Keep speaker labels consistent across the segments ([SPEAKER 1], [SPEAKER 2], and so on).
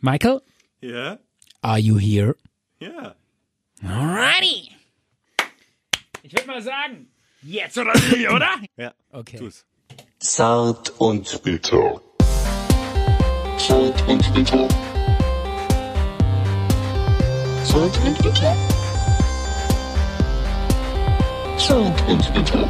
[SPEAKER 1] Michael,
[SPEAKER 2] Yeah.
[SPEAKER 1] are you here?
[SPEAKER 2] Yeah.
[SPEAKER 1] Alrighty. Ich würde mal sagen, jetzt oder nie, oder?
[SPEAKER 2] Ja.
[SPEAKER 1] Okay.
[SPEAKER 2] Tu's.
[SPEAKER 3] Zart und bitter. Zart und bitter. Zart und bitter. Zart und bitter.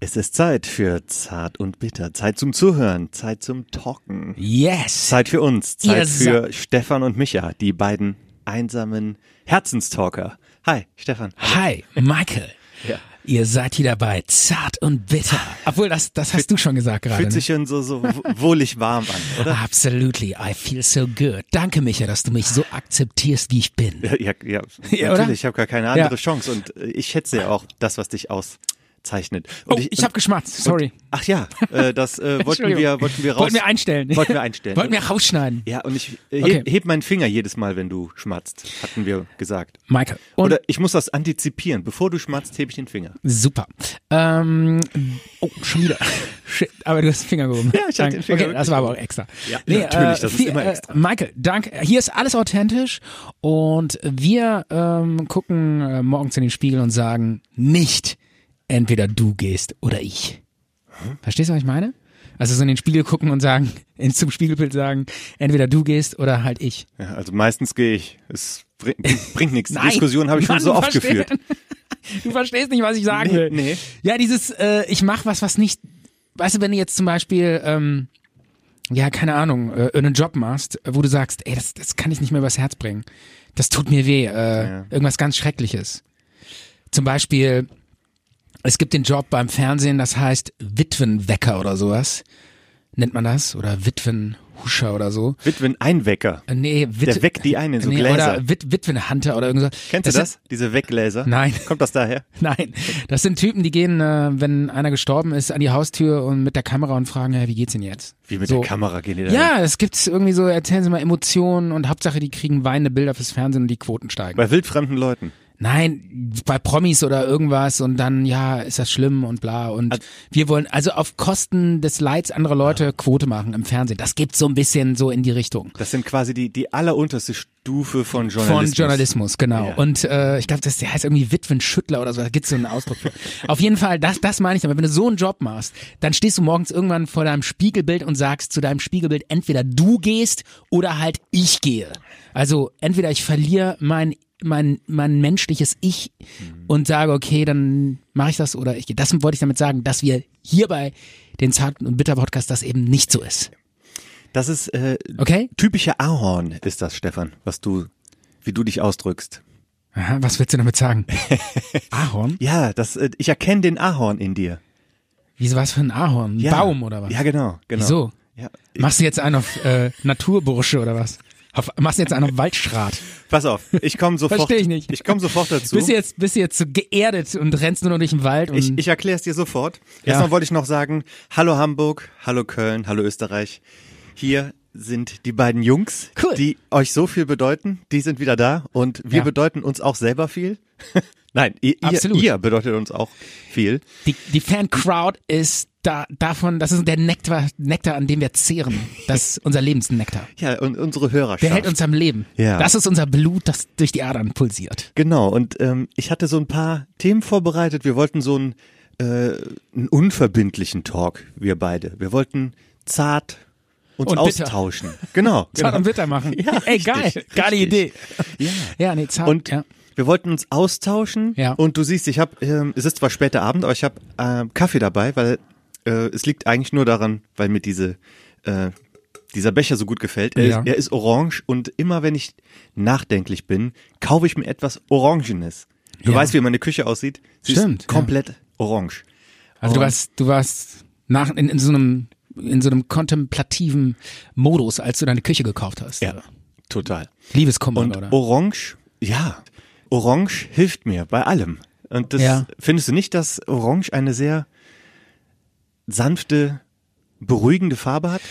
[SPEAKER 2] Es ist Zeit für Zart und Bitter. Zeit zum Zuhören, Zeit zum Talken.
[SPEAKER 1] Yes.
[SPEAKER 2] Zeit für uns, Zeit
[SPEAKER 1] Ihr
[SPEAKER 2] für Stefan und Micha, die beiden einsamen Herzenstalker. Hi, Stefan.
[SPEAKER 1] Hi, Michael.
[SPEAKER 2] Ja.
[SPEAKER 1] Ihr seid hier dabei, zart und bitter. Obwohl, das, das hast du schon gesagt gerade.
[SPEAKER 2] Fühlt sich schon so, so wo- wohlig warm an,
[SPEAKER 1] ne?
[SPEAKER 2] oder?
[SPEAKER 1] Absolutely, I feel so good. Danke, Micha, dass du mich so akzeptierst, wie ich bin.
[SPEAKER 2] Ja, ja,
[SPEAKER 1] Ja,
[SPEAKER 2] natürlich,
[SPEAKER 1] oder?
[SPEAKER 2] ich habe gar keine andere
[SPEAKER 1] Ja.
[SPEAKER 2] Chance und äh, ich schätze ja auch das, was dich auszeichnet. Und
[SPEAKER 1] Oh, ich habe geschmatzt, sorry.
[SPEAKER 2] Ach ja, äh, das äh, wollten,
[SPEAKER 1] Entschuldigung.
[SPEAKER 2] wir, wollten wir raus.
[SPEAKER 1] Wollten wir einstellen.
[SPEAKER 2] Wollten wir einstellen.
[SPEAKER 1] Wollten wir rausschneiden.
[SPEAKER 2] ja, und ich äh,
[SPEAKER 1] Okay.
[SPEAKER 2] heb, heb meinen Finger jedes Mal, wenn du schmatzt, hatten wir gesagt.
[SPEAKER 1] Michael. Und
[SPEAKER 2] Oder ich muss das antizipieren. Bevor du schmatzt, hebe ich den Finger.
[SPEAKER 1] Super. Ähm, oh, schon wieder. Shit, aber du hast den Finger gehoben.
[SPEAKER 2] Ja, ich hab
[SPEAKER 1] Danke.
[SPEAKER 2] den Finger
[SPEAKER 1] Okay, das war aber auch extra.
[SPEAKER 2] Ja, natürlich, das ist immer extra.
[SPEAKER 1] Äh, Michael, danke. Hier ist alles authentisch und wir ähm, gucken äh, morgens in den Spiegel und sagen nicht, entweder du gehst oder ich.
[SPEAKER 2] Hm?
[SPEAKER 1] Verstehst du, was ich meine? Also so in den Spiegel gucken und sagen, in, zum Spiegelbild sagen, entweder du gehst oder halt ich.
[SPEAKER 2] Ja, also meistens gehe ich. Es bring, bringt nichts. Die
[SPEAKER 1] Nein.
[SPEAKER 2] Diskussion habe ich schon
[SPEAKER 1] Mann,
[SPEAKER 2] so
[SPEAKER 1] du
[SPEAKER 2] oft
[SPEAKER 1] verstehst-
[SPEAKER 2] geführt.
[SPEAKER 1] Du verstehst nicht, was ich sagen
[SPEAKER 2] Nee,
[SPEAKER 1] will.
[SPEAKER 2] nee.
[SPEAKER 1] Ja, dieses, äh, ich mach was, was nicht. Weißt du, wenn du jetzt zum Beispiel, ähm, ja, keine Ahnung, äh, einen Job machst, äh, wo du sagst, ey, das, das kann ich nicht mehr übers Herz bringen. Das tut mir weh. Äh,
[SPEAKER 2] Ja.
[SPEAKER 1] Irgendwas ganz Schreckliches. Zum Beispiel, es gibt den Job beim Fernsehen, das heißt Witwenwecker oder sowas. Nennt man das? Oder Witwenhuscher oder so.
[SPEAKER 2] Witwen Einwecker.
[SPEAKER 1] Äh, Nee, Wit
[SPEAKER 2] Der weckt die ein in so Gläser.
[SPEAKER 1] Oder Wit Witwenhunter oder irgendwas.
[SPEAKER 2] Kennst du das? Diese Weggläser?
[SPEAKER 1] Nein.
[SPEAKER 2] Kommt das daher?
[SPEAKER 1] Nein, das sind Typen, die gehen, äh, wenn einer gestorben ist, an die Haustür und mit der Kamera und fragen, hey, wie geht's Ihnen jetzt?
[SPEAKER 2] Wie mit
[SPEAKER 1] so.
[SPEAKER 2] der Kamera gehen die da
[SPEAKER 1] Ja, es gibt's irgendwie so, erzählen Sie mal Emotionen und Hauptsache, die kriegen weinende Bilder fürs Fernsehen und die Quoten steigen.
[SPEAKER 2] Bei wildfremden Leuten.
[SPEAKER 1] Nein, bei Promis oder irgendwas und dann, ja, ist das schlimm und bla. Und wir wollen also auf Kosten des Leids anderer Leute Quote machen im Fernsehen. Das geht so ein bisschen so in die Richtung.
[SPEAKER 2] Das sind quasi die, die allerunterste Stufe von Journalismus.
[SPEAKER 1] Von Journalismus, genau.
[SPEAKER 2] Ja.
[SPEAKER 1] Und äh, ich glaube, das der heißt irgendwie Witwenschüttler oder so. Da gibt's so einen Ausdruck für. Auf jeden Fall, das, das meine ich damit. Wenn du so einen Job machst, dann stehst du morgens irgendwann vor deinem Spiegelbild und sagst zu deinem Spiegelbild, entweder du gehst oder halt ich gehe. Also entweder ich verliere mein mein mein menschliches Ich und sage okay dann mache ich das oder ich gehe das wollte ich damit sagen dass wir hier bei den zarten und bitter Podcast das eben nicht so ist
[SPEAKER 2] Das ist äh,
[SPEAKER 1] okay
[SPEAKER 2] typischer Ahorn, ist das, Stefan, was du, wie du dich ausdrückst.
[SPEAKER 1] Aha, was willst du damit sagen Ahorn
[SPEAKER 2] Ja, das, äh, ich erkenne den Ahorn in dir.
[SPEAKER 1] Wieso was für ein Ahorn? Ein
[SPEAKER 2] Ja.
[SPEAKER 1] Baum oder was?
[SPEAKER 2] Ja, genau, genau.
[SPEAKER 1] Wieso?
[SPEAKER 2] Ja,
[SPEAKER 1] Machst du jetzt einen auf äh, Naturbursche oder was? Auf, machst du jetzt einen auf Waldschrat?
[SPEAKER 2] pass auf, ich komme sofort.
[SPEAKER 1] Versteh ich nicht.
[SPEAKER 2] Ich komme sofort dazu.
[SPEAKER 1] Bist du jetzt, bist du jetzt so geerdet und rennst nur noch durch den Wald? Und
[SPEAKER 2] Ich, ich erkläre es dir sofort. Erstmal wollte ich noch sagen, hallo Hamburg, hallo Köln, hallo Österreich. Hier sind die beiden Jungs,
[SPEAKER 1] Cool.
[SPEAKER 2] die euch so viel bedeuten. Die sind wieder da und wir
[SPEAKER 1] Ja.
[SPEAKER 2] bedeuten uns auch selber viel. Nein, ihr, ihr,
[SPEAKER 1] Absolut.
[SPEAKER 2] ihr bedeutet uns auch viel.
[SPEAKER 1] die, die Fan-Crowd ist da, davon, das ist der Nektar, Nektar, an dem wir zehren. Das ist unser Lebensnektar.
[SPEAKER 2] Ja, und unsere Hörerschaft.
[SPEAKER 1] Der hält uns am Leben.
[SPEAKER 2] Ja.
[SPEAKER 1] Das ist unser Blut, das durch die Adern pulsiert.
[SPEAKER 2] Genau, und ähm, ich hatte so ein paar Themen vorbereitet. Wir wollten so einen, äh, einen unverbindlichen Talk, wir beide. Wir wollten zart uns
[SPEAKER 1] Und bitter.
[SPEAKER 2] austauschen. Genau.
[SPEAKER 1] Zart
[SPEAKER 2] genau.
[SPEAKER 1] und bitter machen.
[SPEAKER 2] Ja,
[SPEAKER 1] Ey,
[SPEAKER 2] richtig,
[SPEAKER 1] geil. Geile
[SPEAKER 2] richtig.
[SPEAKER 1] Idee.
[SPEAKER 2] Ja.
[SPEAKER 1] Ja, nee, zart.
[SPEAKER 2] Und
[SPEAKER 1] ja.
[SPEAKER 2] wir wollten uns austauschen.
[SPEAKER 1] Ja.
[SPEAKER 2] Und du siehst, ich habe, ähm, es ist zwar später Abend, aber ich habe ähm, Kaffee dabei, weil äh, es liegt eigentlich nur daran, weil mir diese äh, dieser Becher so gut gefällt. Er,
[SPEAKER 1] Ja.
[SPEAKER 2] ist, er ist orange und immer wenn ich nachdenklich bin, kaufe ich mir etwas Orangenes. Du
[SPEAKER 1] Ja.
[SPEAKER 2] weißt, wie meine Küche aussieht. Sie
[SPEAKER 1] Stimmt,
[SPEAKER 2] Ist
[SPEAKER 1] ja.
[SPEAKER 2] komplett orange.
[SPEAKER 1] Also du
[SPEAKER 2] Und-
[SPEAKER 1] warst, du warst nach in, in so einem in so einem kontemplativen Modus, als du deine Küche gekauft hast.
[SPEAKER 2] Ja, total.
[SPEAKER 1] Liebeskummer,
[SPEAKER 2] Und
[SPEAKER 1] oder?
[SPEAKER 2] Orange, ja, Orange hilft mir bei allem. Und das
[SPEAKER 1] Ja.
[SPEAKER 2] findest du nicht, dass Orange eine sehr sanfte, beruhigende Farbe hat?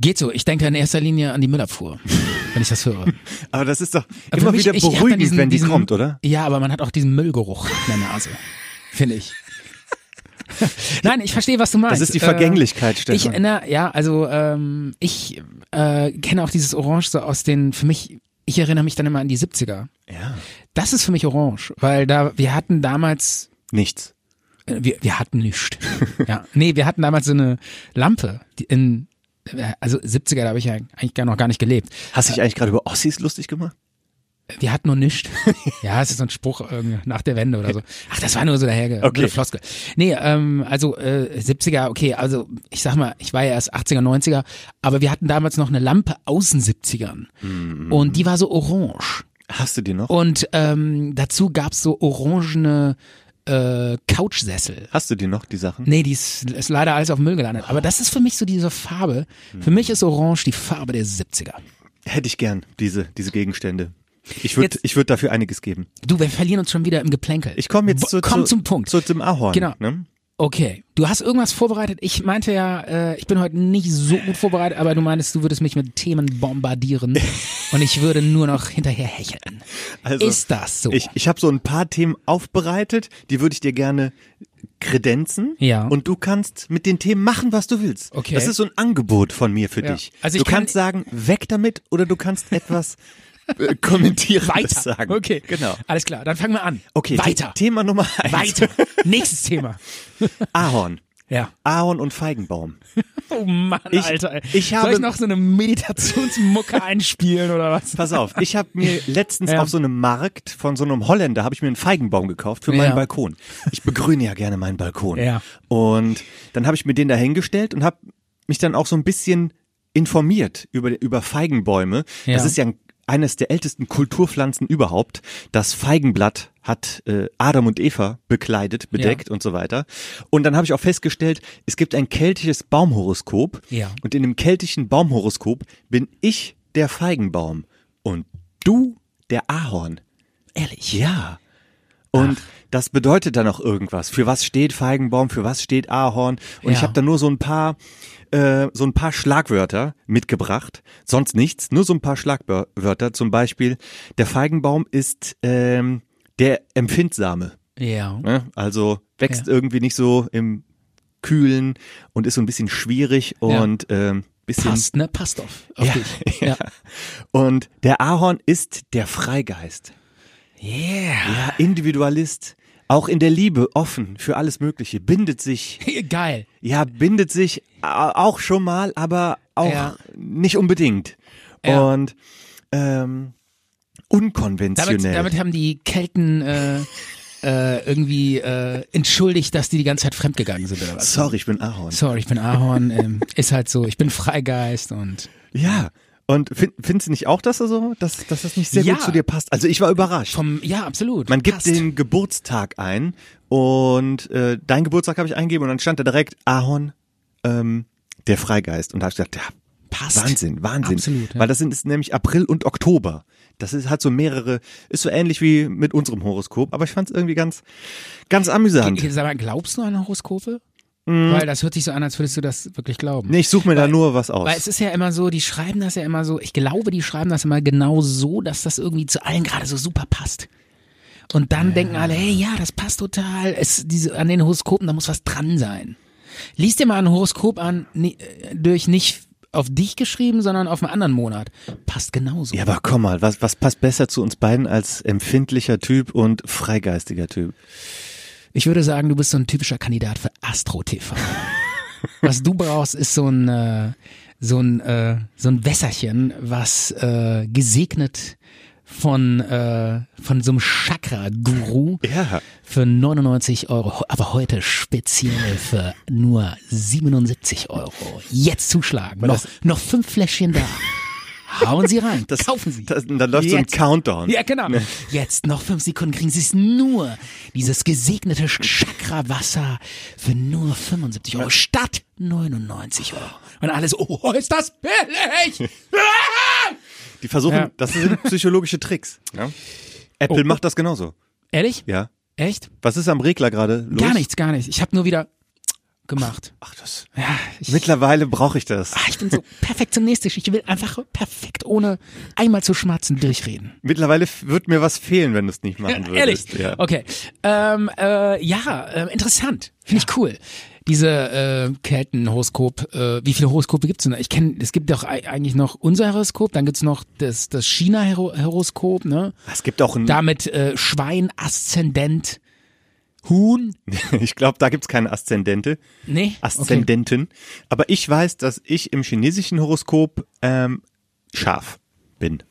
[SPEAKER 1] Geht so. Ich denke in erster Linie an die Müllabfuhr, wenn ich das höre.
[SPEAKER 2] Aber das ist doch
[SPEAKER 1] Aber
[SPEAKER 2] immer
[SPEAKER 1] für mich-
[SPEAKER 2] wieder
[SPEAKER 1] ich- ich hab dann
[SPEAKER 2] beruhigend,
[SPEAKER 1] diesen-
[SPEAKER 2] wenn die
[SPEAKER 1] diesen-
[SPEAKER 2] kommt, oder?
[SPEAKER 1] Ja, aber man hat auch diesen Müllgeruch in der Nase, finde ich. Nein, ich verstehe, was du meinst.
[SPEAKER 2] Das ist die Vergänglichkeit,
[SPEAKER 1] äh, ich,
[SPEAKER 2] Stefan.
[SPEAKER 1] na, Ja, also ähm, ich äh, kenne auch dieses Orange so aus den, für mich, ich erinnere mich dann immer an die 70er.
[SPEAKER 2] ja.
[SPEAKER 1] Das ist für mich Orange, weil da, wir hatten damals,
[SPEAKER 2] Nichts.
[SPEAKER 1] äh, wir, wir hatten nichts. ja, nee, wir hatten damals so eine Lampe die in, äh, also 70er, da habe ich ja eigentlich gar noch gar nicht gelebt.
[SPEAKER 2] Hast du dich eigentlich gerade über Ossis lustig gemacht?
[SPEAKER 1] Wir hatten noch nichts. Ja, es ist so ein Spruch irgendwie nach der Wende oder so. Ach, das war nur so daher okay.
[SPEAKER 2] Okay.
[SPEAKER 1] Floskel. Nee, ähm, also äh, 70er, okay, also ich sag mal, ich war ja erst 80er, 90er, aber wir hatten damals noch eine Lampe aus den 70ern und die war so orange.
[SPEAKER 2] Hast du die noch?
[SPEAKER 1] Und ähm, dazu gab's so orangene äh, Couchsessel.
[SPEAKER 2] Hast du die noch, die Sachen?
[SPEAKER 1] Nee, die ist, ist leider alles auf den Müll gelandet. Aber das ist für mich so diese Farbe. Für mich ist Orange die Farbe der 70er.
[SPEAKER 2] Hätte ich gern, diese, diese Gegenstände. Ich würde
[SPEAKER 1] Jetzt-
[SPEAKER 2] ich würd dafür einiges geben.
[SPEAKER 1] Du, wir verlieren uns schon wieder im Geplänkel.
[SPEAKER 2] Ich komme jetzt zu,
[SPEAKER 1] Komm
[SPEAKER 2] zu,
[SPEAKER 1] zum Punkt.
[SPEAKER 2] Zu dem Ahorn.
[SPEAKER 1] Genau.
[SPEAKER 2] Ne?
[SPEAKER 1] Okay, du hast irgendwas vorbereitet. Ich meinte ja, äh, ich bin heute nicht so gut vorbereitet, aber du meinst, du würdest mich mit Themen bombardieren und ich würde nur noch hinterher hecheln.
[SPEAKER 2] Also,
[SPEAKER 1] Ist das so?
[SPEAKER 2] Ich, ich habe so ein paar Themen aufbereitet, die würde ich dir gerne kredenzen.
[SPEAKER 1] Ja.
[SPEAKER 2] Und du kannst mit den Themen machen, was du willst.
[SPEAKER 1] Okay.
[SPEAKER 2] Das ist so ein Angebot von mir für
[SPEAKER 1] Ja.
[SPEAKER 2] dich.
[SPEAKER 1] Also ich
[SPEAKER 2] du
[SPEAKER 1] kann-
[SPEAKER 2] kannst sagen, weg damit oder du kannst etwas äh, kommentieren.
[SPEAKER 1] Weiter.
[SPEAKER 2] sagen.
[SPEAKER 1] Okay,
[SPEAKER 2] Genau.
[SPEAKER 1] Alles klar, dann fangen wir an.
[SPEAKER 2] Okay,
[SPEAKER 1] Weiter.
[SPEAKER 2] The- Thema Nummer eins.
[SPEAKER 1] Weiter. Nächstes Thema.
[SPEAKER 2] Ahorn.
[SPEAKER 1] Ja.
[SPEAKER 2] Ahorn und Feigenbaum.
[SPEAKER 1] Oh Mann,
[SPEAKER 2] Ich-
[SPEAKER 1] Alter. ey.
[SPEAKER 2] ich
[SPEAKER 1] Soll
[SPEAKER 2] habe-
[SPEAKER 1] ich noch so eine Meditationsmucke einspielen oder was?
[SPEAKER 2] Pass auf, ich habe mir letztens
[SPEAKER 1] Ja.
[SPEAKER 2] auf so einem Markt von so einem Holländer habe ich mir einen Feigenbaum gekauft für meinen
[SPEAKER 1] Ja.
[SPEAKER 2] Balkon. Ich begrüne ja gerne meinen Balkon.
[SPEAKER 1] Ja.
[SPEAKER 2] Und dann habe ich mir den da hingestellt und habe mich dann auch so ein bisschen informiert über über Feigenbäume.
[SPEAKER 1] Ja.
[SPEAKER 2] Das ist ja ein, eines der ältesten Kulturpflanzen überhaupt. Das Feigenblatt hat äh, Adam und Eva bekleidet, bedeckt und so weiter. Und dann habe ich auch festgestellt, es gibt ein keltisches Baumhoroskop.
[SPEAKER 1] Ja.
[SPEAKER 2] Und in dem keltischen Baumhoroskop bin ich der Feigenbaum und du der Ahorn.
[SPEAKER 1] Ehrlich.
[SPEAKER 2] Ja. Und das bedeutet dann auch irgendwas. Für was steht Feigenbaum, für was steht Ahorn? Und
[SPEAKER 1] Ja.
[SPEAKER 2] ich habe da nur so ein paar äh, so ein paar Schlagwörter mitgebracht, sonst nichts, nur so ein paar Schlagwörter. Zum Beispiel, der Feigenbaum ist ähm, der Empfindsame.
[SPEAKER 1] Ja.
[SPEAKER 2] Ne? Also wächst irgendwie nicht so im Kühlen und ist so ein bisschen schwierig
[SPEAKER 1] Ja.
[SPEAKER 2] und ähm, bisschen.
[SPEAKER 1] Passt, ne? Passt auf, auf dich. Ja.
[SPEAKER 2] Und der Ahorn ist der Freigeist.
[SPEAKER 1] Yeah.
[SPEAKER 2] Ja, Individualist. Auch in der Liebe offen für alles Mögliche. Bindet sich,
[SPEAKER 1] Geil.
[SPEAKER 2] ja, bindet sich a- auch schon mal, aber auch
[SPEAKER 1] Ja.
[SPEAKER 2] nicht unbedingt.
[SPEAKER 1] Ja.
[SPEAKER 2] Und ähm,
[SPEAKER 1] Damit,
[SPEAKER 2] unkonventionell.
[SPEAKER 1] damit haben die Kelten äh, äh, irgendwie äh, entschuldigt, dass die die ganze Zeit fremdgegangen sind oder was.
[SPEAKER 2] Sorry, ich bin Ahorn.
[SPEAKER 1] Sorry, ich bin Ahorn, ähm, ist halt so, ich bin Freigeist und
[SPEAKER 2] Ja. Und find, findest du nicht auch, dass, du so, dass, dass das nicht sehr
[SPEAKER 1] Ja.
[SPEAKER 2] gut zu dir passt? Also ich war überrascht.
[SPEAKER 1] vom, ja, absolut.
[SPEAKER 2] Man gibt
[SPEAKER 1] passt.
[SPEAKER 2] den Geburtstag ein und äh, deinen Geburtstag habe ich eingegeben und dann stand da direkt Ahorn, ähm, der Freigeist. Und da habe ich gedacht, ja,
[SPEAKER 1] Passt.
[SPEAKER 2] Wahnsinn, Wahnsinn.
[SPEAKER 1] Absolut, ja.
[SPEAKER 2] Weil das sind ist nämlich April und Oktober. Das ist, hat so mehrere, ist so ähnlich wie mit unserem Horoskop, aber ich fand es irgendwie ganz, ganz amüsant.
[SPEAKER 1] Sag mal, glaubst du an Horoskope?
[SPEAKER 2] Mhm.
[SPEAKER 1] Weil das hört sich so an, als würdest du das wirklich glauben.
[SPEAKER 2] nee, ich suche mir da nur was aus.
[SPEAKER 1] Weil es ist ja immer so, die schreiben das ja immer so, ich glaube, die schreiben das immer genau so, dass das irgendwie zu allen gerade so super passt. Und dann denken alle, hey, ja, das passt total. Es, diese, an den Horoskopen, da muss was dran sein. Lies dir mal ein Horoskop an, ni- äh, durch nicht auf dich geschrieben, sondern auf einen anderen Monat. Passt genauso.
[SPEAKER 2] ja, aber komm mal, was, was passt besser zu uns beiden als empfindlicher Typ und freigeistiger Typ?
[SPEAKER 1] Ich würde sagen, du bist so ein typischer Kandidat für Astro TV. was du brauchst, ist so ein äh, so ein äh, so ein Wässerchen, was äh, gesegnet von äh, von so einem Chakra Guru
[SPEAKER 2] Ja.
[SPEAKER 1] für 99 Euro, aber heute speziell für nur 77 Euro. Jetzt zuschlagen, noch
[SPEAKER 2] das-
[SPEAKER 1] noch fünf Fläschchen da. Hauen Sie rein, kaufen Sie.
[SPEAKER 2] Das, da läuft so ein
[SPEAKER 1] Jetzt.
[SPEAKER 2] Countdown.
[SPEAKER 1] Ja, genau. Jetzt noch fünf Sekunden kriegen Sie es nur. Dieses gesegnete Chakra-Wasser für nur 75 Euro statt 99 Euro. Und alles, oh, ist das billig! Ah!
[SPEAKER 2] Die versuchen,
[SPEAKER 1] Ja. Oh.
[SPEAKER 2] das sind psychologische Tricks. Ja. Apple macht das genauso.
[SPEAKER 1] Ehrlich?
[SPEAKER 2] Ja.
[SPEAKER 1] Echt?
[SPEAKER 2] Was ist am Regler gerade los?
[SPEAKER 1] Gar nichts, gar nichts. Ich habe nur wieder gemacht.
[SPEAKER 2] Ach, das.
[SPEAKER 1] Ja, ich,
[SPEAKER 2] Mittlerweile brauche ich das.
[SPEAKER 1] ah, ich bin so perfektionistisch. Ich will einfach perfekt, ohne einmal zu schmatzen, durchreden.
[SPEAKER 2] Mittlerweile f- wird mir was fehlen, wenn du es nicht machen würdest.
[SPEAKER 1] Ehrlich.
[SPEAKER 2] Ja.
[SPEAKER 1] Okay. Ähm, äh, ja, äh, interessant. Finde ich cool. Diese äh, Keltenhoroskop, äh, wie viele Horoskope gibt's denn da? Ich kenne, es gibt doch ei- eigentlich noch unser Horoskop, dann gibt's noch das, das China-Horoskop, ne?
[SPEAKER 2] Es gibt auch ein,
[SPEAKER 1] Damit äh, Schwein, Aszendent, Huhn.
[SPEAKER 2] ich glaube, da gibt's keine Aszendente,
[SPEAKER 1] Nee. Okay.
[SPEAKER 2] Aszendenten. Aber ich weiß, dass ich im chinesischen Horoskop ähm, scharf bin.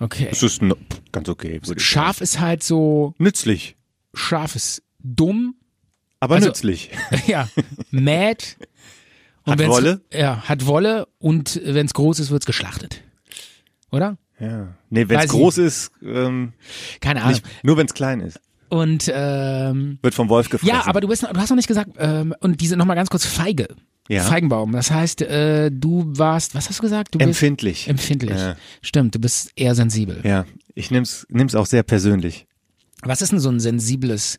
[SPEAKER 1] okay.
[SPEAKER 2] Das ist no- pff, ganz okay. würde ich
[SPEAKER 1] Scharf ist halt so,
[SPEAKER 2] sagen. Nützlich,
[SPEAKER 1] scharf ist dumm,
[SPEAKER 2] aber
[SPEAKER 1] Also-
[SPEAKER 2] nützlich.
[SPEAKER 1] ja, mad. Und
[SPEAKER 2] Hat
[SPEAKER 1] wenn's-
[SPEAKER 2] Wolle?
[SPEAKER 1] Ja, hat Wolle und wenn es groß ist, wird's geschlachtet. Oder?
[SPEAKER 2] Ja. Nee, wenn
[SPEAKER 1] Weiß
[SPEAKER 2] es
[SPEAKER 1] ich Ah.
[SPEAKER 2] groß ist, ähm,
[SPEAKER 1] Keine Ahnung.
[SPEAKER 2] nicht, nur wenn es klein ist,
[SPEAKER 1] Und ähm,
[SPEAKER 2] wird vom Wolf gefressen.
[SPEAKER 1] ja, aber du, bist, du hast noch nicht gesagt, ähm, und diese nochmal ganz kurz Feige.
[SPEAKER 2] Ja.
[SPEAKER 1] Feigenbaum. Das heißt, äh, du warst, was hast du gesagt? Du bist
[SPEAKER 2] empfindlich.
[SPEAKER 1] empfindlich.
[SPEAKER 2] Ja.
[SPEAKER 1] Stimmt, du bist eher sensibel.
[SPEAKER 2] Ja, ich nimm's nimm's auch sehr persönlich.
[SPEAKER 1] Was ist denn so ein sensibles,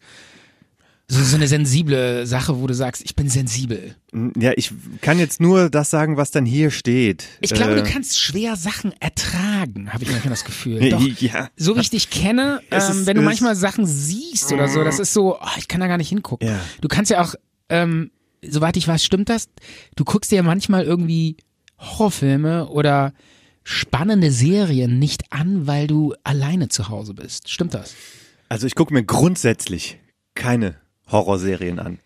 [SPEAKER 1] so, so eine sensible Sache, wo du sagst, ich bin sensibel?
[SPEAKER 2] Ja, ich kann jetzt nur das sagen, was dann hier steht.
[SPEAKER 1] Ich glaube, du
[SPEAKER 2] Äh,
[SPEAKER 1] kannst schwer Sachen ertragen, habe ich manchmal das Gefühl.
[SPEAKER 2] Nee,
[SPEAKER 1] Doch,
[SPEAKER 2] ja.
[SPEAKER 1] So wie ich dich kenne,
[SPEAKER 2] Es
[SPEAKER 1] ähm,
[SPEAKER 2] ist-
[SPEAKER 1] wenn du
[SPEAKER 2] es-
[SPEAKER 1] manchmal Sachen siehst oder so, das ist so, oh, ich kann da gar nicht hingucken.
[SPEAKER 2] Ja.
[SPEAKER 1] Du kannst ja auch, ähm, soweit ich weiß, stimmt das, du guckst dir ja manchmal irgendwie Horrorfilme oder spannende Serien nicht an, weil du alleine zu Hause bist. Stimmt das?
[SPEAKER 2] Also ich gucke mir grundsätzlich keine Horrorserien an.
[SPEAKER 1] Aber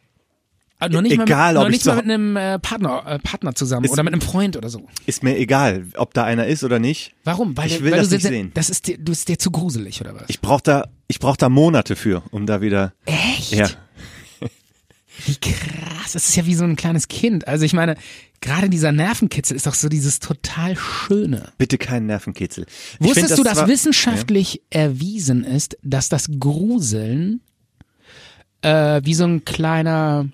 [SPEAKER 1] Ah, Noch nicht mal
[SPEAKER 2] Egal,
[SPEAKER 1] mit, noch
[SPEAKER 2] ob ich
[SPEAKER 1] nicht mal
[SPEAKER 2] zu-
[SPEAKER 1] mit einem äh, Partner, äh, Partner zusammen
[SPEAKER 2] Ist-
[SPEAKER 1] oder mit einem Freund oder so.
[SPEAKER 2] Ist mir egal, ob da einer ist oder nicht.
[SPEAKER 1] Warum? Weil,
[SPEAKER 2] Ich
[SPEAKER 1] der-
[SPEAKER 2] will
[SPEAKER 1] weil
[SPEAKER 2] das
[SPEAKER 1] du
[SPEAKER 2] nicht
[SPEAKER 1] sehr-
[SPEAKER 2] sehen.
[SPEAKER 1] Das ist dir, du bist dir zu gruselig oder was?
[SPEAKER 2] Ich brauche da, ich brauch da Monate für, um da wieder.
[SPEAKER 1] Echt?
[SPEAKER 2] Ja.
[SPEAKER 1] Wie krass, das ist ja wie so ein kleines Kind. Also ich meine, gerade dieser Nervenkitzel ist doch so dieses total Schöne.
[SPEAKER 2] Bitte keinen Nervenkitzel. Ich
[SPEAKER 1] Wusstest
[SPEAKER 2] find,
[SPEAKER 1] du, dass
[SPEAKER 2] zwar-
[SPEAKER 1] wissenschaftlich erwiesen ist, dass das Gruseln äh, wie so ein kleiner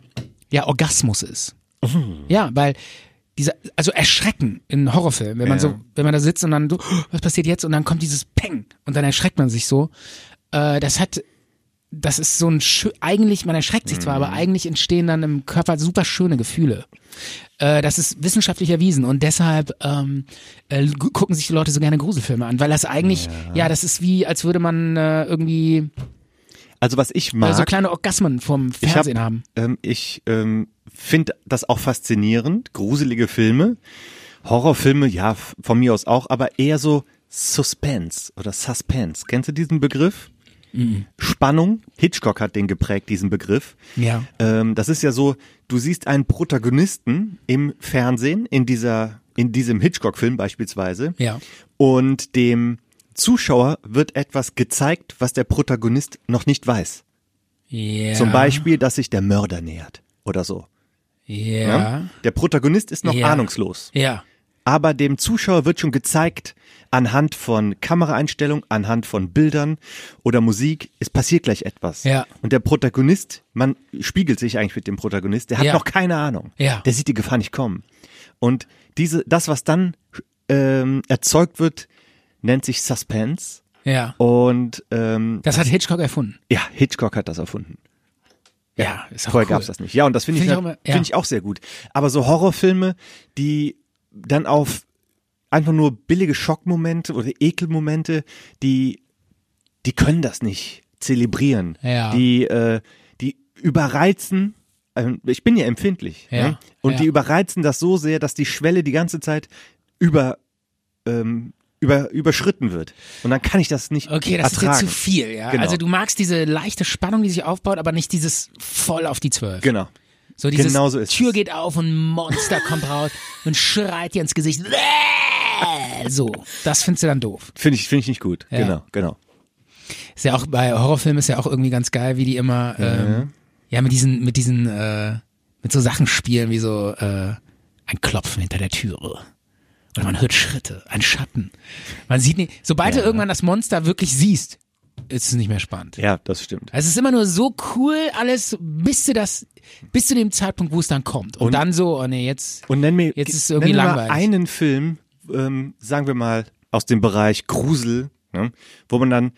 [SPEAKER 1] ja, Orgasmus ist?
[SPEAKER 2] Mhm.
[SPEAKER 1] Ja, weil dieser, also Erschrecken in Horrorfilmen, wenn man
[SPEAKER 2] Ja.
[SPEAKER 1] so, wenn man da sitzt und dann so, "Oh, was passiert jetzt? Und dann kommt dieses Peng und dann erschreckt man sich so. Äh, das hat das ist so ein schö- eigentlich man erschreckt sich zwar,
[SPEAKER 2] Mhm.
[SPEAKER 1] aber eigentlich entstehen dann im Körper super schöne Gefühle. Äh, das ist wissenschaftlich erwiesen und deshalb ähm, äh, gu- gucken sich die Leute so gerne Gruselfilme an, weil das eigentlich ja, das ist wie als würde man äh, irgendwie
[SPEAKER 2] Also was ich
[SPEAKER 1] äh,
[SPEAKER 2] mag.
[SPEAKER 1] so kleine Orgasmen vom
[SPEAKER 2] ich hab,
[SPEAKER 1] Fernsehen haben.
[SPEAKER 2] Ähm, ich ähm, finde das auch faszinierend. Gruselige Filme. Horrorfilme, ja, f- von mir aus auch, aber eher so Suspense oder Suspense. Kennst du diesen Begriff?
[SPEAKER 1] Mhm.
[SPEAKER 2] Spannung. Hitchcock hat den geprägt, diesen Begriff.
[SPEAKER 1] Ja.
[SPEAKER 2] Ähm, das ist ja so, du siehst einen Protagonisten im Fernsehen, in dieser, in diesem Hitchcock-Film beispielsweise.
[SPEAKER 1] Ja.
[SPEAKER 2] Und dem Zuschauer wird etwas gezeigt, was der Protagonist noch nicht weiß.
[SPEAKER 1] Ja.
[SPEAKER 2] Zum Beispiel, dass sich der Mörder nähert oder so. ne?
[SPEAKER 1] Ja.
[SPEAKER 2] Der Protagonist ist noch
[SPEAKER 1] Ja.
[SPEAKER 2] ahnungslos.
[SPEAKER 1] Ja.
[SPEAKER 2] Aber dem Zuschauer wird schon gezeigt, anhand von Kameraeinstellung, anhand von Bildern oder Musik, es passiert gleich etwas.
[SPEAKER 1] Ja.
[SPEAKER 2] Und der Protagonist, man spiegelt sich eigentlich mit dem Protagonist, der hat
[SPEAKER 1] Ja.
[SPEAKER 2] noch keine Ahnung.
[SPEAKER 1] Ja.
[SPEAKER 2] Der sieht die Gefahr nicht kommen. Und diese, das, was dann ähm, erzeugt wird, nennt sich Suspense.
[SPEAKER 1] Ja.
[SPEAKER 2] Und ähm,
[SPEAKER 1] Das hat Hitchcock erfunden.
[SPEAKER 2] ja, Hitchcock hat das erfunden.
[SPEAKER 1] Ja, ist auch
[SPEAKER 2] Vorher
[SPEAKER 1] cool.
[SPEAKER 2] gab's das nicht. Ja, und das finde ich,
[SPEAKER 1] Finde ich
[SPEAKER 2] na-
[SPEAKER 1] auch immer- ja.
[SPEAKER 2] finde ich auch sehr gut. Aber so Horrorfilme, die dann auf einfach nur billige Schockmomente oder Ekelmomente, die, die können das nicht zelebrieren.
[SPEAKER 1] Ja.
[SPEAKER 2] Die, äh, die überreizen. ähm, Ich bin ja empfindlich.
[SPEAKER 1] Ja.
[SPEAKER 2] Ne? Und
[SPEAKER 1] Ja.
[SPEAKER 2] die überreizen das so sehr, dass die Schwelle die ganze Zeit über, ähm, über, überschritten wird. Und dann kann ich das nicht
[SPEAKER 1] Okay, das
[SPEAKER 2] ertragen.
[SPEAKER 1] ist dir zu viel, ja.
[SPEAKER 2] Genau.
[SPEAKER 1] Also du magst diese leichte Spannung, die sich aufbaut, aber nicht dieses voll auf die Zwölf.
[SPEAKER 2] Genau.
[SPEAKER 1] So dieses
[SPEAKER 2] Genau so ist
[SPEAKER 1] Tür
[SPEAKER 2] es.
[SPEAKER 1] geht auf und ein Monster kommt raus und schreit dir ins Gesicht. Bäh! So, das findest du dann doof.
[SPEAKER 2] Finde ich, finde ich nicht gut.
[SPEAKER 1] Ja.
[SPEAKER 2] Genau, genau.
[SPEAKER 1] Ist ja auch bei Horrorfilmen ist ja auch irgendwie ganz geil, wie die immer ähm, ja mit diesen mit diesen äh, mit so Sachen spielen wie so äh, ein Klopfen hinter der Türe. Oder man hört Schritte, ein Schatten. Man sieht nicht, sobald du irgendwann das Monster wirklich siehst, ist es nicht mehr spannend. Also
[SPEAKER 2] Ja, das stimmt.
[SPEAKER 1] Es ist immer nur so cool alles, bis du das, bis zu dem Zeitpunkt, wo es dann kommt. Und,
[SPEAKER 2] Und-
[SPEAKER 1] dann so, oh nee, jetzt.
[SPEAKER 2] Und nenn mir,
[SPEAKER 1] Jetzt ist es irgendwie
[SPEAKER 2] nenn mir
[SPEAKER 1] langweilig.
[SPEAKER 2] Mal einen Film, ähm, sagen wir mal, aus dem Bereich Grusel, ne, wo man dann,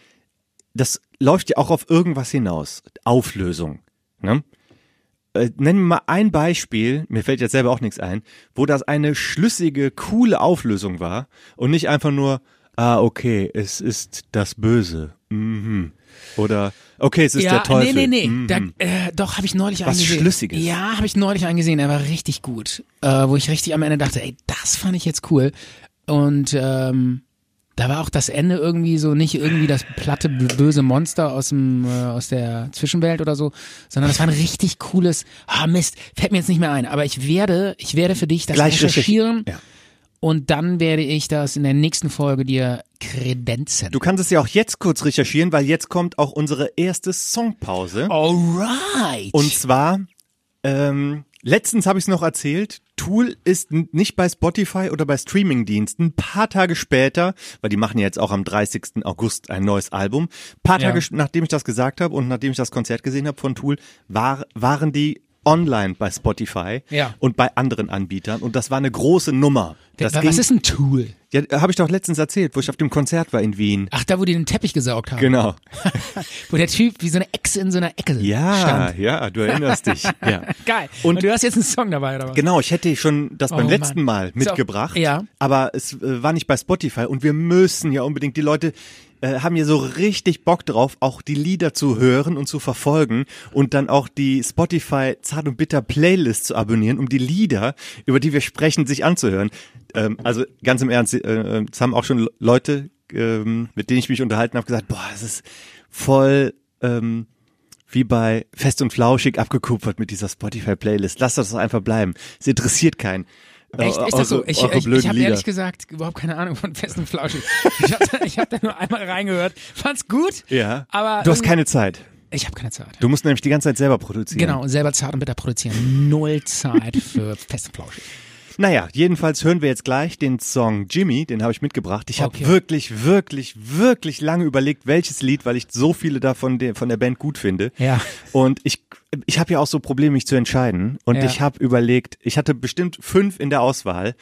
[SPEAKER 2] das läuft ja auch auf irgendwas hinaus. Auflösung. Ne? äh, nennen wir mal ein Beispiel, mir fällt jetzt selber auch nichts ein, wo das eine schlüssige, coole Auflösung war und nicht einfach nur, ah, okay, es ist das Böse. Mhm. Oder, okay, es ist
[SPEAKER 1] ja,
[SPEAKER 2] der Teufel.
[SPEAKER 1] Nee, nee, nee.
[SPEAKER 2] Mhm.
[SPEAKER 1] Da, äh, doch, habe ich neulich
[SPEAKER 2] Was
[SPEAKER 1] angesehen.
[SPEAKER 2] Schlüssiges.
[SPEAKER 1] Ja, habe ich neulich angesehen. Er war richtig gut. Äh, wo ich richtig am Ende dachte, ey, das fand ich jetzt cool. Und ähm, da war auch das Ende irgendwie so nicht irgendwie das platte b- böse Monster aus dem äh, aus der Zwischenwelt oder so, sondern das war ein richtig cooles. Ah Mist, fällt mir jetzt nicht mehr ein. Aber ich werde, ich werde für dich das
[SPEAKER 2] Gleich
[SPEAKER 1] recherchieren
[SPEAKER 2] Ja.
[SPEAKER 1] und dann werde ich das in der nächsten Folge dir kredenzen.
[SPEAKER 2] Du kannst es ja auch jetzt kurz recherchieren, weil jetzt kommt auch unsere erste Songpause.
[SPEAKER 1] Oh. Alright.
[SPEAKER 2] Und zwar, ähm, letztens habe ich es noch erzählt, Tool ist n- nicht bei Spotify oder bei Streamingdiensten. Ein paar Tage später, weil die machen ja jetzt auch am 30. August ein neues Album, ein paar
[SPEAKER 1] Ja.
[SPEAKER 2] Tage sch- nachdem ich das gesagt habe und nachdem ich das Konzert gesehen habe von Tool, war, waren die online bei Spotify
[SPEAKER 1] Ja.
[SPEAKER 2] und bei anderen Anbietern. Und das war eine große Nummer. Das
[SPEAKER 1] Wa-
[SPEAKER 2] ging,
[SPEAKER 1] was ist ein Tool?
[SPEAKER 2] ja, habe ich doch letztens erzählt, wo ich auf dem Konzert war in Wien.
[SPEAKER 1] Ach, da, wo die den Teppich gesaugt haben.
[SPEAKER 2] Genau.
[SPEAKER 1] Wo der Typ wie so eine Echse in so einer Ecke
[SPEAKER 2] Ja,
[SPEAKER 1] stand.
[SPEAKER 2] ja, du erinnerst dich. Ja.
[SPEAKER 1] Geil. Und,
[SPEAKER 2] Und-
[SPEAKER 1] du hast jetzt einen Song dabei, oder was?
[SPEAKER 2] Genau, ich hätte schon das beim
[SPEAKER 1] Oh,
[SPEAKER 2] letzten
[SPEAKER 1] Mann.
[SPEAKER 2] Mal
[SPEAKER 1] So,
[SPEAKER 2] mitgebracht,
[SPEAKER 1] ja.
[SPEAKER 2] aber es äh, war nicht bei Spotify und wir müssen ja unbedingt, die Leute äh, haben ja so richtig Bock drauf, auch die Lieder zu hören und zu verfolgen und dann auch die Spotify Zart und Bitter Playlist zu abonnieren, um die Lieder, über die wir sprechen, sich anzuhören. Ähm, also ganz im Ernst, äh, äh, es haben auch schon Le- Leute, ähm, mit denen ich mich unterhalten habe, gesagt, boah, es ist voll... Ähm, wie bei Fest und Flauschig abgekupfert mit dieser Spotify-Playlist. Lasst das doch einfach bleiben. Es interessiert keinen.
[SPEAKER 1] Echt,
[SPEAKER 2] Äh,
[SPEAKER 1] ist das so?
[SPEAKER 2] eure-
[SPEAKER 1] Ich,
[SPEAKER 2] eure
[SPEAKER 1] ich, ich
[SPEAKER 2] blöden
[SPEAKER 1] habe
[SPEAKER 2] Lieder.
[SPEAKER 1] ehrlich gesagt überhaupt keine Ahnung von festen Flauschig. Ich habe ich hab da nur einmal reingehört, fand's gut.
[SPEAKER 2] ja.
[SPEAKER 1] Aber
[SPEAKER 2] du hast
[SPEAKER 1] irgendwie-
[SPEAKER 2] keine Zeit.
[SPEAKER 1] Ich habe keine Zeit.
[SPEAKER 2] Du musst nämlich die ganze Zeit selber produzieren.
[SPEAKER 1] Genau, und selber zart und bitter produzieren. Null Zeit für fest und flauschig.
[SPEAKER 2] Naja, jedenfalls hören wir jetzt gleich den Song Jimmy, den habe ich mitgebracht. Ich habe
[SPEAKER 1] Okay.
[SPEAKER 2] wirklich, wirklich, wirklich lange überlegt, welches Lied, weil ich so viele davon de von der Band gut finde.
[SPEAKER 1] Ja.
[SPEAKER 2] Und ich, ich habe ja auch so Probleme, mich zu entscheiden. Und
[SPEAKER 1] Ja.
[SPEAKER 2] ich habe überlegt, ich hatte bestimmt fünf in der Auswahl.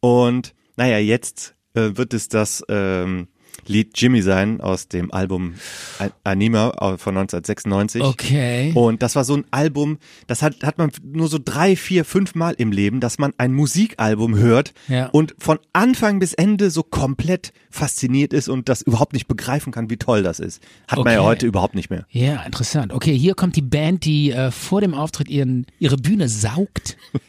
[SPEAKER 2] Und naja, jetzt äh, wird es das ähm, Lied Jimmy sein aus dem Album A- Anima au- von 1996.
[SPEAKER 1] Okay.
[SPEAKER 2] Und das war so ein Album, das hat, hat man nur so drei, vier, fünf Mal im Leben, dass man ein Musikalbum hört
[SPEAKER 1] Ja.
[SPEAKER 2] und von Anfang bis Ende so komplett fasziniert ist und das überhaupt nicht begreifen kann, wie toll das ist. Hat man ja
[SPEAKER 1] Okay.
[SPEAKER 2] heute überhaupt nicht mehr.
[SPEAKER 1] Ja, interessant. Okay, hier kommt die Band, die äh, vor dem Auftritt ihren, ihre Bühne saugt,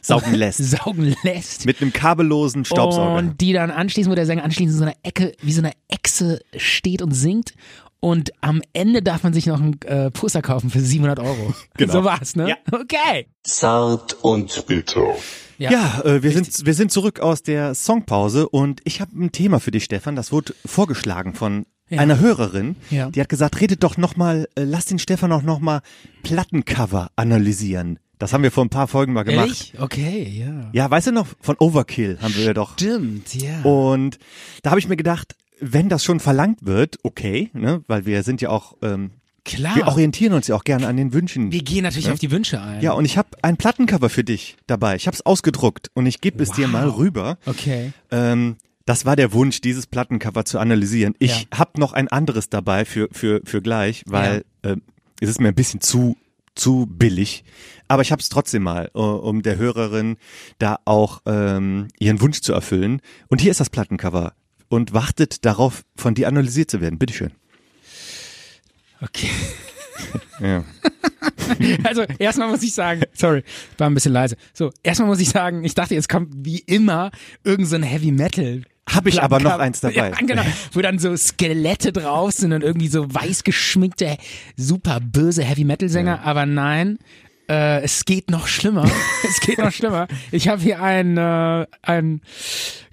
[SPEAKER 2] Saugen lässt.
[SPEAKER 1] saugen lässt.
[SPEAKER 2] Mit einem kabellosen Staubsauger.
[SPEAKER 1] Und die dann anschließend, wo der Sänger anschließend in so einer Ecke, wie so eine Echse steht und singt. Und am Ende darf man sich noch ein äh, Poster kaufen für 700 Euro.
[SPEAKER 2] Genau.
[SPEAKER 1] So war's, ne?
[SPEAKER 2] Ja.
[SPEAKER 1] Okay.
[SPEAKER 3] Zart und bitter.
[SPEAKER 2] ja, äh, wir, sind, wir sind zurück aus der Songpause und ich habe ein Thema für dich, Stefan. Das wurde vorgeschlagen von
[SPEAKER 1] Ja.
[SPEAKER 2] einer Hörerin.
[SPEAKER 1] Ja.
[SPEAKER 2] Die hat gesagt, redet doch nochmal, äh, lass den Stefan auch nochmal Plattencover analysieren. Das haben wir vor ein paar Folgen mal gemacht.
[SPEAKER 1] Ehrlich? Okay, ja.
[SPEAKER 2] Ja, weißt du noch, von Overkill haben wir ja doch.
[SPEAKER 1] Stimmt, ja.
[SPEAKER 2] Und da habe ich mir gedacht, wenn das schon verlangt wird, okay, ne, weil wir sind ja auch, ähm,
[SPEAKER 1] Klar.
[SPEAKER 2] wir orientieren uns ja auch gerne an den Wünschen.
[SPEAKER 1] Wir gehen natürlich auf die Wünsche ein.
[SPEAKER 2] Ja, und ich habe ein Plattencover für dich dabei. Ich habe es ausgedruckt und ich gebe es dir mal rüber.
[SPEAKER 1] Okay.
[SPEAKER 2] Ähm, das war der Wunsch, dieses Plattencover zu analysieren. Ich
[SPEAKER 1] Ja.
[SPEAKER 2] habe noch ein anderes dabei für, für, für gleich, weil ähm, es ist mir ein bisschen zu, zu billig. Aber ich habe es trotzdem mal, äh, um der Hörerin da auch ähm, ihren Wunsch zu erfüllen. Und hier ist das Plattencover und wartet darauf, von dir analysiert zu werden. Bitteschön.
[SPEAKER 1] Okay.
[SPEAKER 2] Ja.
[SPEAKER 1] Also erstmal muss ich sagen, sorry, war ein bisschen leise. So, erstmal muss ich sagen, ich dachte, jetzt kommt wie immer irgend so ein Heavy Metal.
[SPEAKER 2] Hab ich aber noch eins dabei.
[SPEAKER 1] Ja, genau, wo dann so Skelette drauf sind und irgendwie so weiß geschminkte, super böse Heavy Metal Sänger. Aber nein, äh, es geht noch schlimmer. es geht noch schlimmer. Ich habe hier ein, äh, ein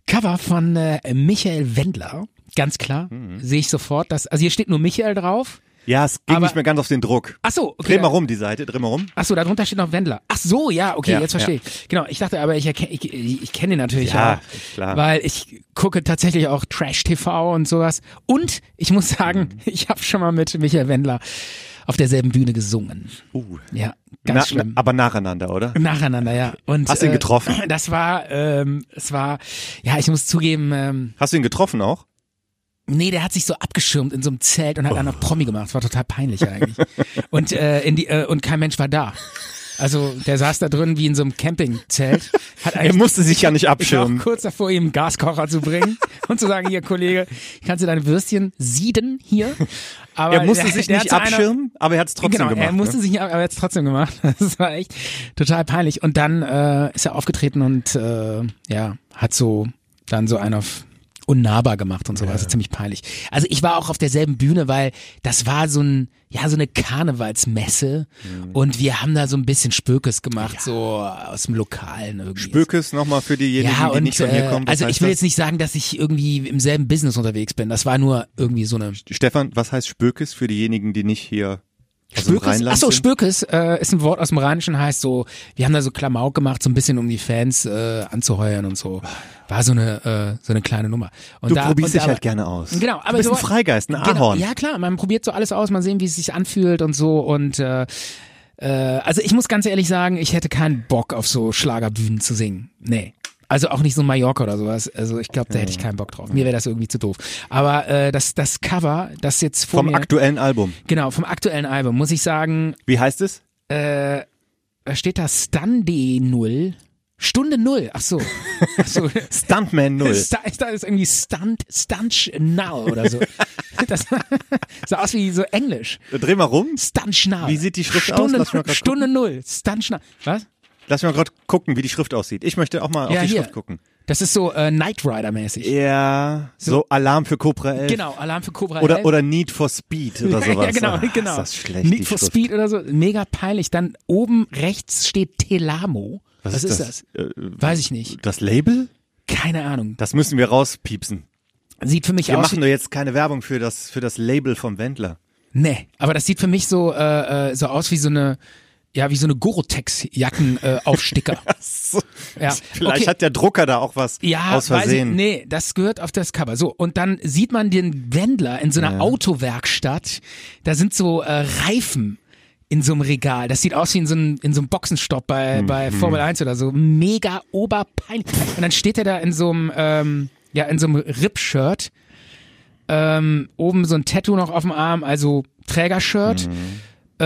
[SPEAKER 1] Cover von äh, Michael Wendler. Ganz klar,
[SPEAKER 2] Mhm.
[SPEAKER 1] sehe ich sofort. Dass, also hier steht nur Michael drauf.
[SPEAKER 2] ja, es ging
[SPEAKER 1] Aber-
[SPEAKER 2] nicht mehr ganz auf den Druck.
[SPEAKER 1] Ach so, okay.
[SPEAKER 2] Dreh mal
[SPEAKER 1] da-
[SPEAKER 2] rum die Seite, dreh mal rum.
[SPEAKER 1] Ach so, darunter steht noch Wendler. Ach so, ja, okay,
[SPEAKER 2] Ja,
[SPEAKER 1] jetzt verstehe ich. Genau, ich dachte aber, ich, erke- ich, ich, ich kenne ihn natürlich
[SPEAKER 2] Ja,
[SPEAKER 1] auch,
[SPEAKER 2] klar.
[SPEAKER 1] weil ich gucke tatsächlich auch Trash-TV und sowas. Und ich muss sagen,
[SPEAKER 2] Mhm.
[SPEAKER 1] ich habe schon mal mit Michael Wendler auf derselben Bühne gesungen.
[SPEAKER 2] Uh.
[SPEAKER 1] Ja, ganz
[SPEAKER 2] Na,
[SPEAKER 1] schlimm.
[SPEAKER 2] aber nacheinander, oder?
[SPEAKER 1] Nacheinander, ja. Und,
[SPEAKER 2] Hast du ihn
[SPEAKER 1] äh,
[SPEAKER 2] getroffen?
[SPEAKER 1] Das war, ähm, es war, ja, ich muss zugeben, ähm,
[SPEAKER 2] Hast du ihn getroffen auch?
[SPEAKER 1] Nee, der hat sich so abgeschirmt in so einem
[SPEAKER 2] Oh.
[SPEAKER 1] Zelt und hat dann noch Promi gemacht. Das war total peinlich eigentlich. und äh, in die äh, und kein Mensch war da. Also der saß da drin wie in so einem Campingzelt. Hat
[SPEAKER 2] Er musste sich ja nicht
[SPEAKER 1] Ich war auch
[SPEAKER 2] abschirmen.
[SPEAKER 1] kurz davor, ihm einen Gaskocher zu bringen und zu sagen, hier Kollege, kannst du deine Würstchen sieden hier? Aber
[SPEAKER 2] Er musste
[SPEAKER 1] der-
[SPEAKER 2] sich
[SPEAKER 1] der
[SPEAKER 2] nicht
[SPEAKER 1] hat so einer-
[SPEAKER 2] abschirmen, aber er hat es trotzdem
[SPEAKER 1] genau,
[SPEAKER 2] gemacht.
[SPEAKER 1] Er musste
[SPEAKER 2] ne?
[SPEAKER 1] sich nicht, ab- aber er hat es trotzdem gemacht. Das war echt total peinlich. Und dann äh, ist er aufgetreten und äh, ja, hat so dann so einen auf unnahbar gemacht und so. Also ziemlich peinlich. Also ich war auch auf derselben Bühne, weil das war so ein ja so eine Karnevalsmesse
[SPEAKER 2] Mhm.
[SPEAKER 1] und wir haben da so ein bisschen Spökes gemacht, so aus dem Lokalen irgendwie.
[SPEAKER 2] Bökes nochmal für diejenigen,
[SPEAKER 1] Ja,
[SPEAKER 2] die
[SPEAKER 1] und
[SPEAKER 2] nicht von hier
[SPEAKER 1] äh,
[SPEAKER 2] kommen. Was
[SPEAKER 1] also ich
[SPEAKER 2] heißt
[SPEAKER 1] will
[SPEAKER 2] das?
[SPEAKER 1] jetzt nicht sagen, dass ich irgendwie im selben Business unterwegs bin. Das war nur irgendwie so eine
[SPEAKER 2] Stefan, was heißt Spökes für diejenigen, die nicht hier aus dem
[SPEAKER 1] Spökes,
[SPEAKER 2] Rheinland
[SPEAKER 1] achso,
[SPEAKER 2] sind?
[SPEAKER 1] Spökes äh, ist ein Wort aus dem Rheinischen, heißt so, wir haben da so Klamauk gemacht, so ein bisschen um die Fans äh, anzuheuern und so. War so eine, äh, so eine kleine Nummer. Und
[SPEAKER 2] Du
[SPEAKER 1] da,
[SPEAKER 2] probierst
[SPEAKER 1] und
[SPEAKER 2] dich
[SPEAKER 1] da-
[SPEAKER 2] halt gerne aus.
[SPEAKER 1] Genau, aber
[SPEAKER 2] du bist
[SPEAKER 1] so,
[SPEAKER 2] ein Freigeist, ein
[SPEAKER 1] Genau,
[SPEAKER 2] Ahorn.
[SPEAKER 1] ja klar, man probiert so alles aus, man sehen, wie es sich anfühlt und so und äh, äh, also ich muss ganz ehrlich sagen, ich hätte keinen Bock auf so Schlagerbühnen zu singen. Nee. Also auch nicht so Mallorca oder sowas. Also ich glaube, da hätte ich
[SPEAKER 2] Hm.
[SPEAKER 1] keinen Bock drauf. Mir wäre das irgendwie zu doof. Aber äh, das, das Cover, das jetzt vor
[SPEAKER 2] Vom
[SPEAKER 1] mir,
[SPEAKER 2] aktuellen Album.
[SPEAKER 1] genau vom aktuellen Album, muss ich sagen,
[SPEAKER 2] Wie heißt es?
[SPEAKER 1] da steht da Stunde null Stunde null Ach so. Ach so.
[SPEAKER 2] Stuntman 0.
[SPEAKER 1] Sta- Ich dachte, das ist irgendwie Stunt, Stunch Null oder so. Das sah aus wie so Englisch.
[SPEAKER 2] Dreh mal rum.
[SPEAKER 1] Stunch Null.
[SPEAKER 2] Wie sieht die Schrift aus?
[SPEAKER 1] Stunde,
[SPEAKER 2] Lass mich mal grad
[SPEAKER 1] Stunde Null. Stunch Null. Was?
[SPEAKER 2] Lass mich mal gerade gucken, wie die Schrift aussieht. Ich möchte auch mal
[SPEAKER 1] Ja,
[SPEAKER 2] auf die
[SPEAKER 1] hier.
[SPEAKER 2] Schrift gucken.
[SPEAKER 1] Das ist so äh, Knight Rider mäßig.
[SPEAKER 2] Ja, so Alarm für Cobra 11.
[SPEAKER 1] Genau, Alarm für Cobra
[SPEAKER 2] Oder,
[SPEAKER 1] 11.
[SPEAKER 2] oder Need for Speed oder sowas.
[SPEAKER 1] Ja, genau,
[SPEAKER 2] Ah,
[SPEAKER 1] genau.
[SPEAKER 2] Ist das schlecht, die
[SPEAKER 1] Need for
[SPEAKER 2] Schrift.
[SPEAKER 1] Speed oder so. Mega peinlich. Dann oben rechts steht Telamo.
[SPEAKER 2] Was, ist, das? Äh,
[SPEAKER 1] Weiß ich nicht.
[SPEAKER 2] Das Label?
[SPEAKER 1] Keine Ahnung.
[SPEAKER 2] Das müssen wir rauspiepsen.
[SPEAKER 1] Sieht für mich
[SPEAKER 2] Wir
[SPEAKER 1] aus.
[SPEAKER 2] machen doch jetzt keine Werbung für das, für das Label vom Wendler.
[SPEAKER 1] Nee, aber das sieht für mich so, äh, äh, so aus wie so eine, ja, wie so eine Gorotex-Jacken-Aufsticker. Äh, Aufsticker. Ja,
[SPEAKER 2] Vielleicht
[SPEAKER 1] okay.
[SPEAKER 2] hat der Drucker da auch was
[SPEAKER 1] ja,
[SPEAKER 2] aus
[SPEAKER 1] Weiß
[SPEAKER 2] Versehen.
[SPEAKER 1] ich, nee, das gehört auf das Cover. So, und dann sieht man den Wendler in so einer Autowerkstatt. Da sind so äh, Reifen in so einem Regal. Das sieht aus wie in so einem, in so einem Boxenstopp bei,
[SPEAKER 2] Mhm.
[SPEAKER 1] bei Formel 1 oder so. Mega oberpeinlich. Und dann steht er da in so einem, ähm, ja, in so einem Rip-Shirt. Ähm, oben so ein Tattoo noch auf dem Arm, also Trägershirt.
[SPEAKER 2] Mhm.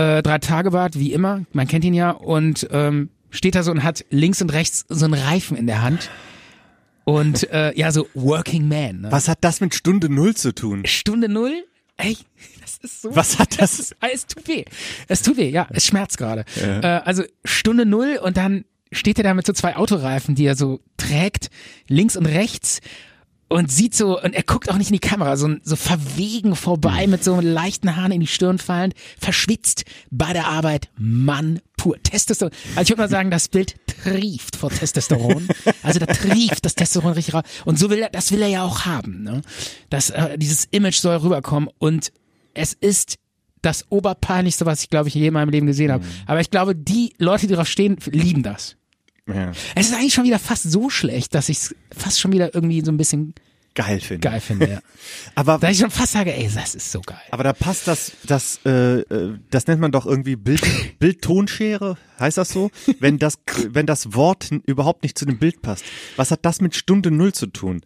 [SPEAKER 1] Äh, drei Tage Bart, wie immer. Man kennt ihn ja. Und ähm, steht da so und hat links und rechts so einen Reifen in der Hand. Und äh, ja, so Working Man. Ne?
[SPEAKER 2] Was hat das mit Stunde Null zu tun?
[SPEAKER 1] Stunde Null? Ey, das ist so.
[SPEAKER 2] Was hat das?
[SPEAKER 1] Ah, Es tut weh. Es tut weh, ja. Es schmerzt gerade. Äh, also Stunde Null und dann steht er da mit so zwei Autoreifen, die er so trägt, links und rechts. Und sieht so, und er guckt auch nicht in die Kamera, so, so verwegen vorbei mit so einem leichten Haaren in die Stirn fallend, verschwitzt bei der Arbeit, Mann pur. Testosteron. Also ich würde mal sagen, das Bild trieft vor Testosteron. Also da trieft das Testosteron richtig raus. Und so will er, das will er ja auch haben, ne? Das, äh, dieses Image soll rüberkommen und es ist das oberpeinlichste, was ich glaube ich je in meinem Leben gesehen habe. Aber ich glaube, die Leute, die drauf stehen, lieben das.
[SPEAKER 2] Ja.
[SPEAKER 1] Es ist eigentlich schon wieder fast so schlecht, dass ich es fast schon wieder irgendwie so ein bisschen
[SPEAKER 2] Geil finde.
[SPEAKER 1] geil finde. Ja.
[SPEAKER 2] Aber,
[SPEAKER 1] Da ich schon fast sage, ey, das ist so geil.
[SPEAKER 2] aber da passt das, das, äh, äh, das nennt man doch irgendwie Bild, Bildtonschere, heißt das so? Wenn das, wenn das Wort n- überhaupt nicht zu dem Bild passt. Was hat das mit Stunde Null zu tun?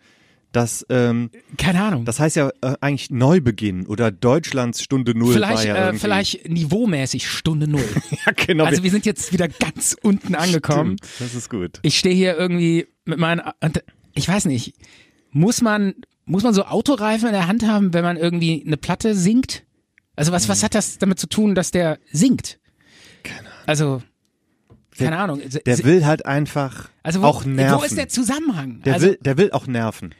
[SPEAKER 2] Das, ähm,
[SPEAKER 1] Keine Ahnung.
[SPEAKER 2] das heißt ja äh, eigentlich Neubeginn oder Deutschlands Stunde Null war
[SPEAKER 1] vielleicht,
[SPEAKER 2] ja
[SPEAKER 1] äh,
[SPEAKER 2] irgendwie-
[SPEAKER 1] vielleicht niveaumäßig Stunde Null.
[SPEAKER 2] Ja, genau.
[SPEAKER 1] also wir sind jetzt wieder ganz unten angekommen.
[SPEAKER 2] Stimmt, das ist gut.
[SPEAKER 1] Ich stehe hier irgendwie mit meinen, und ich weiß nicht, muss man, muss man so Autoreifen in der Hand haben, wenn man irgendwie eine Platte singt? Also was,
[SPEAKER 2] Hm.
[SPEAKER 1] was hat das damit zu tun, dass der singt? Also, keine Ahnung.
[SPEAKER 2] Der will halt einfach
[SPEAKER 1] also wo,
[SPEAKER 2] auch nerven.
[SPEAKER 1] wo ist der Zusammenhang?
[SPEAKER 2] Der
[SPEAKER 1] also,
[SPEAKER 2] will, der will auch nerven.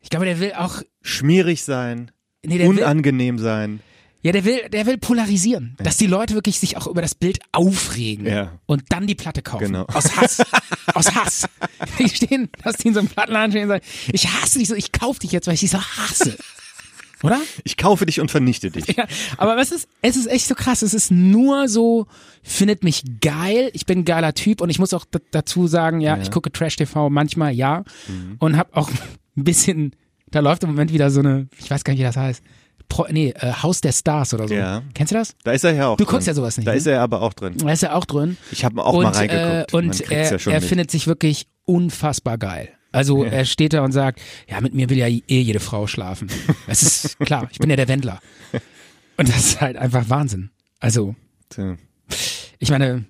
[SPEAKER 1] ich glaube, der will auch,
[SPEAKER 2] Schmierig sein,
[SPEAKER 1] nee, der will,
[SPEAKER 2] unangenehm sein.
[SPEAKER 1] Ja, der will, der will polarisieren, dass die Leute wirklich sich auch über das Bild aufregen
[SPEAKER 2] Ja.
[SPEAKER 1] und dann die Platte kaufen.
[SPEAKER 2] Genau.
[SPEAKER 1] Aus Hass. Aus Hass. Die stehen, dass die in so einem Plattenladen stehen und sagen, ich hasse dich so, ich kauf dich jetzt, weil ich dich so hasse. Oder?
[SPEAKER 2] Ich kaufe dich und vernichte dich.
[SPEAKER 1] Ja, aber was ist, es ist echt so krass. Es ist nur so, findet mich geil. Ich bin ein geiler Typ und ich muss auch d- dazu sagen, ja, ich gucke Trash TV manchmal, ja.
[SPEAKER 2] Mhm.
[SPEAKER 1] Und habe auch ein bisschen, da läuft im Moment wieder so eine, ich weiß gar nicht, wie das heißt. Pro, nee, äh, Haus der Stars oder so.
[SPEAKER 2] Ja.
[SPEAKER 1] Kennst du das?
[SPEAKER 2] Da ist er ja auch
[SPEAKER 1] Du
[SPEAKER 2] drin.
[SPEAKER 1] guckst ja sowas nicht,
[SPEAKER 2] Da
[SPEAKER 1] ne?
[SPEAKER 2] ist er aber auch drin.
[SPEAKER 1] Er ist ja auch drin.
[SPEAKER 2] Ich habe auch
[SPEAKER 1] und
[SPEAKER 2] mal reingeguckt.
[SPEAKER 1] äh,
[SPEAKER 2] Man
[SPEAKER 1] und
[SPEAKER 2] kriegt's
[SPEAKER 1] er,
[SPEAKER 2] ja schon
[SPEAKER 1] er
[SPEAKER 2] mit.
[SPEAKER 1] findet sich wirklich unfassbar geil. Also er steht da und sagt, ja, mit mir will ja eh jede Frau schlafen. Das ist klar, ich bin ja der Wendler.
[SPEAKER 2] Hm.
[SPEAKER 1] Und das ist halt einfach Wahnsinn. Also,
[SPEAKER 2] Tja.
[SPEAKER 1] ich meine,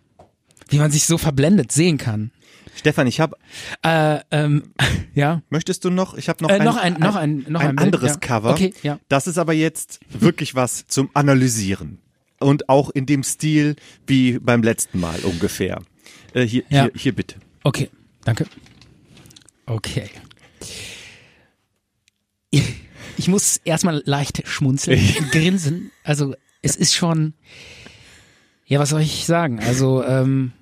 [SPEAKER 1] wie man sich so verblendet sehen kann.
[SPEAKER 2] Stefan, ich habe,
[SPEAKER 1] Äh, ähm, ja.
[SPEAKER 2] möchtest du noch? Ich habe noch,
[SPEAKER 1] Äh,
[SPEAKER 2] ein,
[SPEAKER 1] noch ein, noch ein, noch ein,
[SPEAKER 2] ein
[SPEAKER 1] Bild,
[SPEAKER 2] anderes
[SPEAKER 1] ja.
[SPEAKER 2] Cover.
[SPEAKER 1] Okay, ja.
[SPEAKER 2] Das ist aber jetzt wirklich was zum Analysieren. Und auch in dem Stil wie beim letzten Mal ungefähr. Äh, hier,
[SPEAKER 1] Ja.
[SPEAKER 2] hier, hier bitte.
[SPEAKER 1] Okay, danke. Okay. Ich muss erstmal leicht schmunzeln, grinsen. Also es ist schon. Ja, was soll ich sagen? Also ähm,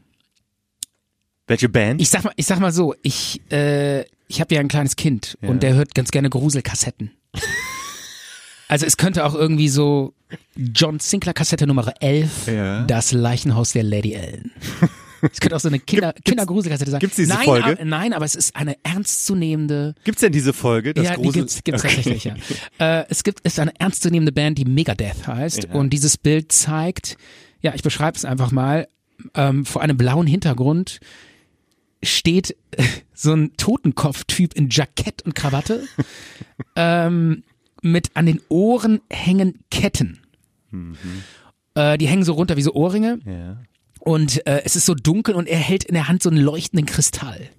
[SPEAKER 2] Welche Band?
[SPEAKER 1] ich sag mal, ich sag mal so, ich äh, ich habe ja ein kleines Kind und der hört ganz gerne Gruselkassetten. Also es könnte auch irgendwie so John Sinclair Kassette Nummer 11,
[SPEAKER 2] Ja.
[SPEAKER 1] das Leichenhaus der Lady Ellen. Es könnte auch so eine Kinder, Kindergruselkassette sein.
[SPEAKER 2] gibt's diese
[SPEAKER 1] nein,
[SPEAKER 2] Folge?
[SPEAKER 1] Aber, nein, aber es ist eine ernstzunehmende.
[SPEAKER 2] Gibt's denn diese Folge? Das
[SPEAKER 1] ja, die
[SPEAKER 2] große-
[SPEAKER 1] gibt's, gibt's
[SPEAKER 2] Okay.
[SPEAKER 1] tatsächlich. Ja. Äh, es gibt es ist eine ernstzunehmende Band, die Megadeth heißt
[SPEAKER 2] Ja.
[SPEAKER 1] und dieses Bild zeigt. Ja, ich beschreibe es einfach mal. Ähm, vor einem blauen Hintergrund steht äh, so ein Totenkopftyp in Jackett und Krawatte. ähm, mit an den Ohren hängen Ketten.
[SPEAKER 2] Mhm.
[SPEAKER 1] Äh, die hängen so runter wie so Ohrringe.
[SPEAKER 2] Ja.
[SPEAKER 1] Und äh, es ist so dunkel und er hält in der Hand so einen leuchtenden Kristall.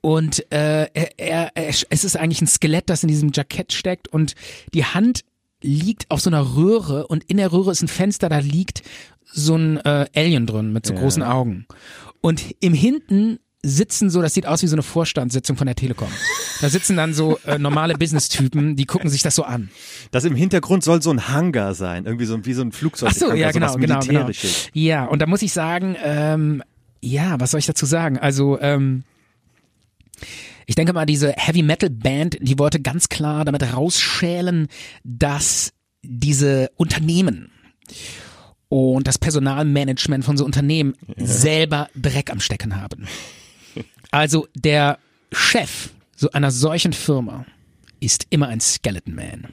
[SPEAKER 1] Und äh, er, er, er, es ist eigentlich ein Skelett, das in diesem Jackett steckt und die Hand liegt auf so einer Röhre und in der Röhre ist ein Fenster, da liegt so ein äh, Alien drin mit so großen Augen. Und im Hinten sitzen so, das sieht aus wie so eine Vorstandssitzung von der Telekom. Da sitzen dann so äh, normale Business-Typen, die gucken sich das so an.
[SPEAKER 2] Das im Hintergrund soll so ein Hangar sein, irgendwie so ein, wie so ein Flugzeug.
[SPEAKER 1] Ach so, ja, genau,
[SPEAKER 2] was
[SPEAKER 1] genau, genau.
[SPEAKER 2] Militärisches.
[SPEAKER 1] Ja, und da muss ich sagen, ähm, ja, was soll ich dazu sagen? Also, ähm, ich denke mal, diese Heavy Metal Band, die wollte ganz klar damit rausschälen, dass diese Unternehmen und das Personalmanagement von so Unternehmen selber Dreck am Stecken haben. Also der Chef so einer solchen Firma ist immer ein Skeleton Man.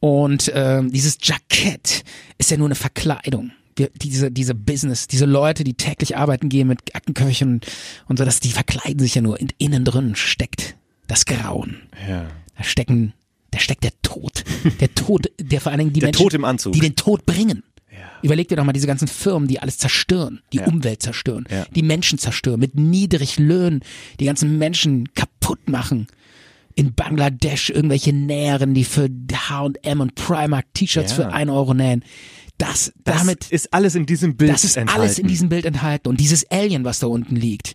[SPEAKER 1] Und ähm, dieses Jackett ist ja nur eine Verkleidung. Wir, diese, diese Business, diese Leute, die täglich arbeiten gehen mit Aktenköchen und, und so, dass die verkleiden sich ja nur. Und innen drin steckt das Grauen.
[SPEAKER 2] Ja.
[SPEAKER 1] Da stecken, da steckt der Tod. Der Tod, der vor allen Dingen die
[SPEAKER 2] Der
[SPEAKER 1] Menschen,
[SPEAKER 2] Tod im Anzug.
[SPEAKER 1] die den Tod bringen. Überleg dir doch mal diese ganzen Firmen, die alles zerstören, die
[SPEAKER 2] Ja.
[SPEAKER 1] Umwelt zerstören,
[SPEAKER 2] Ja.
[SPEAKER 1] die Menschen zerstören, mit niedrig Löhnen die ganzen Menschen kaputt machen. In Bangladesch irgendwelche Näheren, die für H&M und Primark T-Shirts
[SPEAKER 2] Ja.
[SPEAKER 1] für 1 Euro nähen. Das,
[SPEAKER 2] Das
[SPEAKER 1] damit,
[SPEAKER 2] ist alles in diesem Bild
[SPEAKER 1] das ist
[SPEAKER 2] enthalten.
[SPEAKER 1] alles in diesem Bild enthalten. Und dieses Alien, was da unten liegt,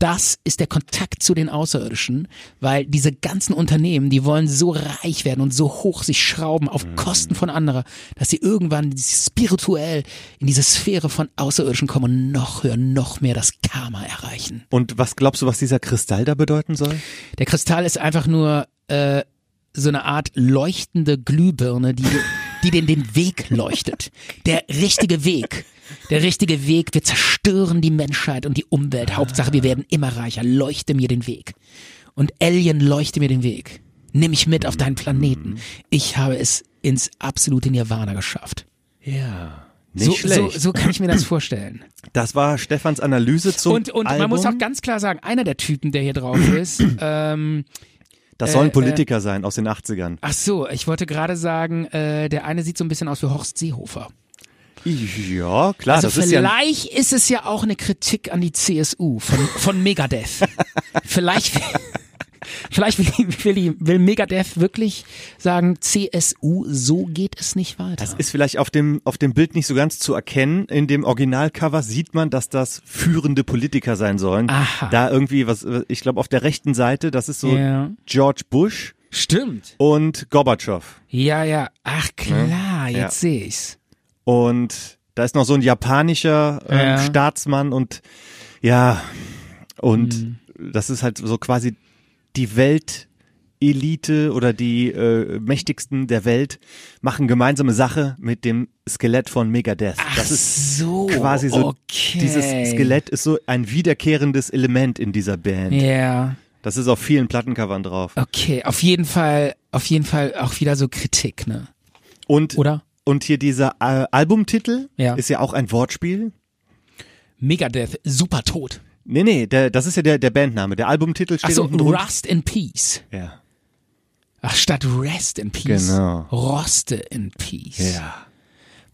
[SPEAKER 1] das ist der Kontakt zu den Außerirdischen, weil diese ganzen Unternehmen, die wollen so reich werden und so hoch sich schrauben auf
[SPEAKER 2] Mhm.
[SPEAKER 1] Kosten von anderer, dass sie irgendwann spirituell in diese Sphäre von Außerirdischen kommen und noch höher, noch mehr das Karma erreichen.
[SPEAKER 2] Und was glaubst du, was dieser Kristall da bedeuten soll?
[SPEAKER 1] Der Kristall ist einfach nur äh, so eine Art leuchtende Glühbirne, die, die den den Weg leuchtet. Der richtige Weg. Der richtige Weg. Wir zerstören die Menschheit und die
[SPEAKER 2] Ah.
[SPEAKER 1] Umwelt. Hauptsache, wir werden immer reicher. Leuchte mir den Weg. Und Alien, leuchte mir den Weg. Nimm mich mit auf deinen
[SPEAKER 2] Mhm.
[SPEAKER 1] Planeten. Ich habe es ins absolute Nirvana geschafft.
[SPEAKER 2] Ja. Nicht
[SPEAKER 1] So, so,
[SPEAKER 2] schlecht.
[SPEAKER 1] so kann ich mir das vorstellen.
[SPEAKER 2] Das war Stefans Analyse zum
[SPEAKER 1] Und, und
[SPEAKER 2] Album.
[SPEAKER 1] man muss auch ganz klar sagen, einer der Typen, der hier drauf ist, ähm,
[SPEAKER 2] das soll
[SPEAKER 1] äh,
[SPEAKER 2] ein Politiker sein aus den 80ern.
[SPEAKER 1] Ach so, ich wollte gerade sagen, äh, der eine sieht so ein bisschen aus wie Horst Seehofer.
[SPEAKER 2] Ja, klar,
[SPEAKER 1] also
[SPEAKER 2] Ah, das ist ja ein
[SPEAKER 1] vielleicht ist es ja auch eine Kritik an die CSU von, von Megadeth. vielleicht vielleicht will, die- will, die- will Megadeth wirklich sagen, CSU, so geht es nicht weiter.
[SPEAKER 2] Das ist vielleicht auf dem, auf dem Bild nicht so ganz zu erkennen. In dem Originalcover sieht man, dass das führende Politiker sein sollen.
[SPEAKER 1] Aha.
[SPEAKER 2] Da irgendwie, was, ich glaube, auf der rechten Seite, das ist so
[SPEAKER 1] Ja.
[SPEAKER 2] George Bush
[SPEAKER 1] Stimmt.
[SPEAKER 2] und Gorbatschow.
[SPEAKER 1] Ja, ja. Ach klar, jetzt
[SPEAKER 2] Ja.
[SPEAKER 1] sehe ich's.
[SPEAKER 2] Und da ist noch so ein japanischer ähm,
[SPEAKER 1] Ja.
[SPEAKER 2] Staatsmann und ja, und
[SPEAKER 1] Hm.
[SPEAKER 2] das ist halt so quasi die Welt. Elite oder die äh, mächtigsten der Welt machen gemeinsame Sache mit dem Skelett von Megadeth.
[SPEAKER 1] Ach
[SPEAKER 2] das ist
[SPEAKER 1] so.
[SPEAKER 2] quasi so
[SPEAKER 1] Oh, okay.
[SPEAKER 2] dieses Skelett ist so ein wiederkehrendes Element in dieser Band.
[SPEAKER 1] Ja. Äh,
[SPEAKER 2] Das ist auf vielen Plattencovern drauf.
[SPEAKER 1] Okay, auf jeden Fall, auf jeden Fall auch wieder so Kritik, ne?
[SPEAKER 2] Und
[SPEAKER 1] Oder?
[SPEAKER 2] und hier dieser äh, Albumtitel
[SPEAKER 1] Ja.
[SPEAKER 2] ist ja auch ein Wortspiel.
[SPEAKER 1] Megadeth, super tot.
[SPEAKER 2] Nee, nee, der, das ist ja der, der Bandname. Der Albumtitel steht
[SPEAKER 1] Achso,
[SPEAKER 2] unten drunter.
[SPEAKER 1] Rust in Peace.
[SPEAKER 2] Ja.
[SPEAKER 1] Ach, statt Rest in Peace.
[SPEAKER 2] Genau.
[SPEAKER 1] Roste in Peace.
[SPEAKER 2] ja.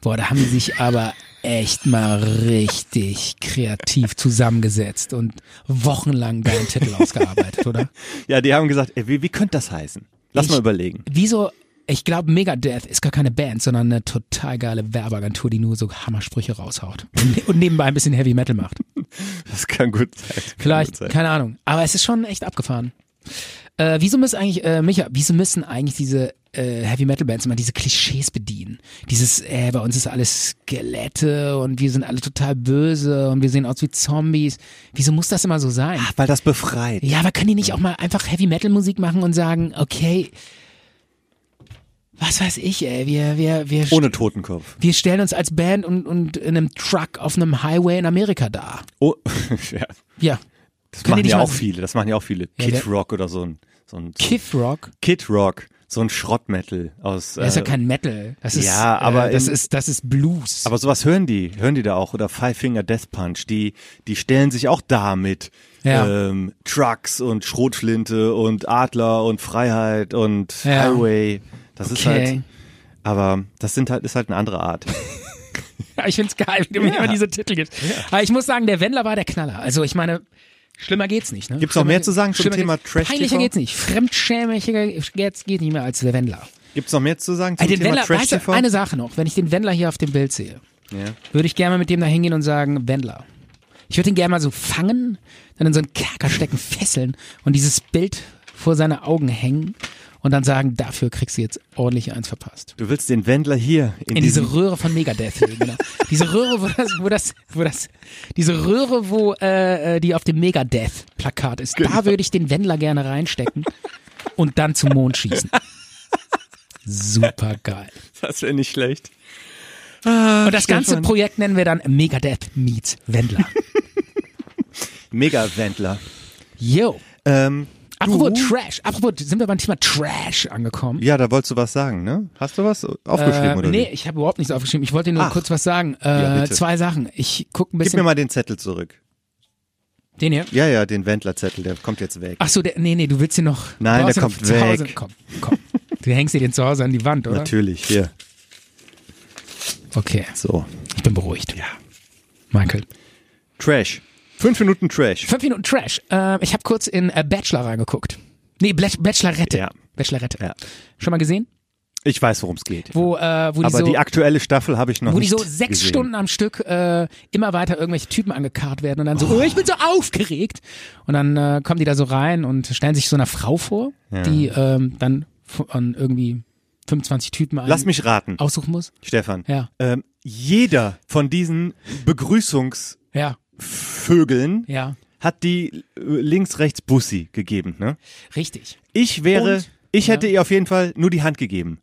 [SPEAKER 1] Boah, da haben die sich aber echt mal richtig kreativ zusammengesetzt und wochenlang deinen Titel ausgearbeitet, oder?
[SPEAKER 2] Ja, die haben gesagt, ey, wie, wie könnte das heißen? Lass
[SPEAKER 1] Ich-
[SPEAKER 2] mal überlegen.
[SPEAKER 1] Wieso? Ich glaube, Megadeth ist gar keine Band, sondern eine total geile Werbeagentur, die nur so Hammersprüche raushaut und und nebenbei ein bisschen Heavy Metal macht.
[SPEAKER 2] Das kann gut sein. Kann gut
[SPEAKER 1] Vielleicht,
[SPEAKER 2] sein.
[SPEAKER 1] keine Ahnung. Aber es ist schon echt abgefahren. Äh, wieso müssen eigentlich, äh, Micha, wieso müssen eigentlich diese äh, Heavy Metal Bands immer diese Klischees bedienen? Dieses, äh, bei uns ist alles Skelette und wir sind alle total böse und wir sehen aus wie Zombies. Wieso muss das immer so sein?
[SPEAKER 2] Ach, weil das befreit.
[SPEAKER 1] Ah. Ja, aber können die nicht auch mal einfach Heavy Metal Musik machen und sagen, okay, was weiß ich, ey, wir, wir, wir,
[SPEAKER 2] Ohne Totenkopf.
[SPEAKER 1] wir stellen uns als Band und, und in einem Truck auf einem Highway in Amerika dar.
[SPEAKER 2] Oh, ja.
[SPEAKER 1] Ja.
[SPEAKER 2] Das
[SPEAKER 1] Könnt ihr
[SPEAKER 2] machen
[SPEAKER 1] nicht
[SPEAKER 2] ja
[SPEAKER 1] mal-
[SPEAKER 2] auch viele. Das machen ja auch viele.
[SPEAKER 1] Ja,
[SPEAKER 2] Kid
[SPEAKER 1] wer-
[SPEAKER 2] Rock oder so ein, so ein so ein-
[SPEAKER 1] Kith Rock.
[SPEAKER 2] Kid Rock, so ein Schrottmetal aus.
[SPEAKER 1] Das ist ja
[SPEAKER 2] äh,
[SPEAKER 1] kein Metal. Das ist,
[SPEAKER 2] Ja, aber
[SPEAKER 1] äh, das
[SPEAKER 2] im-
[SPEAKER 1] ist, das ist Blues.
[SPEAKER 2] aber sowas hören die, hören die da auch oder Five Finger Death Punch, die die stellen sich auch da mit
[SPEAKER 1] Ja.
[SPEAKER 2] ähm, Trucks und Schrotflinte und Adler und Freiheit und
[SPEAKER 1] Ja.
[SPEAKER 2] Highway. Das ist
[SPEAKER 1] Okay.
[SPEAKER 2] halt aber das sind halt ist halt eine andere Art.
[SPEAKER 1] ich find's geil, wie du mir immer diese Titel gibst. Aber ich muss sagen, der Wendler war der Knaller. Also ich meine, schlimmer geht's nicht. Ne?
[SPEAKER 2] Gibt's noch
[SPEAKER 1] Schlimmer
[SPEAKER 2] mehr
[SPEAKER 1] ge-
[SPEAKER 2] zu sagen zum
[SPEAKER 1] schlimmer
[SPEAKER 2] Thema
[SPEAKER 1] geht's-
[SPEAKER 2] Trash-TV?
[SPEAKER 1] Peinlicher geht's nicht. Fremdschämiger geht's geht nicht mehr als der Wendler.
[SPEAKER 2] Gibt's noch mehr zu sagen zum
[SPEAKER 1] Ey, den
[SPEAKER 2] Thema
[SPEAKER 1] Wendler,
[SPEAKER 2] Trash
[SPEAKER 1] weißt du,
[SPEAKER 2] TV?
[SPEAKER 1] eine Sache noch. Wenn ich den Wendler hier auf dem Bild sehe,
[SPEAKER 2] ja.
[SPEAKER 1] würde ich gerne mal mit dem da hingehen und sagen, Wendler. Ich würde ihn gerne mal so fangen, dann in so einen Kerker stecken, fesseln und dieses Bild vor seine Augen hängen und dann sagen, dafür kriegst du jetzt ordentlich eins verpasst.
[SPEAKER 2] Du willst den Wendler hier in,
[SPEAKER 1] In
[SPEAKER 2] diesem
[SPEAKER 1] diese Röhre von Megadeth. legen, genau. diese Röhre, wo das, wo das, wo das, diese Röhre, wo äh, äh, die auf dem Megadeth-Plakat ist. Da
[SPEAKER 2] Genau.
[SPEAKER 1] würde ich den Wendler gerne reinstecken und dann zum Mond schießen. Super geil.
[SPEAKER 2] Das wäre nicht schlecht.
[SPEAKER 1] Und das ganze
[SPEAKER 2] Stefan.
[SPEAKER 1] Projekt nennen wir dann Megadeth meets Wendler.
[SPEAKER 2] Mega Wendler.
[SPEAKER 1] Yo.
[SPEAKER 2] Ähm,
[SPEAKER 1] Apropos
[SPEAKER 2] du?
[SPEAKER 1] Trash. Apropos, sind wir beim Thema Trash angekommen?
[SPEAKER 2] Ja, da wolltest du was sagen, ne? Hast du was aufgeschrieben
[SPEAKER 1] Äh,
[SPEAKER 2] oder
[SPEAKER 1] nee,
[SPEAKER 2] wie?
[SPEAKER 1] ich habe überhaupt nichts aufgeschrieben. Ich wollte dir nur
[SPEAKER 2] Ach.
[SPEAKER 1] kurz was sagen. Äh,
[SPEAKER 2] Ja, bitte.
[SPEAKER 1] zwei Sachen. Ich gucke ein
[SPEAKER 2] Gib mir
[SPEAKER 1] bisschen.
[SPEAKER 2] mal den Zettel zurück.
[SPEAKER 1] den hier.
[SPEAKER 2] Ja, ja, den Wendler-Zettel, der kommt jetzt weg.
[SPEAKER 1] Ach so, der, nee, nee, du willst ihn noch. du
[SPEAKER 2] Nein,
[SPEAKER 1] brauchst ihn
[SPEAKER 2] der kommt
[SPEAKER 1] noch zu Hause.
[SPEAKER 2] weg.
[SPEAKER 1] Komm, komm. Du hängst dir den zu Hause an die Wand, oder?
[SPEAKER 2] Natürlich, hier.
[SPEAKER 1] Okay,
[SPEAKER 2] So.
[SPEAKER 1] ich bin beruhigt.
[SPEAKER 2] Ja.
[SPEAKER 1] Michael.
[SPEAKER 2] Trash. Fünf Minuten Trash.
[SPEAKER 1] Fünf Minuten Trash. Ähm, ich habe kurz in äh, Bachelor reingeguckt. Nee, Bla- Bachelorette.
[SPEAKER 2] Ja.
[SPEAKER 1] Bachelorette.
[SPEAKER 2] Ja.
[SPEAKER 1] Schon mal gesehen?
[SPEAKER 2] Ich weiß, worum es geht.
[SPEAKER 1] Wo, äh, wo die
[SPEAKER 2] Aber
[SPEAKER 1] so,
[SPEAKER 2] die aktuelle Staffel habe ich noch
[SPEAKER 1] wo die
[SPEAKER 2] nicht
[SPEAKER 1] so sechs
[SPEAKER 2] gesehen.
[SPEAKER 1] Stunden am Stück äh, immer weiter irgendwelche Typen angekarrt werden und dann so, oh, ich bin so aufgeregt. Und dann äh, kommen die da so rein und stellen sich so einer Frau vor, die ähm, dann von irgendwie 25 Typen einen
[SPEAKER 2] Lass mich raten,
[SPEAKER 1] aussuchen muss.
[SPEAKER 2] Stefan.
[SPEAKER 1] Ja.
[SPEAKER 2] Ähm, jeder von diesen Begrüßungsvögeln
[SPEAKER 1] Ja, ja.
[SPEAKER 2] hat die äh, links rechts Bussi gegeben, ne?
[SPEAKER 1] Richtig.
[SPEAKER 2] Ich wäre,
[SPEAKER 1] Und?
[SPEAKER 2] ich hätte ihr auf jeden Fall nur die Hand gegeben.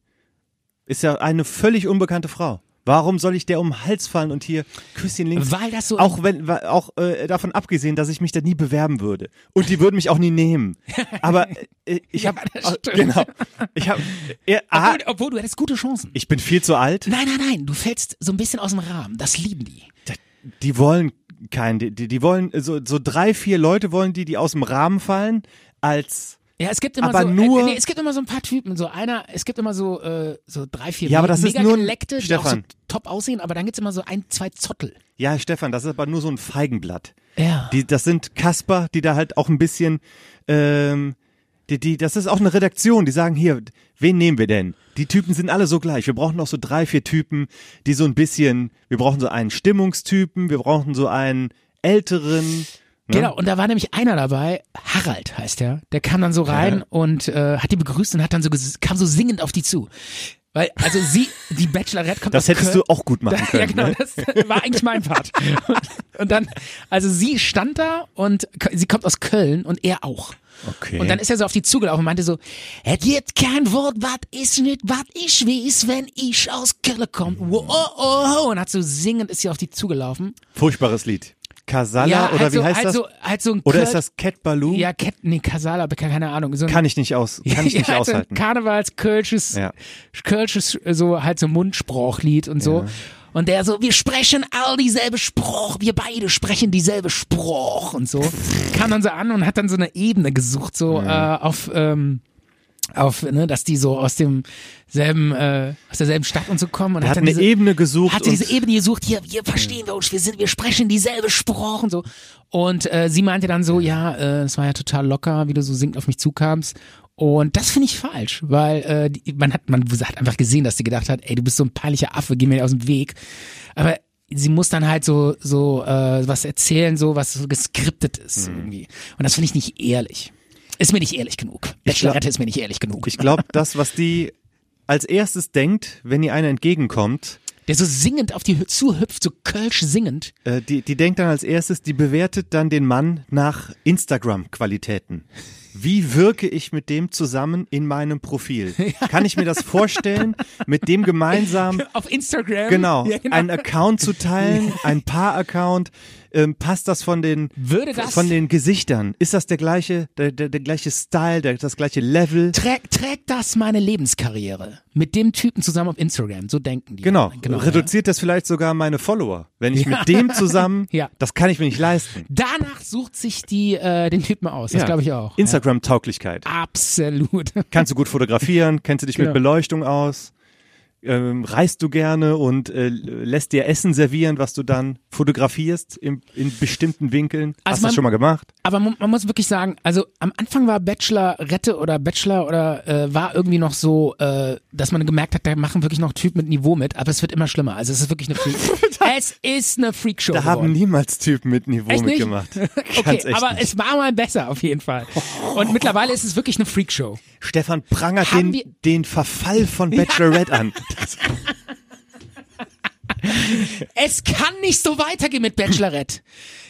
[SPEAKER 2] Ist ja eine völlig unbekannte Frau. Warum soll ich der um den Hals fallen und hier Küsschen links?
[SPEAKER 1] Weil das so-
[SPEAKER 2] Auch wenn, wa- auch äh, davon abgesehen, dass ich mich da nie bewerben würde. Und die würden mich auch nie nehmen. Aber äh, ich
[SPEAKER 1] Ja,
[SPEAKER 2] habe,
[SPEAKER 1] das stimmt.
[SPEAKER 2] genau, ich habe, äh, ah,
[SPEAKER 1] Obwohl, obwohl du hättest gute Chancen.
[SPEAKER 2] ich bin viel zu alt.
[SPEAKER 1] Nein, nein, nein, du fällst so ein bisschen aus dem Rahmen. Das lieben die.
[SPEAKER 2] Die wollen keinen, die, die die wollen äh, so, so drei, vier Leute wollen die, die aus dem Rahmen fallen, als
[SPEAKER 1] Ja, es gibt immer
[SPEAKER 2] Aber
[SPEAKER 1] so,
[SPEAKER 2] nur-
[SPEAKER 1] äh, nee, es gibt immer so ein paar Typen, so einer, es gibt immer so äh, so drei, vier
[SPEAKER 2] Ja, aber das ist
[SPEAKER 1] mega
[SPEAKER 2] nur-
[SPEAKER 1] geleckte, die auch so
[SPEAKER 2] Stefan.
[SPEAKER 1] top aussehen, aber dann gibt's immer so ein, zwei Zottel.
[SPEAKER 2] ja, Stefan, das ist aber nur so ein Feigenblatt.
[SPEAKER 1] Ja.
[SPEAKER 2] Die, das sind Kasper, die da halt auch ein bisschen, ähm, die, die, das ist auch eine Redaktion, die sagen hier, wen nehmen wir denn? Die Typen sind alle so gleich. Wir brauchen noch so drei, vier Typen, die so ein bisschen, wir brauchen so einen Stimmungstypen, wir brauchen so einen älteren. Ne?
[SPEAKER 1] Genau, und da war nämlich einer dabei, Harald heißt der, der kam dann so rein und äh, hat die begrüßt und hat dann so ges- kam so singend auf die zu. Weil, also sie, die Bachelorette kommt
[SPEAKER 2] Das
[SPEAKER 1] aus
[SPEAKER 2] hättest
[SPEAKER 1] Köln.
[SPEAKER 2] du auch gut machen können.
[SPEAKER 1] ja, genau,
[SPEAKER 2] ne?
[SPEAKER 1] das war eigentlich mein Part. Und, und dann, also sie stand da und k- sie kommt aus Köln und er auch.
[SPEAKER 2] Okay.
[SPEAKER 1] Und dann ist er so auf die zugelaufen und meinte so, es gibt kein Wort, was ist nicht, was ich weiß, wenn ich aus Köln komme. Wo- Oh, oh, oh. Und hat so singend ist sie auf die zugelaufen.
[SPEAKER 2] Furchtbares Lied. Kasala
[SPEAKER 1] ja,
[SPEAKER 2] oder
[SPEAKER 1] halt
[SPEAKER 2] wie
[SPEAKER 1] so,
[SPEAKER 2] heißt
[SPEAKER 1] halt
[SPEAKER 2] das?
[SPEAKER 1] So, halt so ein
[SPEAKER 2] oder
[SPEAKER 1] Köln-
[SPEAKER 2] ist das Cat Baloo?
[SPEAKER 1] Ja, Cat, nee, Kasala, aber keine Ahnung. So ein,
[SPEAKER 2] Kann ich nicht aus, kann ich nicht
[SPEAKER 1] ja, halt so ein
[SPEAKER 2] aushalten.
[SPEAKER 1] Karnevals-Kölsches,
[SPEAKER 2] Ja.
[SPEAKER 1] Kölsches, äh, so halt so Mundsprachlied und so. Und der so, wir sprechen all dieselbe Spruch, wir beide sprechen dieselbe Spruch und so. Kam dann so an und hat dann so eine Ebene gesucht, so äh, auf ähm, auf, ne, dass die so aus dem selben, äh, aus derselben Stadt und so kommen. Und
[SPEAKER 2] Er hat
[SPEAKER 1] dann
[SPEAKER 2] eine
[SPEAKER 1] diese,
[SPEAKER 2] Ebene gesucht.
[SPEAKER 1] Hat sie diese
[SPEAKER 2] und-
[SPEAKER 1] Ebene gesucht, hier,
[SPEAKER 2] Mhm.
[SPEAKER 1] hier verstehen wir uns, wir sind, wir sprechen dieselbe Sprache und so. Und äh, sie meinte dann so, ja, äh, es war ja total locker, wie du so singend auf mich zukamst. Und das finde ich falsch, weil äh, die, man hat man hat einfach gesehen, dass sie gedacht hat, ey, du bist so ein peinlicher Affe, geh mir nicht aus dem Weg. Aber sie muss dann halt so so äh, was erzählen, so was so geskriptet ist
[SPEAKER 2] Mhm.
[SPEAKER 1] irgendwie. Und das finde ich nicht ehrlich. Ist mir nicht ehrlich genug.
[SPEAKER 2] Ich glaub-
[SPEAKER 1] Bachelorette ist mir nicht ehrlich genug.
[SPEAKER 2] Ich glaube, das, was die als erstes denkt, wenn ihr einer entgegenkommt,
[SPEAKER 1] Der so singend auf die Hü- zuhüpft, so kölsch singend.
[SPEAKER 2] äh, die, die denkt dann als erstes, die bewertet dann den Mann nach Instagram-Qualitäten. Wie wirke ich mit dem zusammen in meinem Profil? Kann ich mir das vorstellen, mit dem gemeinsam
[SPEAKER 1] auf Instagram.
[SPEAKER 2] Genau,
[SPEAKER 1] Ja,
[SPEAKER 2] einen Account zu teilen, ein Paar-Account. Ähm, passt das von den
[SPEAKER 1] Würde das-
[SPEAKER 2] von den Gesichtern? Ist das der gleiche, der, der, der gleiche Style, der, das gleiche Level?
[SPEAKER 1] Trä trägt das meine Lebenskarriere mit dem Typen zusammen auf Instagram? So denken die.
[SPEAKER 2] Genau.
[SPEAKER 1] ja.
[SPEAKER 2] Reduziert das vielleicht sogar meine Follower? Wenn ich mit dem zusammen,
[SPEAKER 1] Ja.
[SPEAKER 2] das kann ich mir nicht leisten.
[SPEAKER 1] Danach sucht sich die äh, den Typen aus. Das
[SPEAKER 2] Ja.
[SPEAKER 1] glaube ich auch.
[SPEAKER 2] Instagram-Tauglichkeit.
[SPEAKER 1] Ja. Absolut.
[SPEAKER 2] Kannst du gut fotografieren? Kennst du dich
[SPEAKER 1] Genau.
[SPEAKER 2] mit Beleuchtung aus? Ähm, reist du gerne und äh, lässt dir Essen servieren, was du dann fotografierst in, in bestimmten Winkeln?
[SPEAKER 1] Also
[SPEAKER 2] Hast du das
[SPEAKER 1] man-
[SPEAKER 2] schon mal gemacht?
[SPEAKER 1] Aber man, man muss wirklich sagen, also am Anfang war Bachelorette oder Bachelor oder äh, war irgendwie noch so, äh, dass man gemerkt hat, da machen wirklich noch Typen mit Niveau mit, aber es wird immer schlimmer. Also es ist wirklich eine Freak. es ist eine Freakshow.
[SPEAKER 2] Da haben
[SPEAKER 1] geworden.
[SPEAKER 2] niemals Typen mit Niveau
[SPEAKER 1] Echt nicht?
[SPEAKER 2] mitgemacht.
[SPEAKER 1] Okay,
[SPEAKER 2] Ganz echt
[SPEAKER 1] aber
[SPEAKER 2] nicht.
[SPEAKER 1] es war mal besser auf jeden Fall. Und mittlerweile ist es wirklich eine Freakshow.
[SPEAKER 2] Stefan prangert
[SPEAKER 1] Haben
[SPEAKER 2] den,
[SPEAKER 1] wir-
[SPEAKER 2] den Verfall von Bachelorette an.
[SPEAKER 1] Es kann nicht so weitergehen mit Bachelorette.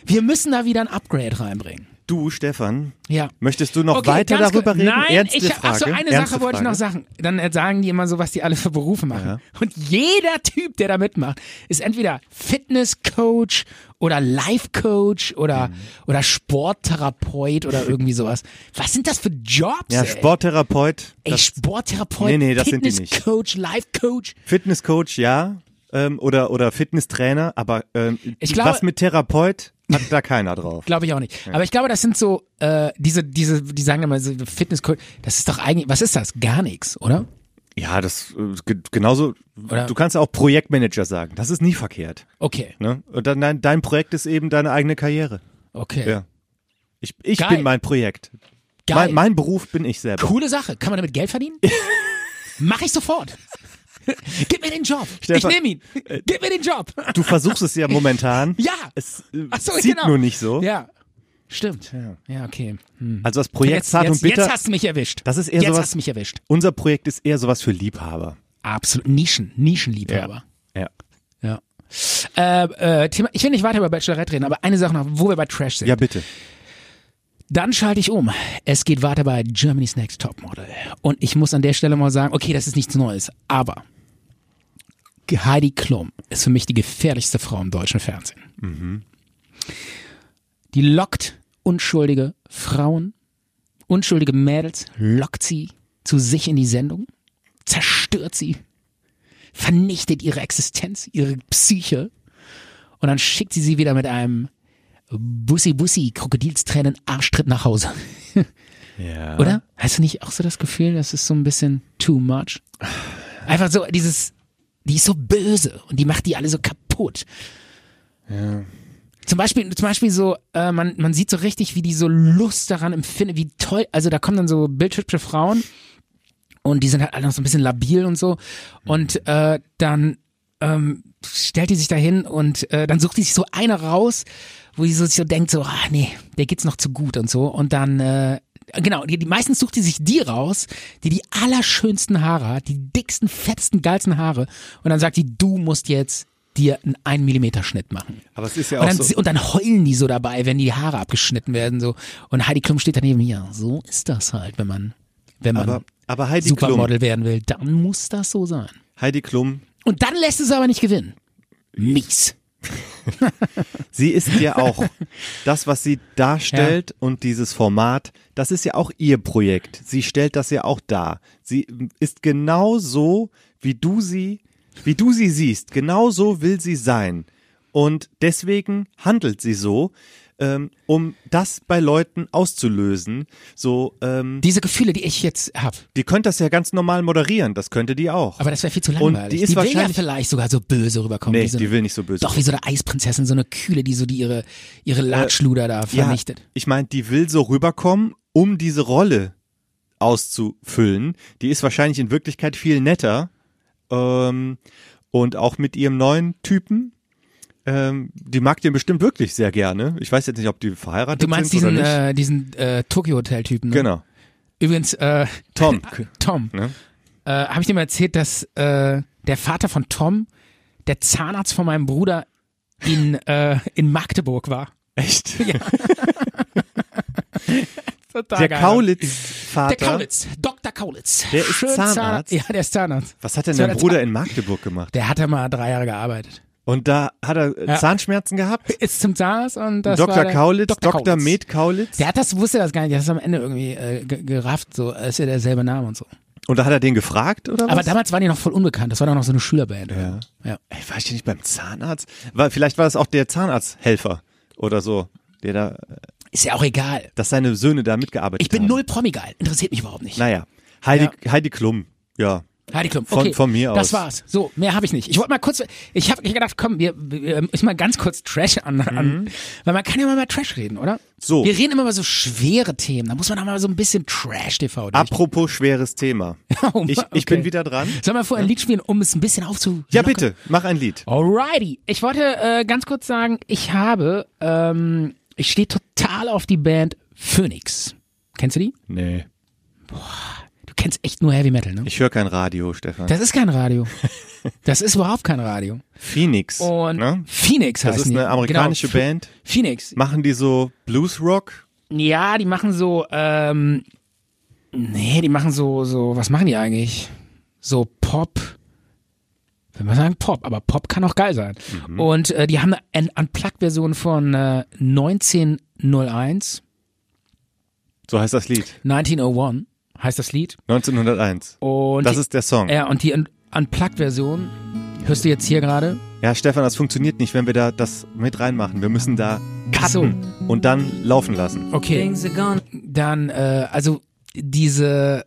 [SPEAKER 1] Wir müssen da wieder ein Upgrade reinbringen.
[SPEAKER 2] Du, Stefan,
[SPEAKER 1] Ja.
[SPEAKER 2] möchtest du noch
[SPEAKER 1] Okay,
[SPEAKER 2] weiter
[SPEAKER 1] ganz
[SPEAKER 2] darüber
[SPEAKER 1] kurz-
[SPEAKER 2] reden?
[SPEAKER 1] Nein,
[SPEAKER 2] Ernste
[SPEAKER 1] ich,
[SPEAKER 2] Frage.
[SPEAKER 1] ach so, eine
[SPEAKER 2] Ernste
[SPEAKER 1] Sache wollte ich
[SPEAKER 2] Frage.
[SPEAKER 1] noch sagen. Dann äh, sagen die immer so, was die alle für Berufe machen. Und jeder Typ, der da mitmacht, ist entweder Fitnesscoach oder Lifecoach oder,
[SPEAKER 2] Mhm.
[SPEAKER 1] oder Sporttherapeut oder irgendwie sowas. Was sind das für Jobs?
[SPEAKER 2] Ja,
[SPEAKER 1] ey?
[SPEAKER 2] Sporttherapeut,
[SPEAKER 1] Ey,
[SPEAKER 2] das-
[SPEAKER 1] Sporttherapeut,
[SPEAKER 2] Nee, nee, das sind die nicht.
[SPEAKER 1] Fitnesscoach, Lifecoach.
[SPEAKER 2] Fitnesscoach, ja. Ähm, oder, oder Fitnesstrainer, aber ähm,
[SPEAKER 1] Ich glaube-
[SPEAKER 2] was mit Therapeut hat da keiner drauf.
[SPEAKER 1] Glaube ich auch nicht. Aber ich glaube, das sind so, äh, diese, diese, die sagen immer, so Fitnesscoach, das ist doch eigentlich, was ist das? Gar nichts, oder?
[SPEAKER 2] Ja, das äh, ge- genauso,
[SPEAKER 1] Oder-
[SPEAKER 2] du kannst ja auch Projektmanager sagen. Das ist nie verkehrt.
[SPEAKER 1] Okay,
[SPEAKER 2] Ne? Und dann, dein, dein Projekt ist eben deine eigene Karriere.
[SPEAKER 1] okay.
[SPEAKER 2] Ja. Ich, ich
[SPEAKER 1] Geil.
[SPEAKER 2] bin mein Projekt.
[SPEAKER 1] Geil.
[SPEAKER 2] Mein, mein Beruf bin ich selber.
[SPEAKER 1] Coole Sache. Kann man damit Geld verdienen? Mach ich sofort. Gib mir den Job.
[SPEAKER 2] Stefan, äh,
[SPEAKER 1] ich nehme ihn. Gib mir den Job.
[SPEAKER 2] Du versuchst es ja momentan.
[SPEAKER 1] Ja.
[SPEAKER 2] Es äh,
[SPEAKER 1] Ach so,
[SPEAKER 2] sieht
[SPEAKER 1] genau.
[SPEAKER 2] nur nicht so.
[SPEAKER 1] Ja. Stimmt. Ja, okay. Hm.
[SPEAKER 2] Also das Projekt
[SPEAKER 1] Jetzt,
[SPEAKER 2] Zart und
[SPEAKER 1] jetzt,
[SPEAKER 2] Bitter,
[SPEAKER 1] jetzt hast du mich erwischt.
[SPEAKER 2] Das ist eher
[SPEAKER 1] jetzt
[SPEAKER 2] sowas-
[SPEAKER 1] hast du mich erwischt.
[SPEAKER 2] unser Projekt ist eher sowas für Liebhaber.
[SPEAKER 1] Absolut. Nischen. Nischenliebhaber.
[SPEAKER 2] Ja.
[SPEAKER 1] Ja. Äh, äh, Thema, ich will nicht weiter über Bachelorette reden, aber eine Sache noch, wo wir bei Trash sind.
[SPEAKER 2] Ja, bitte.
[SPEAKER 1] Dann schalte ich um. Es geht weiter bei Germany's Next Topmodel. Und ich muss an der Stelle mal sagen, okay, das ist nichts Neues, aber Heidi Klum ist für mich die gefährlichste Frau im deutschen Fernsehen. Die lockt unschuldige Frauen, unschuldige Mädels, lockt sie zu sich in die Sendung, zerstört sie, vernichtet ihre Existenz, ihre Psyche und dann schickt sie sie wieder mit einem Bussi Bussi, Krokodilstränen, Arschtritt nach Hause.
[SPEAKER 2] Ja.
[SPEAKER 1] Oder? Hast du nicht auch so das Gefühl, das ist so ein bisschen too much? Einfach so dieses, die ist so böse und die macht die alle so kaputt. Ja. Zum Beispiel, zum Beispiel so, äh, man, man sieht so richtig, wie die so Lust daran empfinden, wie toll, also da kommen dann so bildhübsche Frauen und die sind halt alle noch so ein bisschen labil und so und äh, dann ähm, stellt die sich dahin und äh, dann sucht die sich so eine raus, wo sie so, sich so denkt, so, ah nee, der geht's noch zu gut und so. Und dann, äh, genau, die, die, meistens sucht die sich die raus, die die allerschönsten Haare hat, die dicksten, fettsten, geilsten Haare. Und dann sagt die, du musst jetzt dir einen 1 Millimeter Schnitt machen.
[SPEAKER 2] Aber es ist ja
[SPEAKER 1] Und
[SPEAKER 2] auch
[SPEAKER 1] dann,
[SPEAKER 2] so.
[SPEAKER 1] und dann heulen die so dabei, wenn die Haare abgeschnitten werden. so Und Heidi Klum steht daneben, ja, so ist das halt, wenn man, wenn man
[SPEAKER 2] Aber, aber Heidi Klum,
[SPEAKER 1] Supermodel werden will, dann muss das so sein.
[SPEAKER 2] Heidi Klum,
[SPEAKER 1] Und dann lässt es aber nicht gewinnen. Mies.
[SPEAKER 2] sie ist ja auch das, was sie darstellt und dieses Format, das ist ja auch ihr Projekt. Sie stellt das ja auch dar. Sie ist genau so, wie du sie, wie du sie siehst. Genau so will sie sein. Und deswegen handelt sie so, ähm, um das bei Leuten auszulösen. So, ähm,
[SPEAKER 1] Diese Gefühle, die ich jetzt habe,
[SPEAKER 2] die könnte das ja ganz normal moderieren, das könnte die auch.
[SPEAKER 1] aber das wäre viel zu
[SPEAKER 2] Und
[SPEAKER 1] langweilig.
[SPEAKER 2] die ist
[SPEAKER 1] will ja
[SPEAKER 2] wahrscheinlich-
[SPEAKER 1] vielleicht sogar so böse rüberkommen.
[SPEAKER 2] Nee,
[SPEAKER 1] wie so
[SPEAKER 2] die
[SPEAKER 1] eine-
[SPEAKER 2] will nicht so böse Äh,
[SPEAKER 1] Doch, wie so eine Eisprinzessin, so eine Kühle, die so die ihre, ihre Latschluder da vernichtet.
[SPEAKER 2] Ja, ich meine, die will so rüberkommen, um diese Rolle auszufüllen. Die ist wahrscheinlich in Wirklichkeit viel netter. Ähm, und auch mit ihrem neuen Typen. Ähm, die mag den bestimmt wirklich sehr gerne. Ich weiß jetzt nicht, ob die verheiratet
[SPEAKER 1] Du meinst
[SPEAKER 2] sind
[SPEAKER 1] diesen,
[SPEAKER 2] oder nicht.
[SPEAKER 1] äh, diesen äh, Tokyo-Hotel-Typen. Ne?
[SPEAKER 2] genau.
[SPEAKER 1] Übrigens, äh,
[SPEAKER 2] Tom.
[SPEAKER 1] Tom.
[SPEAKER 2] Ne?
[SPEAKER 1] Äh, Habe ich dir mal erzählt, dass äh, der Vater von Tom, der Zahnarzt von meinem Bruder, in, äh, in Magdeburg war.
[SPEAKER 2] Echt?
[SPEAKER 1] Total geil.
[SPEAKER 2] Der
[SPEAKER 1] ne?
[SPEAKER 2] Kaulitz-Vater.
[SPEAKER 1] Der Kaulitz, Dr. Kaulitz.
[SPEAKER 2] Der ist
[SPEAKER 1] Schön
[SPEAKER 2] Zahnarzt?
[SPEAKER 1] Ja, der ist Zahnarzt.
[SPEAKER 2] Was hat denn
[SPEAKER 1] Das war
[SPEAKER 2] dein
[SPEAKER 1] der
[SPEAKER 2] Bruder in Magdeburg gemacht?
[SPEAKER 1] Der hat da mal drei Jahre gearbeitet.
[SPEAKER 2] Und da hat er äh,
[SPEAKER 1] Ja.
[SPEAKER 2] Zahnschmerzen gehabt?
[SPEAKER 1] Ist zum Zahnarzt und das war
[SPEAKER 2] Dr.
[SPEAKER 1] der
[SPEAKER 2] Kaulitz, Dr.
[SPEAKER 1] Kaulitz.
[SPEAKER 2] Med Kaulitz.
[SPEAKER 1] Der hat das, wusste das gar nicht, der hat das am Ende irgendwie äh, ge- gerafft, so, äh, ist ja derselbe Name und so.
[SPEAKER 2] Und da hat er den gefragt, oder
[SPEAKER 1] Aber
[SPEAKER 2] was?
[SPEAKER 1] damals waren die noch voll unbekannt, das war doch noch so eine Schülerband. Ja. ja.
[SPEAKER 2] Ey, war ich denn nicht beim Zahnarzt? War, vielleicht war es auch der Zahnarzthelfer oder so, der da,
[SPEAKER 1] Ist ja auch egal.
[SPEAKER 2] dass seine Söhne da mitgearbeitet
[SPEAKER 1] Ich bin
[SPEAKER 2] haben.
[SPEAKER 1] null promigal, interessiert mich überhaupt nicht.
[SPEAKER 2] Naja, Heidi, Heidi Klum, ja.
[SPEAKER 1] Heidi Klum,
[SPEAKER 2] Von-
[SPEAKER 1] okay.
[SPEAKER 2] von mir aus.
[SPEAKER 1] Das war's. So, mehr habe ich nicht. Ich wollte mal kurz, ich habe gedacht, komm, wir, wir müssen mal ganz kurz Trash an, an, weil man kann ja mal über Trash reden, oder?
[SPEAKER 2] Mhm. So.
[SPEAKER 1] Wir reden immer über so schwere Themen, da muss man auch mal so ein bisschen Trash-TV durch.
[SPEAKER 2] Apropos schweres Thema.
[SPEAKER 1] Oh,
[SPEAKER 2] ich ich
[SPEAKER 1] okay.
[SPEAKER 2] bin wieder dran.
[SPEAKER 1] Sollen wir vorher ein Lied spielen, um es ein bisschen aufzu...
[SPEAKER 2] Hm? Ja, bitte, mach ein Lied.
[SPEAKER 1] Alrighty. Ich wollte äh, ganz kurz sagen, ich habe, ähm, ich stehe total auf die Band Phoenix. Kennst du die?
[SPEAKER 2] Nee.
[SPEAKER 1] Du kennst echt nur Heavy Metal, ne?
[SPEAKER 2] Ich höre kein Radio, Stefan.
[SPEAKER 1] Das ist kein Radio. Das ist überhaupt kein Radio.
[SPEAKER 2] Phoenix.
[SPEAKER 1] Und
[SPEAKER 2] ne?
[SPEAKER 1] Phoenix heißt
[SPEAKER 2] Das ist eine amerikanische
[SPEAKER 1] genau. Ph-
[SPEAKER 2] Band.
[SPEAKER 1] Phoenix.
[SPEAKER 2] Machen die so Bluesrock?
[SPEAKER 1] Ja, die machen so, ähm, nee, die machen so, so, was machen die eigentlich? So Pop. Wenn man sagen Pop, aber Pop kann auch geil sein.
[SPEAKER 2] Mhm.
[SPEAKER 1] Und äh, die haben eine Unplugged-Version von äh, 1901.
[SPEAKER 2] So heißt das Lied.
[SPEAKER 1] 1901 heißt das Lied.
[SPEAKER 2] 1901.
[SPEAKER 1] Und
[SPEAKER 2] Das
[SPEAKER 1] die,
[SPEAKER 2] ist der Song.
[SPEAKER 1] ja, und die Un- Unplugged-Version hörst du jetzt hier gerade.
[SPEAKER 2] Ja, Stefan, das funktioniert nicht, wenn wir da das mit reinmachen. Wir müssen da
[SPEAKER 1] Ach so.
[SPEAKER 2] cutten und dann laufen lassen.
[SPEAKER 1] Okay.
[SPEAKER 4] Things are gone.
[SPEAKER 1] Dann, äh, also diese,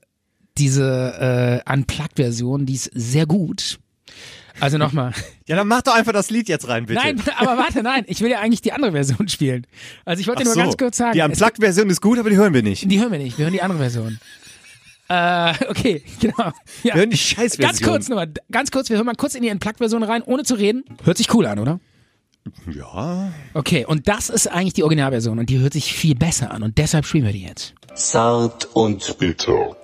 [SPEAKER 1] diese äh, Unplugged-Version, die ist sehr gut. Also nochmal.
[SPEAKER 2] Ja, dann mach doch einfach das Lied jetzt rein, bitte.
[SPEAKER 1] Nein, aber warte, nein, ich will ja eigentlich die andere Version spielen. Also ich wollte nur ganz kurz sagen.
[SPEAKER 2] Die
[SPEAKER 1] es
[SPEAKER 2] Unplugged-Version ist gut, aber die hören wir nicht.
[SPEAKER 1] Die hören wir nicht, wir hören die andere Version. äh, okay, genau. Ja.
[SPEAKER 2] Wir hören die Scheiß-Version.
[SPEAKER 1] Ganz kurz nochmal, ganz kurz, wir hören mal kurz in die Unplugged-Version rein, ohne zu reden. Hört sich cool an, oder?
[SPEAKER 2] Ja.
[SPEAKER 1] Okay, und das ist eigentlich die Originalversion und die hört sich viel besser an und deshalb spielen wir die jetzt.
[SPEAKER 3] Zart und bitter.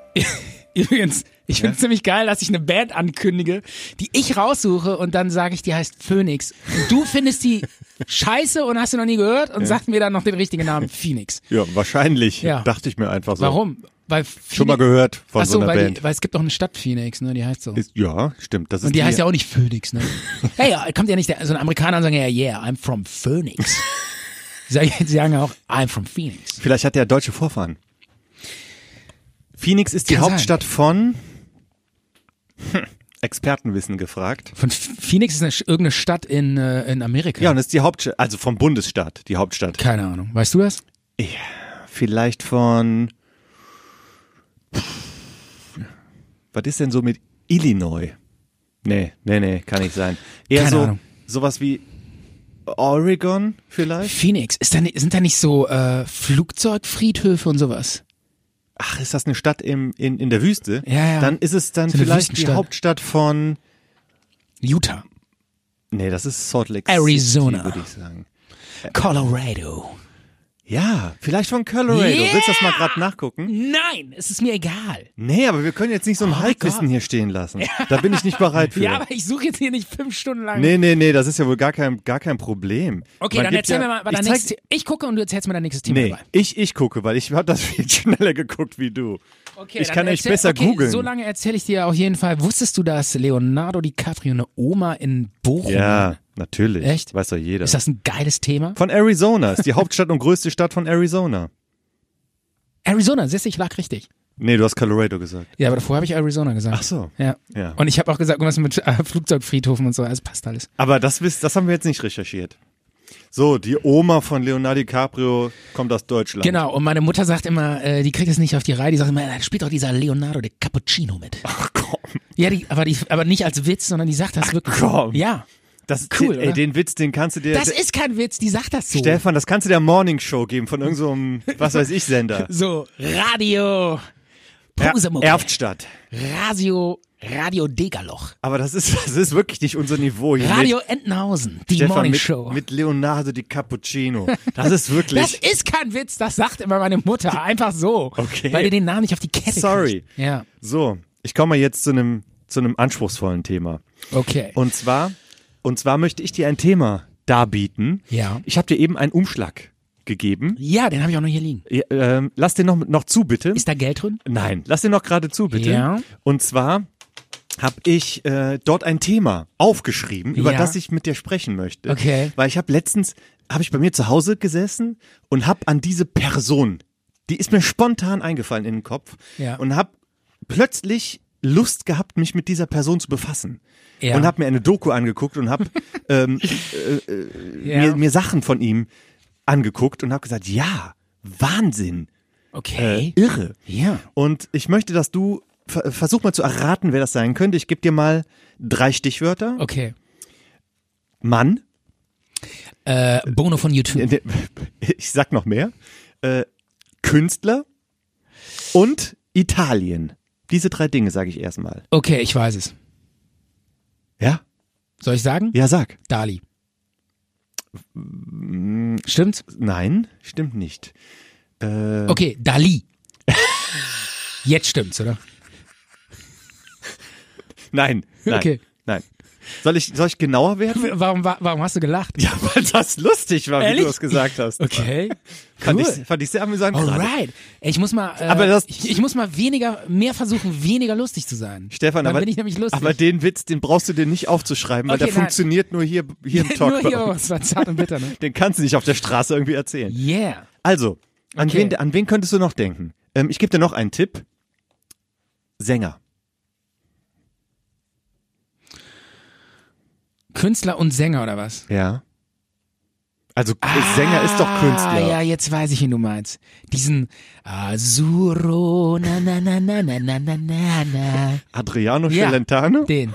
[SPEAKER 1] Übrigens, ich finde es ziemlich geil, dass ich eine Band ankündige, die ich raussuche und dann sage ich, die heißt Phoenix. Und du findest die scheiße und hast sie noch nie gehört und sagst mir dann noch den richtigen Namen, Phoenix.
[SPEAKER 2] Ja, wahrscheinlich.
[SPEAKER 1] Ja.
[SPEAKER 2] Dachte ich mir einfach so.
[SPEAKER 1] Warum? Weil
[SPEAKER 2] Schon mal gehört von
[SPEAKER 1] Achso,
[SPEAKER 2] so einer
[SPEAKER 1] weil,
[SPEAKER 2] Band.
[SPEAKER 1] die, weil es gibt doch eine Stadt Phoenix, ne? Die heißt so.
[SPEAKER 2] ist, ja, stimmt. Das ist
[SPEAKER 1] und die, heißt ja
[SPEAKER 2] auch.
[SPEAKER 1] auch nicht Phoenix, ne? hey, kommt ja nicht der, so ein Amerikaner und sagen ja, yeah, I'm from Phoenix. Sie sagen- Sie sagen ja auch, I'm from Phoenix.
[SPEAKER 2] Vielleicht hat der deutsche Vorfahren. Phoenix ist die
[SPEAKER 1] Kann sein.
[SPEAKER 2] Hauptstadt von. Hm, Expertenwissen gefragt.
[SPEAKER 1] Von Ph- Phoenix ist eine, Sch- irgendeine Stadt in, äh, in Amerika.
[SPEAKER 2] Ja, und das ist die Hauptstadt, also vom Bundesstaat, die Hauptstadt.
[SPEAKER 1] Keine Ahnung. Weißt du das?
[SPEAKER 2] vielleicht von. Was ist denn so mit Illinois? Nee, nee, nee, kann nicht sein. Eher
[SPEAKER 1] Keine
[SPEAKER 2] so
[SPEAKER 1] Ahnung.
[SPEAKER 2] sowas wie Oregon vielleicht?
[SPEAKER 1] Phoenix, ist da, ni- sind da nicht so äh, Flugzeugfriedhöfe und sowas?
[SPEAKER 2] Ach, ist das eine Stadt im, in, in der Wüste?
[SPEAKER 1] Ja, ja.
[SPEAKER 2] Dann ist es dann
[SPEAKER 1] So eine
[SPEAKER 2] vielleicht die
[SPEAKER 1] Wüstenstadt.
[SPEAKER 2] Hauptstadt von.
[SPEAKER 1] Utah,
[SPEAKER 2] Nee, das ist Salt Lake
[SPEAKER 1] Arizona.
[SPEAKER 2] City, würde ich sagen.
[SPEAKER 1] Colorado.
[SPEAKER 2] Ja, vielleicht von Colorado.
[SPEAKER 1] Yeah!
[SPEAKER 2] Willst du das mal gerade nachgucken?
[SPEAKER 1] Nein, es ist mir egal.
[SPEAKER 2] Nee, aber wir können jetzt nicht so
[SPEAKER 1] Oh
[SPEAKER 2] ein Halbwissen hier stehen lassen. Da bin ich nicht bereit für.
[SPEAKER 1] Ja, aber ich suche jetzt hier nicht fünf Stunden lang.
[SPEAKER 2] Nee, nee, nee, das ist ja wohl gar kein, gar kein Problem.
[SPEAKER 1] Okay,
[SPEAKER 2] Man
[SPEAKER 1] dann
[SPEAKER 2] gibt
[SPEAKER 1] erzähl mir
[SPEAKER 2] ja,
[SPEAKER 1] mal, was dein
[SPEAKER 2] ich zeig-
[SPEAKER 1] nächstes Ich gucke und du erzählst mir dein nächstes Thema
[SPEAKER 2] Nee,
[SPEAKER 1] dabei.
[SPEAKER 2] ich, ich gucke, weil ich habe das viel schneller geguckt wie du.
[SPEAKER 1] Okay,
[SPEAKER 2] ich
[SPEAKER 1] dann
[SPEAKER 2] kann echt
[SPEAKER 1] erzähl-
[SPEAKER 2] besser
[SPEAKER 1] okay,
[SPEAKER 2] googeln.
[SPEAKER 1] So lange erzähle ich dir auf jeden Fall. Wusstest du, dass Leonardo DiCaprio eine Oma in Bochum hat?
[SPEAKER 2] ja, natürlich.
[SPEAKER 1] Echt?
[SPEAKER 2] Weiß doch jeder.
[SPEAKER 1] Ist das ein geiles Thema?
[SPEAKER 2] von Arizona, ist die Hauptstadt und größte Stadt von Arizona.
[SPEAKER 1] Arizona, siehst du, ich lag richtig.
[SPEAKER 2] Nee, du hast Colorado gesagt.
[SPEAKER 1] Ja, aber davor habe ich Arizona gesagt.
[SPEAKER 2] Ach so.
[SPEAKER 1] Ja.
[SPEAKER 2] Ja.
[SPEAKER 1] Und ich habe auch gesagt, irgendwas mit äh, Flugzeugfriedhofen und so, also passt alles.
[SPEAKER 2] Aber das, wiss- das haben wir jetzt nicht recherchiert. So, die Oma von Leonardo DiCaprio kommt aus Deutschland.
[SPEAKER 1] Genau, und meine Mutter sagt immer, äh, die kriegt es nicht auf die Reihe, die sagt immer, da spielt doch dieser Leonardo de Cappuccino mit.
[SPEAKER 2] Ach komm.
[SPEAKER 1] Ja, die, aber, die, aber nicht als Witz, sondern die sagt das wirklich.
[SPEAKER 2] komm.
[SPEAKER 1] Ja.
[SPEAKER 2] Das,
[SPEAKER 1] Cool,
[SPEAKER 2] den, ey,
[SPEAKER 1] oder?
[SPEAKER 2] den Witz, den kannst du dir.
[SPEAKER 1] Das ist kein Witz, die sagt das so.
[SPEAKER 2] Stefan, das kannst du der Morning Show geben von irgendeinem, so einem, was weiß ich, Sender.
[SPEAKER 1] So, Radio.
[SPEAKER 2] Er-
[SPEAKER 1] Posemucke.
[SPEAKER 2] Erftstadt.
[SPEAKER 1] Radio, Radio Degerloch.
[SPEAKER 2] Aber das ist, das ist wirklich nicht unser Niveau hier.
[SPEAKER 1] Radio
[SPEAKER 2] mit,
[SPEAKER 1] Entenhausen. Die
[SPEAKER 2] Stefan,
[SPEAKER 1] Morning
[SPEAKER 2] mit,
[SPEAKER 1] Show.
[SPEAKER 2] mit Leonardo di Cappuccino. Das ist
[SPEAKER 1] das
[SPEAKER 2] wirklich.
[SPEAKER 1] ist kein Witz, das sagt immer meine Mutter. Einfach so.
[SPEAKER 2] Okay.
[SPEAKER 1] Weil ihr den Namen nicht auf die Kette
[SPEAKER 2] Sorry.
[SPEAKER 1] kriegt. Ja.
[SPEAKER 2] so, ich komme mal jetzt zu einem, zu einem anspruchsvollen Thema.
[SPEAKER 1] Okay.
[SPEAKER 2] Und zwar, und zwar möchte ich dir ein Thema darbieten.
[SPEAKER 1] Ja.
[SPEAKER 2] Ich habe dir eben einen Umschlag gegeben.
[SPEAKER 1] ja, den habe ich auch noch hier liegen.
[SPEAKER 2] Ja, ähm, lass den noch, noch zu, bitte.
[SPEAKER 1] Ist da Geld drin?
[SPEAKER 2] Nein, lass den noch gerade zu, bitte.
[SPEAKER 1] Ja.
[SPEAKER 2] Und zwar habe ich äh, dort ein Thema aufgeschrieben, über
[SPEAKER 1] Ja.
[SPEAKER 2] das ich mit dir sprechen möchte.
[SPEAKER 1] Okay.
[SPEAKER 2] Weil ich habe letztens, habe ich bei mir zu Hause gesessen und habe an diese Person, die ist mir spontan eingefallen in den Kopf
[SPEAKER 1] Ja.
[SPEAKER 2] und habe plötzlich Lust gehabt, mich mit dieser Person zu befassen.
[SPEAKER 1] Ja.
[SPEAKER 2] Und habe mir eine Doku angeguckt und habe ähm,
[SPEAKER 1] Ja.
[SPEAKER 2] mir, mir Sachen von ihm angeguckt und habe gesagt, ja, Wahnsinn, äh,
[SPEAKER 1] okay.
[SPEAKER 2] irre.
[SPEAKER 1] ja.
[SPEAKER 2] Und ich möchte, dass du ver versuch mal zu erraten, wer das sein könnte. Ich gebe dir mal drei Stichwörter.
[SPEAKER 1] Okay.
[SPEAKER 2] Mann,
[SPEAKER 1] Äh, Bono von YouTube.
[SPEAKER 2] Ne, ich sag noch mehr. Äh, Künstler und Italien. Diese drei Dinge sage ich erstmal.
[SPEAKER 1] Okay, ich weiß es.
[SPEAKER 2] Ja?
[SPEAKER 1] Soll ich sagen?
[SPEAKER 2] Ja, sag.
[SPEAKER 1] Dali.
[SPEAKER 2] Mm,
[SPEAKER 1] Stimmt's?
[SPEAKER 2] Nein, stimmt nicht. äh.
[SPEAKER 1] Okay, Dali. Jetzt stimmt's, oder?
[SPEAKER 2] Nein, nein,
[SPEAKER 1] Okay.
[SPEAKER 2] nein. Soll ich, soll ich genauer werden?
[SPEAKER 1] Warum, wa- warum hast du gelacht?
[SPEAKER 2] Ja, weil das lustig war, wie
[SPEAKER 1] Ehrlich?
[SPEAKER 2] du es gesagt hast.
[SPEAKER 1] Okay.
[SPEAKER 2] Fand,
[SPEAKER 1] cool.
[SPEAKER 2] ich, fand ich sehr amüsant gerade.
[SPEAKER 1] Alright. Ey, Ich muss mal, äh,
[SPEAKER 2] Aber das-
[SPEAKER 1] ich, ich muss mal weniger, mehr versuchen, weniger lustig zu sein.
[SPEAKER 2] Stefan,
[SPEAKER 1] Dann
[SPEAKER 2] aber,
[SPEAKER 1] bin ich nämlich lustig.
[SPEAKER 2] aber den Witz, den brauchst du dir nicht aufzuschreiben, weil
[SPEAKER 1] Okay,
[SPEAKER 2] der
[SPEAKER 1] nein.
[SPEAKER 2] funktioniert nur hier, hier im Talk.
[SPEAKER 1] Nur
[SPEAKER 2] bei
[SPEAKER 1] hier
[SPEAKER 2] uns.
[SPEAKER 1] was, war zart und bitter, ne?
[SPEAKER 2] Den kannst du nicht auf der Straße irgendwie erzählen.
[SPEAKER 1] Yeah.
[SPEAKER 2] Also, an,
[SPEAKER 1] Okay.
[SPEAKER 2] wen, an wen könntest du noch denken? Ähm, ich gebe dir noch einen Tipp. Sänger.
[SPEAKER 1] Künstler und Sänger oder was?
[SPEAKER 2] Ja. Also Sänger ist doch Künstler.
[SPEAKER 1] Ah, ja, jetzt weiß ich, wen du meinst. Diesen Azuro, na, na, na, na, na, na, na, na, na.
[SPEAKER 2] Adriano
[SPEAKER 1] Ja.
[SPEAKER 2] Celentano?
[SPEAKER 1] Den.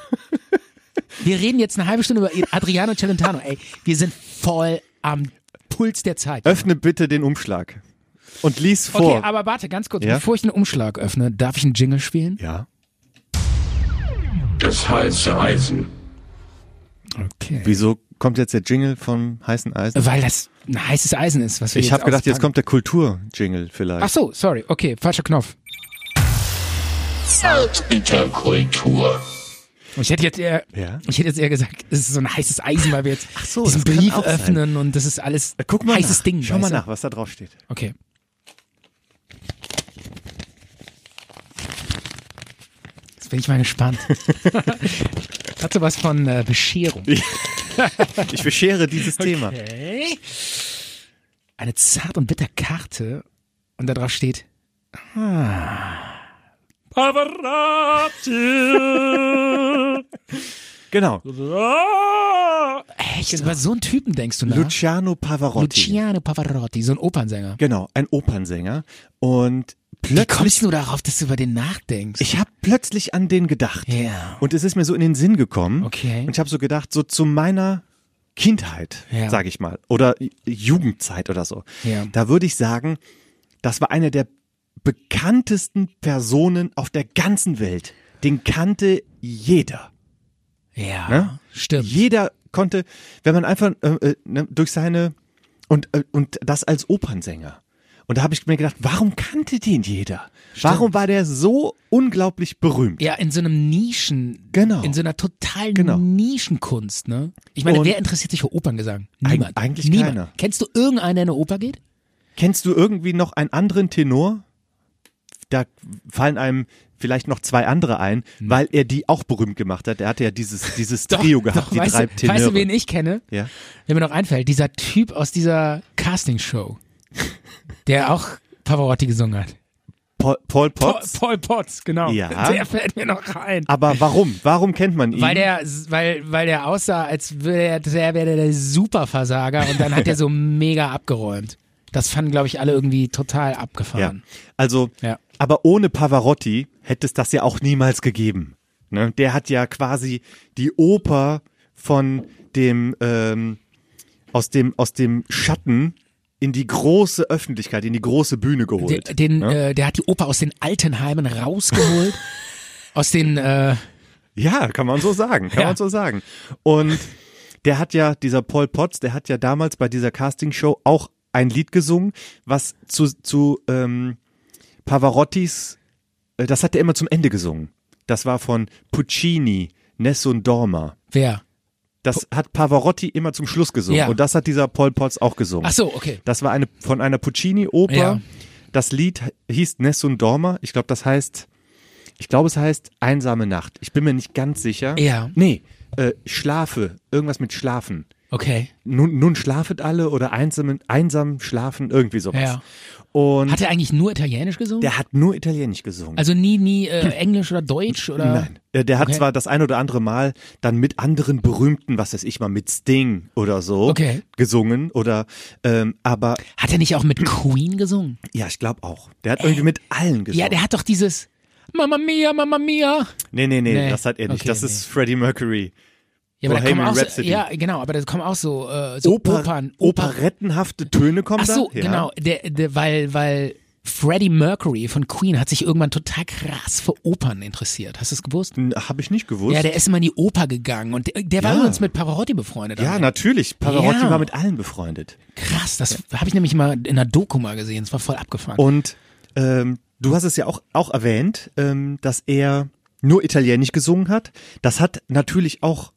[SPEAKER 1] Wir reden jetzt eine halbe Stunde über Adriano Celentano. Ey, wir sind voll am Puls der Zeit.
[SPEAKER 2] Öffne bitte den Umschlag und lies vor.
[SPEAKER 1] Okay, aber warte, ganz kurz.
[SPEAKER 2] Ja?
[SPEAKER 1] Bevor ich einen Umschlag öffne, darf ich einen Jingle spielen?
[SPEAKER 2] ja.
[SPEAKER 4] Das heiße Eisen.
[SPEAKER 1] Okay.
[SPEAKER 2] Wieso kommt jetzt der Jingle vom heißen Eisen?
[SPEAKER 1] Weil das ein heißes Eisen ist, was wir
[SPEAKER 2] ich
[SPEAKER 1] jetzt
[SPEAKER 2] habe gedacht, jetzt
[SPEAKER 1] auspacken.
[SPEAKER 2] kommt der Kultur-Jingle vielleicht.
[SPEAKER 1] Ach so, sorry. Okay, falscher Knopf.
[SPEAKER 4] Interkultur.
[SPEAKER 1] Und ich hätte jetzt eher,
[SPEAKER 2] Ja?
[SPEAKER 1] ich hätte jetzt eher gesagt, es ist so ein heißes Eisen, weil wir jetzt
[SPEAKER 2] so,
[SPEAKER 1] diesen
[SPEAKER 2] das kann
[SPEAKER 1] Brief
[SPEAKER 2] auch sein.
[SPEAKER 1] öffnen und das ist alles
[SPEAKER 2] Äh, Guck mal
[SPEAKER 1] heißes
[SPEAKER 2] nach.
[SPEAKER 1] Ding.
[SPEAKER 2] Schau mal
[SPEAKER 1] weißt du?
[SPEAKER 2] nach, was da drauf steht.
[SPEAKER 1] Okay. Jetzt bin ich mal gespannt. Hat so was von äh, Bescherung.
[SPEAKER 2] Ich beschere dieses Thema.
[SPEAKER 1] Okay. Eine zart und bitter Karte und da drauf steht. Ah. Pavarotti.
[SPEAKER 2] Genau. Ah!
[SPEAKER 1] Echt? Über so einen Typen denkst du nach?
[SPEAKER 2] Luciano Pavarotti.
[SPEAKER 1] Luciano Pavarotti, so ein Opernsänger.
[SPEAKER 2] Genau, ein Opernsänger. Und
[SPEAKER 1] Wie
[SPEAKER 2] plötzlich
[SPEAKER 1] kommst du darauf, dass du über den nachdenkst?
[SPEAKER 2] Ich habe plötzlich an den gedacht.
[SPEAKER 1] Ja.
[SPEAKER 2] Und es ist mir so in den Sinn gekommen.
[SPEAKER 1] Okay.
[SPEAKER 2] Und ich habe so gedacht, so zu meiner Kindheit,
[SPEAKER 1] Ja.
[SPEAKER 2] sage ich mal, oder Jugendzeit oder so.
[SPEAKER 1] Ja.
[SPEAKER 2] Da würde ich sagen, das war eine der bekanntesten Personen auf der ganzen Welt. Den kannte jeder.
[SPEAKER 1] ja,
[SPEAKER 2] Ne?
[SPEAKER 1] stimmt.
[SPEAKER 2] Jeder konnte, wenn man einfach äh, äh, ne, durch seine und äh, und das als Opernsänger. Und da habe ich mir gedacht, warum kannte den jeder? Warum war der so unglaublich berühmt?
[SPEAKER 1] Ja, in so einem Nischen.
[SPEAKER 2] Genau.
[SPEAKER 1] In so einer totalen
[SPEAKER 2] Genau.
[SPEAKER 1] Nischenkunst, ne? Ich meine,
[SPEAKER 2] Und-
[SPEAKER 1] wer interessiert sich für Operngesang? Niemand.
[SPEAKER 2] eigentlich
[SPEAKER 1] Niemand.
[SPEAKER 2] keiner.
[SPEAKER 1] Kennst du irgendeinen, der in eine Oper geht?
[SPEAKER 2] Kennst du irgendwie noch einen anderen Tenor? Da fallen einem vielleicht noch zwei andere ein,
[SPEAKER 1] Hm.
[SPEAKER 2] weil er die auch berühmt gemacht hat. Er hatte ja dieses, dieses Trio gehabt, die
[SPEAKER 1] weißt
[SPEAKER 2] drei
[SPEAKER 1] du,
[SPEAKER 2] Tenöre.
[SPEAKER 1] Weißt du, wen ich kenne?
[SPEAKER 2] ja.
[SPEAKER 1] Wer mir noch einfällt, dieser Typ aus dieser Castingshow, der auch Pavarotti gesungen hat.
[SPEAKER 2] Paul, Paul Potts.
[SPEAKER 1] Paul Potts, genau.
[SPEAKER 2] Ja.
[SPEAKER 1] Der fällt mir noch ein.
[SPEAKER 2] Aber warum? Warum kennt man ihn?
[SPEAKER 1] Weil der, weil, weil der aussah, als wäre er der, wär der, der Superversager und dann hat er so mega abgeräumt. Das fanden, glaube ich, alle irgendwie total
[SPEAKER 2] ja.
[SPEAKER 1] abgefahren.
[SPEAKER 2] Also,
[SPEAKER 1] Ja.
[SPEAKER 2] aber ohne Pavarotti hätte es das ja auch niemals gegeben. Ne? Der hat ja quasi die Oper von dem ähm, aus dem aus dem Schatten in die große Öffentlichkeit, in die große Bühne
[SPEAKER 1] Den,
[SPEAKER 2] geholt.
[SPEAKER 1] den,
[SPEAKER 2] ne?
[SPEAKER 1] äh, der hat die Oper aus den Altenheimen rausgeholt. aus den, äh,
[SPEAKER 2] Ja, kann man so sagen, kann
[SPEAKER 1] Ja.
[SPEAKER 2] man so sagen. Und der hat ja, dieser Paul Potts, der hat ja damals bei dieser Castingshow auch ein Lied gesungen, was zu, zu ähm, Pavarottis, äh, das hat er immer zum Ende gesungen. Das war von Puccini, Nessun Dorma.
[SPEAKER 1] wer?
[SPEAKER 2] Das hat Pavarotti immer zum Schluss gesungen.
[SPEAKER 1] Ja.
[SPEAKER 2] Und das hat dieser Paul Potts auch gesungen.
[SPEAKER 1] Ach so, okay.
[SPEAKER 2] Das war eine von einer Puccini-Oper.
[SPEAKER 1] Ja.
[SPEAKER 2] Das Lied hieß Nessun Dorma. Ich glaube, das heißt, ich glaube, es heißt Einsame Nacht. Ich bin mir nicht ganz sicher.
[SPEAKER 1] Ja.
[SPEAKER 2] Nee, äh, Schlafe. Irgendwas mit Schlafen.
[SPEAKER 1] Okay.
[SPEAKER 2] Nun, nun schlafet alle oder einsam, einsam schlafen, irgendwie sowas.
[SPEAKER 1] Ja.
[SPEAKER 2] Und
[SPEAKER 1] Hat er eigentlich nur Italienisch gesungen?
[SPEAKER 2] der hat nur Italienisch gesungen.
[SPEAKER 1] also nie, nie äh, Englisch oder Deutsch oder?
[SPEAKER 2] Nein. Äh, Der hat
[SPEAKER 1] Okay.
[SPEAKER 2] zwar das ein oder andere Mal dann mit anderen Berühmten, was weiß ich mal, mit Sting oder so
[SPEAKER 1] Okay.
[SPEAKER 2] gesungen oder, ähm, aber
[SPEAKER 1] Hat er nicht auch mit Queen gesungen?
[SPEAKER 2] ja, ich glaube auch. Der hat irgendwie mit allen gesungen.
[SPEAKER 1] Äh, Ja, der hat doch dieses Mamma Mia, Mamma Mia.
[SPEAKER 2] Nee, nee, nee,
[SPEAKER 1] Nee.
[SPEAKER 2] das hat er nicht.
[SPEAKER 1] Okay,
[SPEAKER 2] das ist Freddie Mercury.
[SPEAKER 1] Ja, aber da kommen
[SPEAKER 2] Bohemian
[SPEAKER 1] auch so,
[SPEAKER 2] Rhapsody.
[SPEAKER 1] ja, genau, aber da kommen auch so, äh, so Opern, Opern,
[SPEAKER 2] Operettenhafte Töne kommen
[SPEAKER 1] Ach so,
[SPEAKER 2] da. Ja.
[SPEAKER 1] genau, der, der, weil, weil Freddie Mercury von Queen hat sich irgendwann total krass für Opern interessiert. Hast du es gewusst?
[SPEAKER 2] Habe ich nicht gewusst.
[SPEAKER 1] Ja, der ist immer in die Oper gegangen und der, der war
[SPEAKER 2] Ja.
[SPEAKER 1] übrigens mit Pavarotti befreundet.
[SPEAKER 2] Ja,
[SPEAKER 1] Am Ende.
[SPEAKER 2] natürlich. Pavarotti
[SPEAKER 1] Ja.
[SPEAKER 2] war mit allen befreundet.
[SPEAKER 1] krass, das habe ich nämlich mal in einer Doku mal gesehen, das war voll abgefahren.
[SPEAKER 2] Und ähm, du hast es ja auch, auch erwähnt, ähm, dass er nur Italienisch gesungen hat. Das hat natürlich auch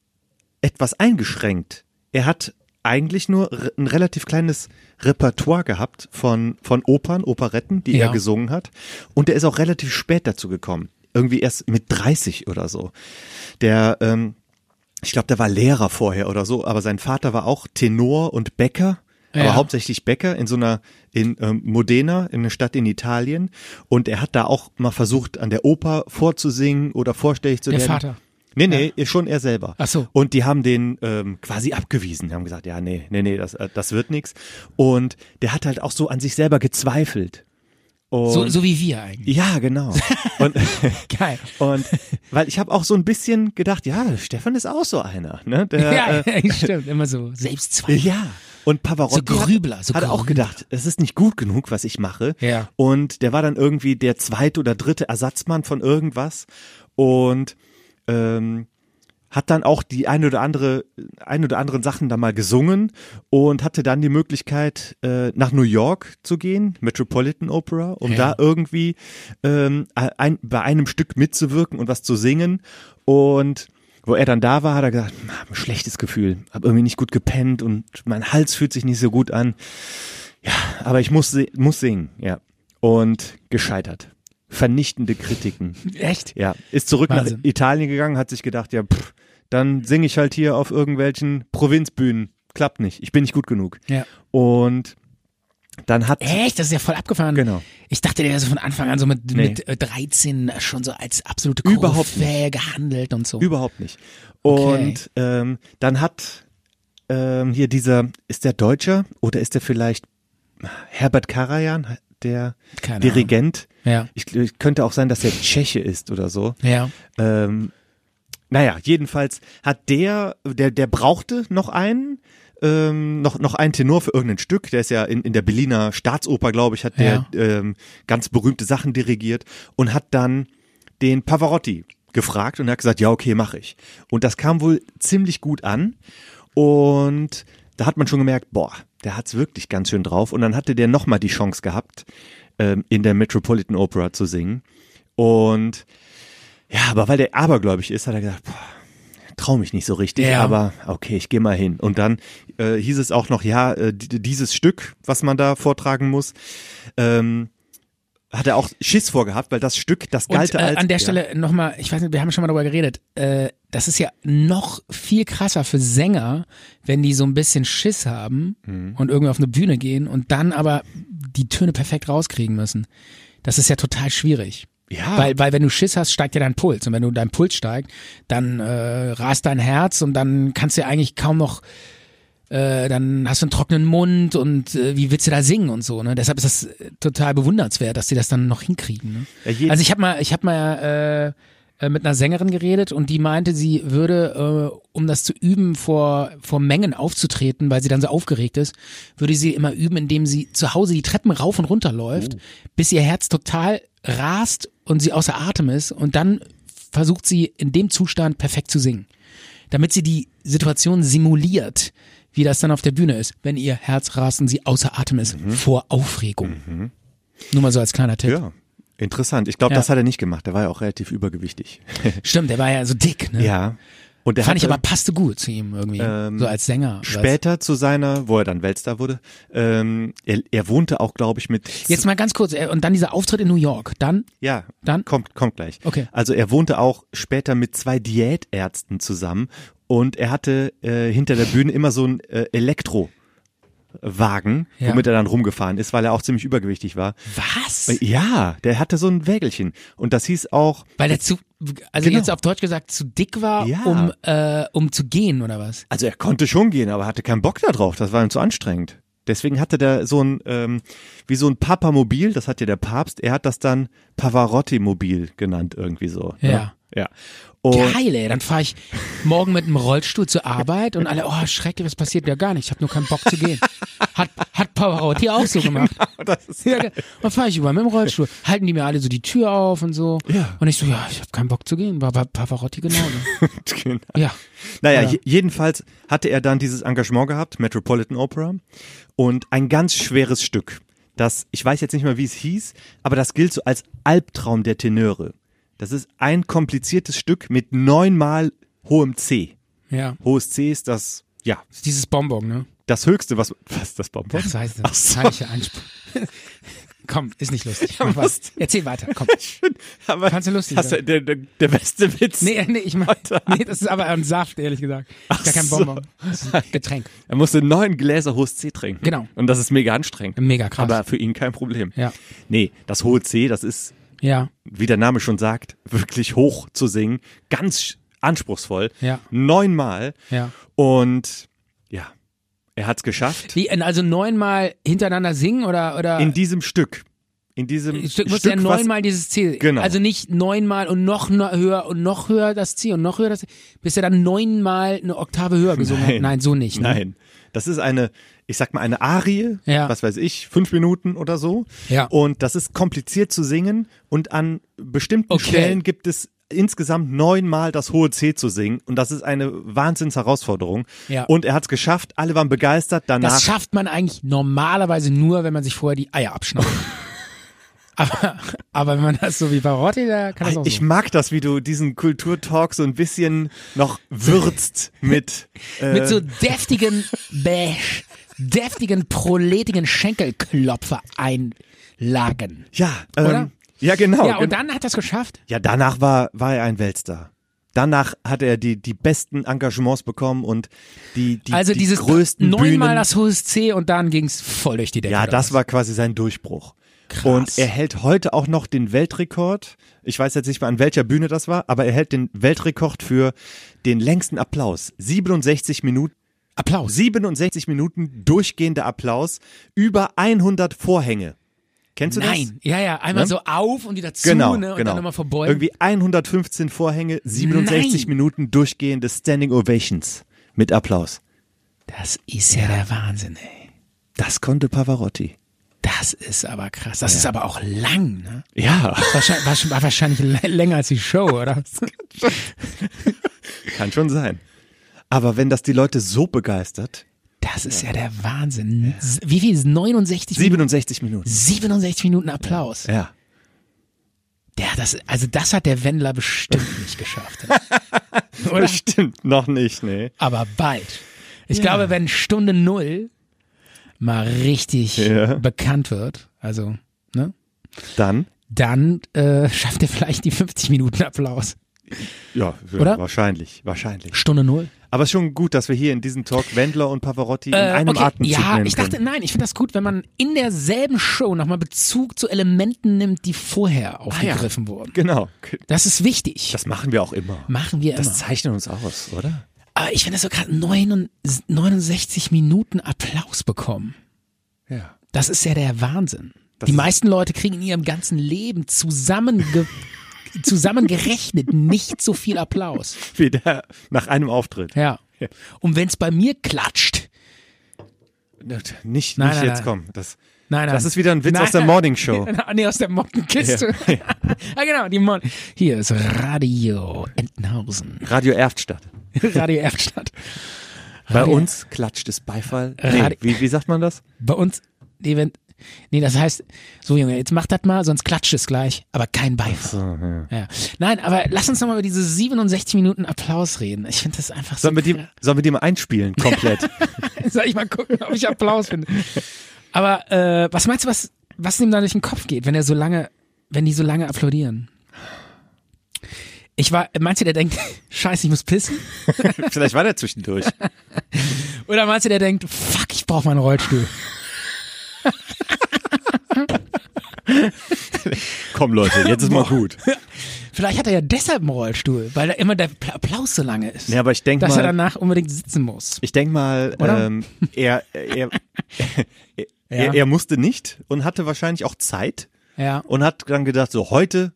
[SPEAKER 2] etwas eingeschränkt. Er hat eigentlich nur re- ein relativ kleines Repertoire gehabt von, von Opern, Operetten, die
[SPEAKER 1] Ja.
[SPEAKER 2] er gesungen hat. Und er ist auch relativ spät dazu gekommen. Irgendwie erst mit 30 oder so. Der, ähm, ich glaube, der war Lehrer vorher oder so, aber sein Vater war auch Tenor und Bäcker,
[SPEAKER 1] Ja.
[SPEAKER 2] aber hauptsächlich Bäcker in so einer, in ähm, Modena, in einer Stadt in Italien. Und er hat da auch mal versucht, an der Oper vorzusingen oder vorstellig zu
[SPEAKER 1] Der
[SPEAKER 2] werden.
[SPEAKER 1] Vater?
[SPEAKER 2] Nee, nee, schon er selber.
[SPEAKER 1] Ach so.
[SPEAKER 2] Und die haben den ähm, quasi abgewiesen. Die haben gesagt, ja, nee, nee, nee, das, äh, das wird nix. Und der hat halt auch so an sich selber gezweifelt. Und
[SPEAKER 1] so, so wie wir eigentlich.
[SPEAKER 2] ja, genau. Und,
[SPEAKER 1] Geil.
[SPEAKER 2] und weil ich habe auch so ein bisschen gedacht, ja, Stefan ist auch so einer. Ne? Der,
[SPEAKER 1] Ja,
[SPEAKER 2] äh,
[SPEAKER 1] stimmt, immer so Selbstzweifel.
[SPEAKER 2] ja. Und Pavarotti
[SPEAKER 1] So Grübler,
[SPEAKER 2] hat,
[SPEAKER 1] so
[SPEAKER 2] hat auch
[SPEAKER 1] Grübler.
[SPEAKER 2] gedacht, es ist nicht gut genug, was ich mache.
[SPEAKER 1] Ja.
[SPEAKER 2] Und der war dann irgendwie der zweite oder dritte Ersatzmann von irgendwas und ähm, hat dann auch die ein oder andere, ein oder anderen Sachen da mal gesungen und hatte dann die Möglichkeit, äh, nach New York zu gehen, Metropolitan Opera, um
[SPEAKER 1] Ja.
[SPEAKER 2] da irgendwie ähm, ein, bei einem Stück mitzuwirken und was zu singen. Und wo er dann da war, hat er gesagt, "Hm, hab ein schlechtes Gefühl, hab irgendwie nicht gut gepennt und mein Hals fühlt sich nicht so gut an. Ja, aber ich muss, si- muss singen, ja. Und gescheitert. Vernichtende Kritiken.
[SPEAKER 1] Echt?
[SPEAKER 2] Ja, ist zurück
[SPEAKER 1] Wahnsinn.
[SPEAKER 2] nach Italien gegangen, hat sich gedacht, ja, pff, dann singe ich halt hier auf irgendwelchen Provinzbühnen. Klappt nicht, ich bin nicht gut genug.
[SPEAKER 1] Ja.
[SPEAKER 2] Und dann hat
[SPEAKER 1] Echt? Das ist ja voll abgefahren.
[SPEAKER 2] Genau.
[SPEAKER 1] Ich dachte, der ist von Anfang an so mit,
[SPEAKER 2] Nee.
[SPEAKER 1] mit äh, 13 schon so als absolute
[SPEAKER 2] Überhaupt
[SPEAKER 1] Koryphäe gehandelt und so.
[SPEAKER 2] überhaupt nicht.
[SPEAKER 1] Okay.
[SPEAKER 2] Und ähm, dann hat ähm, hier dieser, ist der Deutscher oder ist der vielleicht Herbert Karajan, der
[SPEAKER 1] Keine
[SPEAKER 2] Dirigent?
[SPEAKER 1] Ja.
[SPEAKER 2] Ich, ich könnte auch sein, dass er Tscheche ist oder so.
[SPEAKER 1] Ja.
[SPEAKER 2] Ähm, naja, jedenfalls hat der, der, der brauchte noch einen, ähm, noch, noch einen Tenor für irgendein Stück. Der ist ja in, in der Berliner Staatsoper, glaube ich, hat der ähm, ganz berühmte Sachen dirigiert und hat dann den Pavarotti gefragt und er hat gesagt, ja, okay, mache ich. Und das kam wohl ziemlich gut an und da hat man schon gemerkt, boah, der hat's wirklich ganz schön drauf und dann hatte der nochmal die Chance gehabt, ähm, in der Metropolitan Opera zu singen und ja, aber weil der abergläubig ist, hat er gesagt, traue mich nicht so richtig,
[SPEAKER 1] Ja.
[SPEAKER 2] aber okay, ich gehe mal hin. Und dann äh, hieß es auch noch, ja, äh, d- dieses Stück, was man da vortragen muss, ähm, hat er auch Schiss vorgehabt, weil das Stück, das galt
[SPEAKER 1] Und, äh,
[SPEAKER 2] als
[SPEAKER 1] an der
[SPEAKER 2] Ja.
[SPEAKER 1] Stelle nochmal, ich weiß nicht, wir haben schon mal darüber geredet, äh, das ist ja noch viel krasser für Sänger, wenn die so ein bisschen Schiss
[SPEAKER 2] Mhm.
[SPEAKER 1] haben und irgendwie auf eine Bühne gehen und dann aber die Töne perfekt rauskriegen müssen. Das ist ja total schwierig.
[SPEAKER 2] Ja.
[SPEAKER 1] Weil, weil wenn du Schiss hast, steigt ja dein Puls. Und wenn du dein Puls steigt, dann äh, rast dein Herz und dann kannst du ja eigentlich kaum noch, äh, dann hast du einen trockenen Mund und äh, wie willst du da singen und so. Ne? Deshalb ist das äh, total bewundernswert, dass die das dann noch hinkriegen. Ne?
[SPEAKER 2] Ja, je-
[SPEAKER 1] also ich habe mal, ich habe mal äh, äh, mit einer Sängerin geredet und die meinte, sie würde, äh, um das zu üben, vor, vor Mengen aufzutreten, weil sie dann so aufgeregt ist, würde sie immer üben, indem sie zu Hause die Treppen rauf und runter läuft, bis ihr Herz total rast und sie außer Atem ist und dann versucht sie in dem Zustand perfekt zu singen, damit sie die Situation simuliert, wie das dann auf der Bühne ist, wenn ihr Herz rast und sie außer Atem ist vor Aufregung. Nur mal so als kleiner Tipp.
[SPEAKER 2] Mhm. Ja, interessant. Ich glaube,
[SPEAKER 1] Ja.
[SPEAKER 2] das hat er nicht gemacht. Der war ja auch relativ übergewichtig.
[SPEAKER 1] Stimmt, der war ja so dick, ne?
[SPEAKER 2] ja. Und der
[SPEAKER 1] Fand ich
[SPEAKER 2] hatte Ähm,
[SPEAKER 1] aber passte gut zu ihm irgendwie, so als Sänger.
[SPEAKER 2] später zu seiner, wo er dann Weltstar wurde, ähm, er, er wohnte auch, glaube ich, mit
[SPEAKER 1] Jetzt mal ganz kurz, äh, und dann dieser Auftritt in New York, dann,
[SPEAKER 2] Ja,
[SPEAKER 1] Dann?
[SPEAKER 2] kommt, kommt gleich.
[SPEAKER 1] Okay.
[SPEAKER 2] Also er wohnte auch später mit zwei Diätärzten zusammen und er hatte äh, hinter der Bühne immer so einen äh, Elektrowagen,
[SPEAKER 1] Ja.
[SPEAKER 2] womit er dann rumgefahren ist, weil er auch ziemlich übergewichtig war.
[SPEAKER 1] was?
[SPEAKER 2] Ja, der hatte so ein Wägelchen und das hieß auch,
[SPEAKER 1] Weil er zu, also
[SPEAKER 2] Genau.
[SPEAKER 1] jetzt auf Deutsch gesagt, zu dick war,
[SPEAKER 2] Ja.
[SPEAKER 1] um, äh, um zu gehen oder was?
[SPEAKER 2] also er konnte schon gehen, aber hatte keinen Bock da drauf, das war ihm zu anstrengend. Deswegen hatte der so ein, ähm, wie so ein Papamobil, das hat ja der Papst, er hat das dann Pavarotti-Mobil genannt irgendwie so. Ne?
[SPEAKER 1] Ja.
[SPEAKER 2] Ja. Und,
[SPEAKER 1] Geil, ey. Dann fahre ich morgen mit einem Rollstuhl zur Arbeit und alle, oh, schrecklich, was passiert ja gar nicht. Ich habe nur keinen Bock zu gehen. Hat, hat Pavarotti auch so
[SPEAKER 2] Genau.
[SPEAKER 1] gemacht.
[SPEAKER 2] das ist
[SPEAKER 1] Ja, ge- dann fahre ich über mit dem Rollstuhl. Halten die mir alle so die Tür auf und so.
[SPEAKER 2] Ja.
[SPEAKER 1] Und ich so, ja, ich habe keinen Bock zu gehen. War bei Pavarotti genau. Ne?
[SPEAKER 2] genau.
[SPEAKER 1] Ja.
[SPEAKER 2] Naja,
[SPEAKER 1] Ja.
[SPEAKER 2] je- jedenfalls hatte er dann dieses Engagement gehabt, Metropolitan Opera, und ein ganz schweres Stück, das, ich weiß jetzt nicht mehr, wie es hieß, aber das gilt so als Albtraum der Tenöre. Das ist ein kompliziertes Stück mit neunmal hohem C.
[SPEAKER 1] Ja.
[SPEAKER 2] Hohes C ist das, ja,
[SPEAKER 1] Ist Dieses Bonbon, ne?
[SPEAKER 2] das höchste, was, was das Bonbon?
[SPEAKER 1] Ach, das heißt
[SPEAKER 2] Ach
[SPEAKER 1] das.
[SPEAKER 2] so.
[SPEAKER 1] Peinliche Einspruch. komm, ist nicht lustig. Mach was. Erzähl weiter, komm.
[SPEAKER 2] aber
[SPEAKER 1] Kannst du lustig
[SPEAKER 2] das,
[SPEAKER 1] sein.
[SPEAKER 2] der, der, der beste Witz.
[SPEAKER 1] Nee, nee, ich meine,
[SPEAKER 2] Heute
[SPEAKER 1] nee, das ist aber ein Saft, ehrlich gesagt. Ist gar kein
[SPEAKER 2] so.
[SPEAKER 1] Bonbon. Das ist ein Getränk.
[SPEAKER 2] Er musste neun Gläser hohes C trinken.
[SPEAKER 1] Genau.
[SPEAKER 2] Und das ist mega anstrengend.
[SPEAKER 1] Mega krass.
[SPEAKER 2] Aber für ihn kein Problem.
[SPEAKER 1] Ja.
[SPEAKER 2] Nee, das hohe C, das ist
[SPEAKER 1] Ja.
[SPEAKER 2] wie der Name schon sagt, wirklich hoch zu singen. Ganz sch- anspruchsvoll.
[SPEAKER 1] Ja.
[SPEAKER 2] Neunmal.
[SPEAKER 1] Ja.
[SPEAKER 2] Und ja, er hat's geschafft.
[SPEAKER 1] Wie, also neunmal hintereinander singen oder, oder?
[SPEAKER 2] In diesem Stück. In diesem
[SPEAKER 1] Stück
[SPEAKER 2] Stück,
[SPEAKER 1] muss ja
[SPEAKER 2] was-
[SPEAKER 1] neunmal dieses Ziel.
[SPEAKER 2] Genau.
[SPEAKER 1] Also nicht neunmal und noch no- höher und noch höher das Ziel und noch höher das Ziel, bis er dann neunmal eine Oktave höher gesungen hat.
[SPEAKER 2] Nein.
[SPEAKER 1] Nein, so nicht. Ne?
[SPEAKER 2] Nein. Das ist eine, ich sag mal, eine Arie,
[SPEAKER 1] Ja.
[SPEAKER 2] was weiß ich, fünf Minuten oder so.
[SPEAKER 1] Ja.
[SPEAKER 2] Und das ist kompliziert zu singen und an bestimmten
[SPEAKER 1] Okay.
[SPEAKER 2] Stellen gibt es insgesamt neunmal das hohe C zu singen und das ist eine wahnsinns Herausforderung.
[SPEAKER 1] Ja.
[SPEAKER 2] Und er hat's geschafft, alle waren begeistert, danach
[SPEAKER 1] Das schafft man eigentlich normalerweise nur, wenn man sich vorher die Eier abschneidet. aber, aber wenn man das so wie Barotti, da kann das auch
[SPEAKER 2] Ich
[SPEAKER 1] so.
[SPEAKER 2] mag das, wie du diesen Kulturtalk so ein bisschen noch würzt mit. Äh,
[SPEAKER 1] Mit so deftigen Bash, deftigen, proletigen Schenkelklopfer-Einlagen.
[SPEAKER 2] ja, ähm,
[SPEAKER 1] Oder?
[SPEAKER 2] ja, genau.
[SPEAKER 1] ja, und
[SPEAKER 2] gen-
[SPEAKER 1] dann hat er es geschafft.
[SPEAKER 2] ja, danach war, war er ein Weltstar. Danach hat er die, die besten Engagements bekommen und die, die,
[SPEAKER 1] Also
[SPEAKER 2] die
[SPEAKER 1] dieses
[SPEAKER 2] größten
[SPEAKER 1] neunmal
[SPEAKER 2] Bühnen.
[SPEAKER 1] das hohes C und dann ging's voll durch die Decke.
[SPEAKER 2] ja,
[SPEAKER 1] oder
[SPEAKER 2] das
[SPEAKER 1] was?
[SPEAKER 2] war quasi sein Durchbruch. Und er hält heute auch noch den Weltrekord. Ich weiß jetzt nicht mehr, an welcher Bühne das war, aber er hält den Weltrekord für den längsten Applaus. 67 Minuten.
[SPEAKER 1] Applaus.
[SPEAKER 2] 67 Minuten durchgehender Applaus, über 100 Vorhänge. Kennst du das?
[SPEAKER 1] Nein, ja, ja, einmal
[SPEAKER 2] Ne?
[SPEAKER 1] so auf und wieder zu
[SPEAKER 2] Genau,
[SPEAKER 1] ne, und
[SPEAKER 2] genau.
[SPEAKER 1] dann nochmal verbeugen.
[SPEAKER 2] Irgendwie 115 Vorhänge, 67
[SPEAKER 1] Nein.
[SPEAKER 2] Minuten durchgehende Standing Ovations mit Applaus.
[SPEAKER 1] das ist ja der Wahnsinn, ey.
[SPEAKER 2] Das konnte Pavarotti.
[SPEAKER 1] Das ist aber krass. Das ist aber auch lang, ne?
[SPEAKER 2] Ja,
[SPEAKER 1] Wahrscheinlich, war, schon- war wahrscheinlich lä- länger als die Show, oder?
[SPEAKER 2] kann schon sein. Aber wenn das die Leute so begeistert,
[SPEAKER 1] Das ist ja der Wahnsinn. S- Wie viel? ist 69 Minuten?
[SPEAKER 2] 67 Minuten.
[SPEAKER 1] 67 Minuten Applaus.
[SPEAKER 2] Ja.
[SPEAKER 1] Der, das, also das hat der Wendler bestimmt nicht geschafft. Oder?
[SPEAKER 2] Bestimmt noch nicht, nee.
[SPEAKER 1] Aber bald. Ich glaube, wenn Stunde Null mal richtig
[SPEAKER 2] Ja.
[SPEAKER 1] bekannt wird, also, ne?
[SPEAKER 2] Dann?
[SPEAKER 1] Dann äh, schafft er vielleicht die 50 Minuten Applaus.
[SPEAKER 2] Ja,
[SPEAKER 1] Oder?
[SPEAKER 2] wahrscheinlich, wahrscheinlich.
[SPEAKER 1] Stunde Null.
[SPEAKER 2] Aber es ist schon gut, dass wir hier in diesem Talk Wendler und Pavarotti in
[SPEAKER 1] Äh,
[SPEAKER 2] einem
[SPEAKER 1] okay.
[SPEAKER 2] Atemzug
[SPEAKER 1] Ja,
[SPEAKER 2] nennen
[SPEAKER 1] ich dachte,
[SPEAKER 2] können.
[SPEAKER 1] nein, ich finde das gut, wenn man in derselben Show nochmal Bezug zu Elementen nimmt, die vorher
[SPEAKER 2] Ah, ja.
[SPEAKER 1] aufgegriffen wurden.
[SPEAKER 2] Genau.
[SPEAKER 1] Das ist wichtig.
[SPEAKER 2] Das machen wir auch immer.
[SPEAKER 1] machen wir immer.
[SPEAKER 2] Das äh, zeichnet uns aus, oder?
[SPEAKER 1] Aber ich finde das so gerade 69 Minuten Applaus bekommen.
[SPEAKER 2] Ja.
[SPEAKER 1] Das ist ja der Wahnsinn.
[SPEAKER 2] Das
[SPEAKER 1] die
[SPEAKER 2] ist-
[SPEAKER 1] meisten Leute kriegen in ihrem ganzen Leben zusammenge zusammengerechnet nicht so viel Applaus.
[SPEAKER 2] Wie der nach einem Auftritt.
[SPEAKER 1] Ja. Und wenn es bei mir klatscht,
[SPEAKER 2] Nicht, nicht
[SPEAKER 1] Nein, nein,
[SPEAKER 2] jetzt
[SPEAKER 1] nein.
[SPEAKER 2] kommen. Das,
[SPEAKER 1] Nein, nein.
[SPEAKER 2] das ist wieder ein Witz
[SPEAKER 1] Nein.
[SPEAKER 2] aus der Morning Show.
[SPEAKER 1] Nee, aus der Mottenkiste. Ja. ah, genau, die Mon Hier ist Radio Entenhausen.
[SPEAKER 2] Radio Erftstadt.
[SPEAKER 1] Radio Erftstadt.
[SPEAKER 2] Bei
[SPEAKER 1] Radio- Äh,
[SPEAKER 2] uns klatscht es Beifall. Nee,
[SPEAKER 1] Radio-
[SPEAKER 2] wie, wie sagt man das?
[SPEAKER 1] Bei uns, nee, wenn, nee, das heißt, so Junge, jetzt mach das mal, sonst klatscht es gleich, aber kein Beifall.
[SPEAKER 2] ja.
[SPEAKER 1] Ja. Nein, aber lass uns nochmal über diese 67 Minuten Applaus reden. Ich finde das einfach so.
[SPEAKER 2] Sollen wir, die, sollen wir die mal einspielen, komplett?
[SPEAKER 1] Soll ich mal gucken, ob ich Applaus finde. Aber äh, was meinst du, was, was ihm da durch den Kopf geht, wenn er so lange, wenn die so lange applaudieren? Ich war, meinst du, der denkt, scheiße, ich muss pissen?
[SPEAKER 2] Vielleicht war der zwischendurch.
[SPEAKER 1] Oder meinst du, der denkt, fuck, ich brauche meinen Rollstuhl?
[SPEAKER 2] Komm Leute, jetzt ist mal gut.
[SPEAKER 1] Vielleicht hat er ja deshalb einen Rollstuhl, weil da immer der Pla- Applaus so lange ist.
[SPEAKER 2] Ja, aber ich denk
[SPEAKER 1] dass er
[SPEAKER 2] mal-
[SPEAKER 1] danach unbedingt sitzen muss.
[SPEAKER 2] Ich denke mal,
[SPEAKER 1] Oder?
[SPEAKER 2] ähm, er, er, er, er, er musste nicht und hatte wahrscheinlich auch Zeit
[SPEAKER 1] Ja,
[SPEAKER 2] und hat dann gedacht, so heute,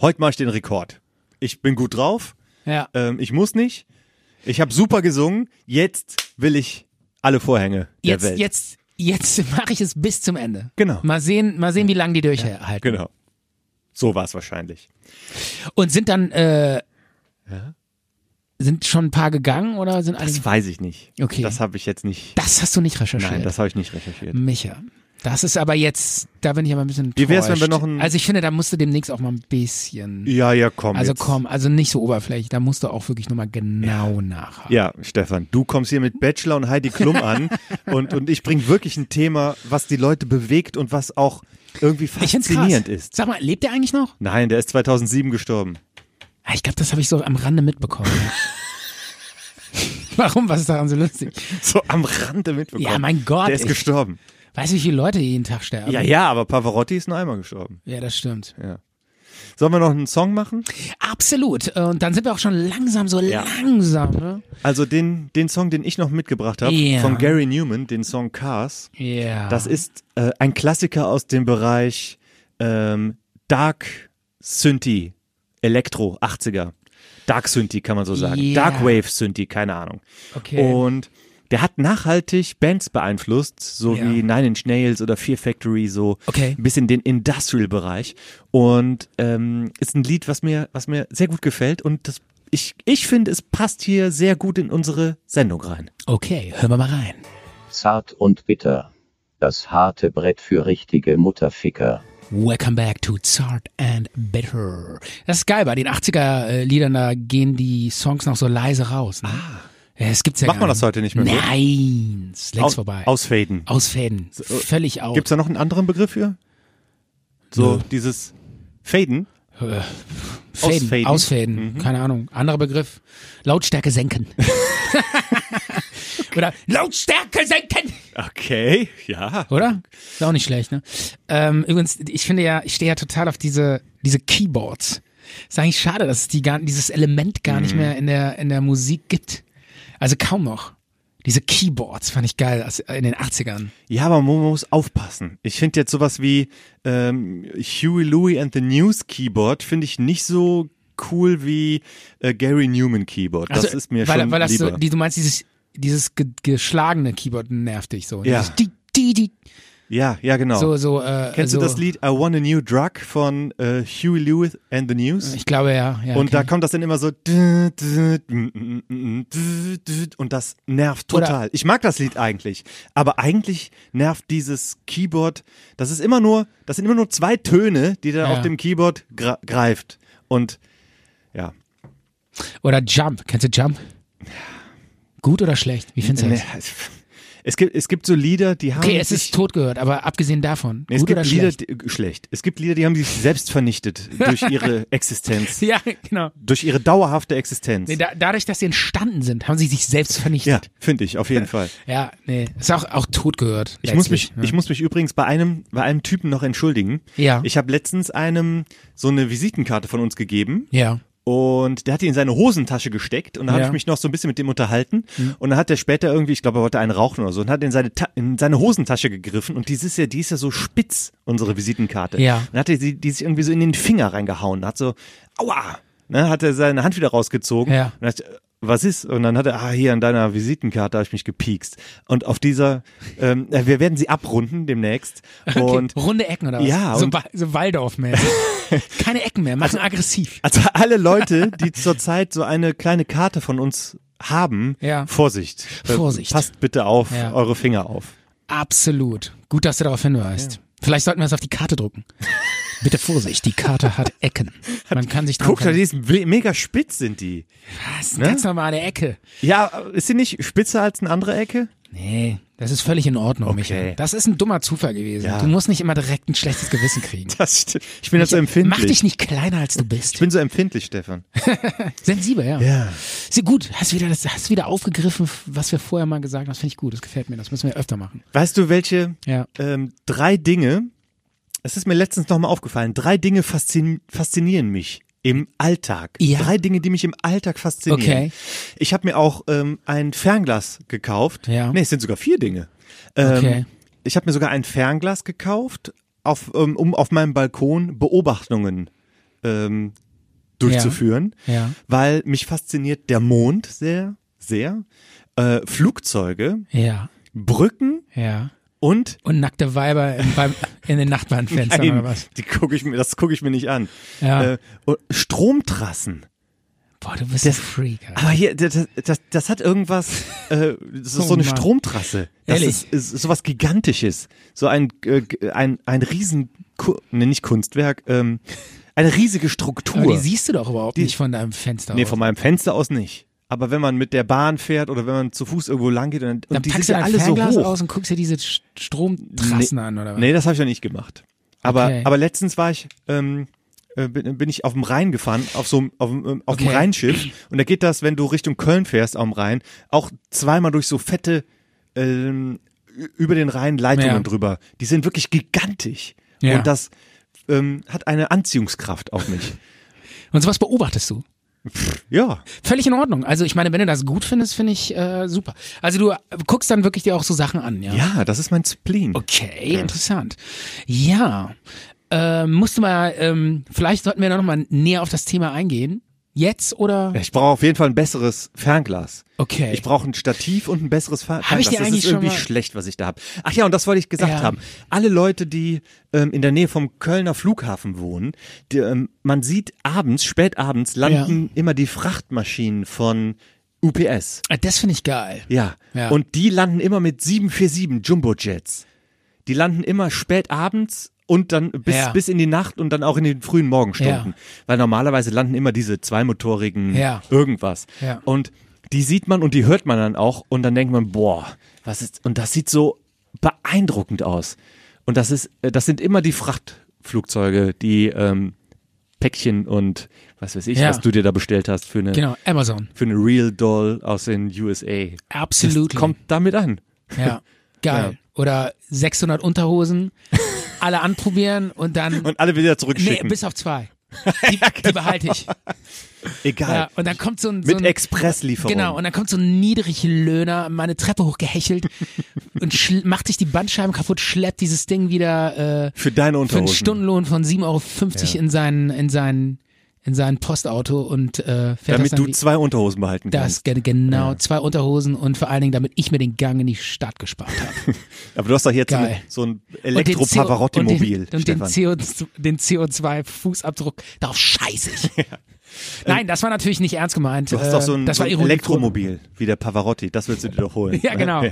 [SPEAKER 2] heute mache ich den Rekord. Ich bin gut drauf,
[SPEAKER 1] ja.
[SPEAKER 2] ähm, ich muss nicht, ich habe super gesungen, jetzt will ich alle Vorhänge der
[SPEAKER 1] Jetzt,
[SPEAKER 2] Welt.
[SPEAKER 1] jetzt, jetzt mache ich es bis zum Ende.
[SPEAKER 2] Genau.
[SPEAKER 1] Mal sehen, mal sehen, wie lange die durchhalten.
[SPEAKER 2] Genau. So war es wahrscheinlich.
[SPEAKER 1] Und sind dann, äh, sind schon ein paar gegangen oder sind alle?
[SPEAKER 2] Das weiß ich nicht.
[SPEAKER 1] Mhm. Okay.
[SPEAKER 2] Das habe ich jetzt nicht.
[SPEAKER 1] Das hast du nicht recherchiert.
[SPEAKER 2] Nein, das habe ich nicht recherchiert.
[SPEAKER 1] Micha. Das ist aber jetzt, da bin ich aber ein bisschen.
[SPEAKER 2] Wie wär's, wenn wir
[SPEAKER 1] enttäuscht.
[SPEAKER 2] noch ein-
[SPEAKER 1] Also ich finde, da musst du demnächst auch mal ein bisschen.
[SPEAKER 2] Ja, ja, komm.
[SPEAKER 1] also
[SPEAKER 2] jetzt.
[SPEAKER 1] komm, also nicht so oberflächlich, da musst du auch wirklich nochmal genau nachhaken.
[SPEAKER 2] Ja, Stefan, du kommst hier mit Bachelor und Heidi Klum an und, und ich bringe wirklich ein Thema, was die Leute bewegt und was auch irgendwie
[SPEAKER 1] Ich find's
[SPEAKER 2] faszinierend
[SPEAKER 1] krass.
[SPEAKER 2] ist.
[SPEAKER 1] Sag mal, lebt der eigentlich noch?
[SPEAKER 2] Nein, der ist 2007 gestorben.
[SPEAKER 1] Ah, Ich glaube, das habe ich so am Rande mitbekommen. Warum? Was ist daran so lustig?
[SPEAKER 2] So am Rande mitbekommen.
[SPEAKER 1] Ja, mein Gott,
[SPEAKER 2] Der ist
[SPEAKER 1] ich-
[SPEAKER 2] gestorben.
[SPEAKER 1] Weißt du, wie viele Leute jeden Tag sterben?
[SPEAKER 2] Ja, ja, aber Pavarotti ist nur einmal gestorben.
[SPEAKER 1] ja das stimmt.
[SPEAKER 2] Sollen wir noch einen Song machen?
[SPEAKER 1] Absolut. Und dann sind wir auch schon langsam, so langsam. Ne?
[SPEAKER 2] Also den, den Song, den ich noch mitgebracht habe,
[SPEAKER 1] Ja.
[SPEAKER 2] von Gary Newman, den Song Cars.
[SPEAKER 1] Ja.
[SPEAKER 2] Das ist äh, ein Klassiker aus dem Bereich ähm, Dark Synthi, Elektro, 80er. Dark Synthi kann man so sagen.
[SPEAKER 1] Ja.
[SPEAKER 2] Dark Wave Synthi, keine Ahnung.
[SPEAKER 1] Okay.
[SPEAKER 2] Und der hat nachhaltig Bands beeinflusst, so
[SPEAKER 1] Ja.
[SPEAKER 2] wie Nine Inch Nails oder Fear Factory, so
[SPEAKER 1] Okay.
[SPEAKER 2] ein bisschen den Industrial-Bereich. Und ähm, ist ein Lied, was mir, was mir sehr gut gefällt und das ich, ich finde, es passt hier sehr gut in unsere Sendung rein.
[SPEAKER 1] okay, hören wir mal rein.
[SPEAKER 5] Zart und bitter. Das harte Brett für richtige Mutterficker.
[SPEAKER 1] Welcome back to Zart and Bitter. Das ist geil, bei den 80er-Liedern, da gehen die Songs noch so leise raus. Ne? Ah. Ja, das gibt's ja
[SPEAKER 2] Macht
[SPEAKER 1] gar
[SPEAKER 2] man das heute nicht mehr, ne?
[SPEAKER 1] Nein, ist längst
[SPEAKER 2] Aus- äh,
[SPEAKER 1] vorbei.
[SPEAKER 2] Ausfaden.
[SPEAKER 1] Ausfäden, völlig aus.
[SPEAKER 2] Gibt es da noch einen anderen Begriff für? So
[SPEAKER 1] Nö.
[SPEAKER 2] dieses Faden.
[SPEAKER 1] Fäden,
[SPEAKER 2] Ausfäden?
[SPEAKER 1] ausfäden,
[SPEAKER 2] Mhm.
[SPEAKER 1] keine Ahnung, anderer Begriff. Lautstärke senken. Oder Lautstärke senken,
[SPEAKER 2] Okay, ja.
[SPEAKER 1] oder? Ist auch nicht schlecht, ne? Ähm, übrigens, ich finde ja, ich stehe ja total auf diese diese Keyboards. Ist eigentlich schade, dass es die gar, dieses Element gar
[SPEAKER 2] Mhm.
[SPEAKER 1] nicht mehr in der in der Musik gibt. Also kaum noch. Diese Keyboards fand ich geil aus- in den 80ern.
[SPEAKER 2] Ja, aber man muss aufpassen. Ich finde jetzt sowas wie ähm, Huey Louie and the News Keyboard finde ich nicht so cool wie äh, Gary Newman Keyboard. Das
[SPEAKER 1] Also,
[SPEAKER 2] ist mir
[SPEAKER 1] weil,
[SPEAKER 2] schon
[SPEAKER 1] weil das
[SPEAKER 2] lieber.
[SPEAKER 1] So, die, du meinst dieses dieses ge geschlagene Keyboard nervt dich so.
[SPEAKER 2] Ja.
[SPEAKER 1] Dieses di, di, di,
[SPEAKER 2] ja, ja, genau.
[SPEAKER 1] so so äh,
[SPEAKER 2] Kennst
[SPEAKER 1] so,
[SPEAKER 2] du das Lied I Want a New Drug von äh, Huey Lewis and the News?
[SPEAKER 1] Ich glaube ja. ja
[SPEAKER 2] und da
[SPEAKER 1] okay.
[SPEAKER 2] kommt das dann immer so mm, und das nervt
[SPEAKER 1] Oder-
[SPEAKER 2] total. ich mag das Lied eigentlich, aber eigentlich nervt dieses Keyboard, das ist immer nur, das sind immer nur zwei Töne, die da
[SPEAKER 1] Ja.
[SPEAKER 2] auf dem Keyboard gra- greift und ja,
[SPEAKER 1] Oder Jump. Kennst du Jump? Gut oder schlecht? Wie findest du
[SPEAKER 2] Nee,
[SPEAKER 1] das?
[SPEAKER 2] es- Es gibt, es gibt so Lieder, die haben
[SPEAKER 1] halt Okay, es
[SPEAKER 2] sich,
[SPEAKER 1] ist tot gehört, aber abgesehen davon,
[SPEAKER 2] Nee, es
[SPEAKER 1] gut
[SPEAKER 2] gibt
[SPEAKER 1] oder
[SPEAKER 2] Lieder,
[SPEAKER 1] schlecht?
[SPEAKER 2] Die, schlecht. Es gibt Lieder, die haben sich selbst vernichtet durch ihre Existenz.
[SPEAKER 1] Ja, genau.
[SPEAKER 2] Durch ihre dauerhafte Existenz.
[SPEAKER 1] Nee, da, dadurch, dass sie entstanden sind, haben sie sich selbst
[SPEAKER 2] ja,
[SPEAKER 1] vernichtet.
[SPEAKER 2] finde ich, auf jeden Fall.
[SPEAKER 1] Ja, nee, ist auch, auch tot gehört.
[SPEAKER 2] Ich muss, mich,
[SPEAKER 1] letztlich, ne?
[SPEAKER 2] ich muss mich übrigens bei einem, bei einem Typen noch entschuldigen.
[SPEAKER 1] Ja.
[SPEAKER 2] Ich habe letztens einem so eine Visitenkarte von uns gegeben.
[SPEAKER 1] ja.
[SPEAKER 2] Und der hat die in seine Hosentasche gesteckt und da habe
[SPEAKER 1] Ja. Mhm.
[SPEAKER 2] ich mich noch so ein bisschen mit dem unterhalten. Und dann hat er später irgendwie, ich glaube, er wollte einen rauchen oder so, und hat in seine, Ta in seine Hosentasche gegriffen. Und die ist ja, die ist ja so spitz, unsere Visitenkarte.
[SPEAKER 1] Ja.
[SPEAKER 2] Und dann hat er die, die sich irgendwie so in den Finger reingehauen. Hat so, aua! Ne, hat er seine Hand wieder rausgezogen.
[SPEAKER 1] Ja.
[SPEAKER 2] Und hat, äh, was ist? Und dann hat er, ah, hier an deiner Visitenkarte habe ich mich gepiekst. Und auf dieser, ähm, äh, wir werden sie abrunden demnächst. Und
[SPEAKER 1] okay. Runde Ecken oder was?
[SPEAKER 2] Ja,
[SPEAKER 1] So,
[SPEAKER 2] und-
[SPEAKER 1] Wa- so Waldorf mehr. Keine Ecken mehr, machen aggressiv.
[SPEAKER 2] Also alle Leute, die zurzeit so eine kleine Karte von uns haben,
[SPEAKER 1] Ja.
[SPEAKER 2] Vorsicht. Äh,
[SPEAKER 1] Vorsicht.
[SPEAKER 2] Passt bitte auf
[SPEAKER 1] Ja.
[SPEAKER 2] eure Finger auf.
[SPEAKER 1] Absolut. Gut, dass du darauf hinweist. Vielleicht sollten wir es auf die Karte drucken. Bitte Vorsicht, die Karte hat Ecken. Man kann sich dran
[SPEAKER 2] Guck, da
[SPEAKER 1] ver-
[SPEAKER 2] die ist we- mega spitz sind die. ne?
[SPEAKER 1] Das ist eine ganz normale Ecke.
[SPEAKER 2] Ja, ist sie nicht spitzer als eine andere Ecke?
[SPEAKER 1] Nee, das ist völlig in Ordnung, Michael. Das ist ein dummer Zufall gewesen.
[SPEAKER 2] Ja.
[SPEAKER 1] Du musst nicht immer direkt ein schlechtes Gewissen kriegen.
[SPEAKER 2] Das stimmt. Ich bin da so empfindlich.
[SPEAKER 1] Mach dich nicht kleiner, als du
[SPEAKER 2] ich
[SPEAKER 1] bist.
[SPEAKER 2] bin so empfindlich, Stefan.
[SPEAKER 1] Sensibel, ja.
[SPEAKER 2] Ja.
[SPEAKER 1] Sehr gut, hast wieder, das, hast wieder aufgegriffen, was wir vorher mal gesagt haben. Das finde ich gut, das gefällt mir, das müssen wir öfter machen.
[SPEAKER 2] Weißt du, welche
[SPEAKER 1] Ja.
[SPEAKER 2] ähm, drei Dinge, es ist mir letztens nochmal aufgefallen, drei Dinge faszin faszinieren mich im Alltag.
[SPEAKER 1] Ja.
[SPEAKER 2] Drei Dinge, die mich im Alltag faszinieren.
[SPEAKER 1] Okay.
[SPEAKER 2] Ich habe mir auch ähm, ein Fernglas gekauft.
[SPEAKER 1] Ja.
[SPEAKER 2] Nee, es sind sogar vier Dinge. Ähm,
[SPEAKER 1] Okay.
[SPEAKER 2] Ich habe mir sogar ein Fernglas gekauft, auf, ähm, um auf meinem Balkon Beobachtungen ähm, durchzuführen,
[SPEAKER 1] Ja.
[SPEAKER 2] weil mich fasziniert der Mond sehr, sehr, äh, Flugzeuge,
[SPEAKER 1] Ja,
[SPEAKER 2] Brücken
[SPEAKER 1] ja.
[SPEAKER 2] und
[SPEAKER 1] Und nackte Weiber im, beim, in den Nachbarnfenstern
[SPEAKER 2] Nein,
[SPEAKER 1] oder was?
[SPEAKER 2] Die guck ich mir, das gucke ich mir nicht an.
[SPEAKER 1] Ja.
[SPEAKER 2] Äh, und Stromtrassen.
[SPEAKER 1] Boah, du bist
[SPEAKER 2] Das-
[SPEAKER 1] ein Freak. Alter.
[SPEAKER 2] Aber hier, das, das, das hat irgendwas, äh, das ist
[SPEAKER 1] Oh
[SPEAKER 2] so eine
[SPEAKER 1] Mann.
[SPEAKER 2] Stromtrasse. Das
[SPEAKER 1] Ehrlich?
[SPEAKER 2] Ist, ist sowas Gigantisches. So ein, äh, ein, ein riesen, Ku- ne, nicht Kunstwerk, ähm, eine riesige Struktur.
[SPEAKER 1] Aber die siehst du doch überhaupt
[SPEAKER 2] Die-
[SPEAKER 1] nicht von deinem Fenster
[SPEAKER 2] nee,
[SPEAKER 1] aus.
[SPEAKER 2] von meinem Fenster aus nicht. Aber wenn man mit der Bahn fährt oder wenn man zu Fuß irgendwo lang geht und,
[SPEAKER 1] Dann
[SPEAKER 2] und die sind
[SPEAKER 1] packst du
[SPEAKER 2] ja
[SPEAKER 1] dein
[SPEAKER 2] alle so
[SPEAKER 1] Fernglas
[SPEAKER 2] hoch.
[SPEAKER 1] aus und guckst dir diese Sch- Stromtrassen an oder was?
[SPEAKER 2] Nee, das habe ich noch nicht gemacht. Aber,
[SPEAKER 1] Okay.
[SPEAKER 2] aber letztens war ich, ähm, äh, bin, bin ich auf dem Rhein gefahren, auf so einem- auf, dem, ähm, auf dem
[SPEAKER 1] Okay.
[SPEAKER 2] Rheinschiff. Und da geht das, wenn du Richtung Köln fährst am Rhein, auch zweimal durch so fette ähm, ü- über den Rhein Leitungen
[SPEAKER 1] Ja.
[SPEAKER 2] drüber. Die sind wirklich gigantisch.
[SPEAKER 1] Ja.
[SPEAKER 2] Und das ähm, hat eine Anziehungskraft auf mich.
[SPEAKER 1] Und sowas beobachtest du.
[SPEAKER 2] ja.
[SPEAKER 1] Völlig in Ordnung. Also ich meine, wenn du das gut findest, finde ich äh, super. Also du äh, guckst dann wirklich dir auch so Sachen an, ja?
[SPEAKER 2] Ja, das ist mein Spleen.
[SPEAKER 1] Okay, interessant. Ja, ähm, musst du mal, ähm, vielleicht sollten wir da nochmal näher auf das Thema eingehen. Jetzt oder?
[SPEAKER 2] Ich brauche auf jeden Fall ein besseres Fernglas.
[SPEAKER 1] Okay.
[SPEAKER 2] Ich brauche ein Stativ und ein besseres Fahrrad.
[SPEAKER 1] Hab ich dir
[SPEAKER 2] das
[SPEAKER 1] eigentlich
[SPEAKER 2] ist irgendwie
[SPEAKER 1] schon mal-
[SPEAKER 2] schlecht, was ich da habe. Ach ja, und das wollte ich gesagt
[SPEAKER 1] Ja.
[SPEAKER 2] haben. Alle Leute, die ähm, in der Nähe vom Kölner Flughafen wohnen, die, ähm, man sieht abends, spät abends, landen immer die Frachtmaschinen von UPS.
[SPEAKER 1] Ah, Das finde ich geil.
[SPEAKER 2] Ja.
[SPEAKER 1] Ja.
[SPEAKER 2] Und die landen immer mit 747 Jumbojets. Die landen immer spät abends und dann bis,
[SPEAKER 1] Ja.
[SPEAKER 2] bis in die Nacht und dann auch in den frühen Morgenstunden.
[SPEAKER 1] Ja.
[SPEAKER 2] Weil normalerweise landen immer diese zweimotorigen
[SPEAKER 1] Ja.
[SPEAKER 2] irgendwas.
[SPEAKER 1] Ja.
[SPEAKER 2] Und die sieht man und die hört man dann auch und dann denkt man, boah, was ist, und das sieht so beeindruckend aus. Und das ist, äh, das sind immer die Frachtflugzeuge, die ähm, Päckchen und was weiß ich,
[SPEAKER 1] Ja.
[SPEAKER 2] was du dir da bestellt hast für eine
[SPEAKER 1] Genau, Amazon.
[SPEAKER 2] für eine Real Doll aus den USA.
[SPEAKER 1] Absolut.
[SPEAKER 2] Das kommt damit an.
[SPEAKER 1] Ja, geil.
[SPEAKER 2] Ja.
[SPEAKER 1] Oder 600 Unterhosen, alle anprobieren und dann,
[SPEAKER 2] Und alle wieder
[SPEAKER 1] nee,
[SPEAKER 2] zurückschicken.
[SPEAKER 1] bis auf zwei. Die, die behalte ich.
[SPEAKER 2] Egal.
[SPEAKER 1] Ja, und dann kommt so ein, so
[SPEAKER 2] genau. Mit
[SPEAKER 1] ein
[SPEAKER 2] Expresslieferung.
[SPEAKER 1] Genau, und dann kommt so ein niedrig Löhner meine Treppe hochgehechelt und schl- macht sich die Bandscheiben kaputt, schleppt dieses Ding wieder äh,
[SPEAKER 2] Für deine
[SPEAKER 1] für einen
[SPEAKER 2] Unterhosen.
[SPEAKER 1] Stundenlohn von 7,50 Euro in seinen, in seinen, in sein Postauto und äh, fährt das
[SPEAKER 2] Damit
[SPEAKER 1] dann
[SPEAKER 2] du
[SPEAKER 1] die-
[SPEAKER 2] zwei Unterhosen behalten
[SPEAKER 1] das
[SPEAKER 2] kannst.
[SPEAKER 1] ge- genau, zwei Unterhosen und vor allen Dingen, damit ich mir den Gang in die Stadt gespart habe.
[SPEAKER 2] Aber du hast doch jetzt so
[SPEAKER 1] Geil.
[SPEAKER 2] ein, so ein
[SPEAKER 1] Und den CO
[SPEAKER 2] Elektro-Pavarotti-Mobil,
[SPEAKER 1] Und den,
[SPEAKER 2] Stefan.
[SPEAKER 1] und den, CO, den CO2-Fußabdruck, darauf scheiße ich. Nein, das war natürlich nicht ernst gemeint.
[SPEAKER 2] Du hast
[SPEAKER 1] Äh,
[SPEAKER 2] doch so ein,
[SPEAKER 1] das
[SPEAKER 2] so
[SPEAKER 1] war
[SPEAKER 2] ein
[SPEAKER 1] Ironie
[SPEAKER 2] Elektromobil, wie der ne? Pavarotti. Das willst du dir doch holen.
[SPEAKER 1] Ja, genau.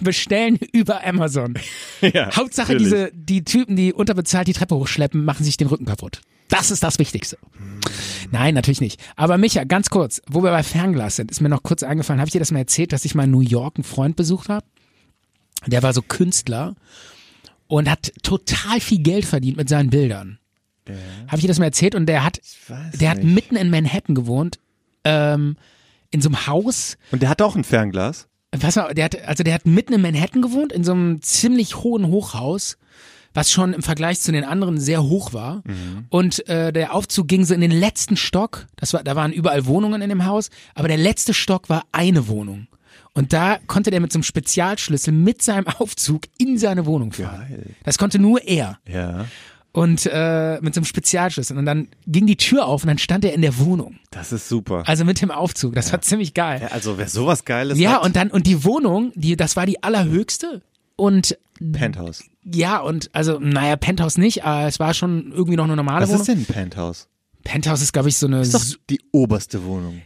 [SPEAKER 1] Bestellen genau. Äh, über Amazon.
[SPEAKER 2] Ja,
[SPEAKER 1] Hauptsache
[SPEAKER 2] natürlich.
[SPEAKER 1] diese, die Typen, die unterbezahlt die Treppe hochschleppen, machen sich den Rücken kaputt. Das ist das Wichtigste.
[SPEAKER 2] Hm.
[SPEAKER 1] Nein, natürlich nicht. Aber Micha, ganz kurz, wo wir bei Fernglas sind, ist mir noch kurz eingefallen, habe ich dir das mal erzählt, dass ich mal in New York einen Freund besucht habe? Der war so Künstler und hat total viel Geld verdient mit seinen Bildern. Habe ich dir das mal erzählt? Und der hat,
[SPEAKER 2] weiß
[SPEAKER 1] der hat
[SPEAKER 2] nicht.
[SPEAKER 1] mitten in Manhattan gewohnt, ähm, in so einem Haus,
[SPEAKER 2] Und der hat auch ein Fernglas.
[SPEAKER 1] Pass mal, der hat, also der hat mitten in Manhattan gewohnt, in so einem ziemlich hohen Hochhaus, was schon im Vergleich zu den anderen sehr hoch war. Und äh, der Aufzug ging so in den letzten Stock. Das war, da waren überall Wohnungen in dem Haus, aber der letzte Stock war eine Wohnung. Und da konnte der mit so einem Spezialschlüssel mit seinem Aufzug in seine Wohnung fahren. Das konnte nur er.
[SPEAKER 2] Ja.
[SPEAKER 1] Und äh, mit so einem Spezialschlüssel. Und dann ging die Tür auf und dann stand er in der Wohnung.
[SPEAKER 2] Das ist super.
[SPEAKER 1] Also mit dem Aufzug. Das war ziemlich geil.
[SPEAKER 2] Ja, also wer sowas Geiles
[SPEAKER 1] Ja,
[SPEAKER 2] hat,
[SPEAKER 1] und dann, und die Wohnung, die, das war die allerhöchste. Und
[SPEAKER 2] Penthouse.
[SPEAKER 1] ja, und also, naja, Penthouse nicht, aber es war schon irgendwie noch eine normale
[SPEAKER 2] Was
[SPEAKER 1] Wohnung.
[SPEAKER 2] ist denn ein Penthouse?
[SPEAKER 1] Penthouse ist, glaube ich, so eine.
[SPEAKER 2] Das ist doch die oberste Wohnung.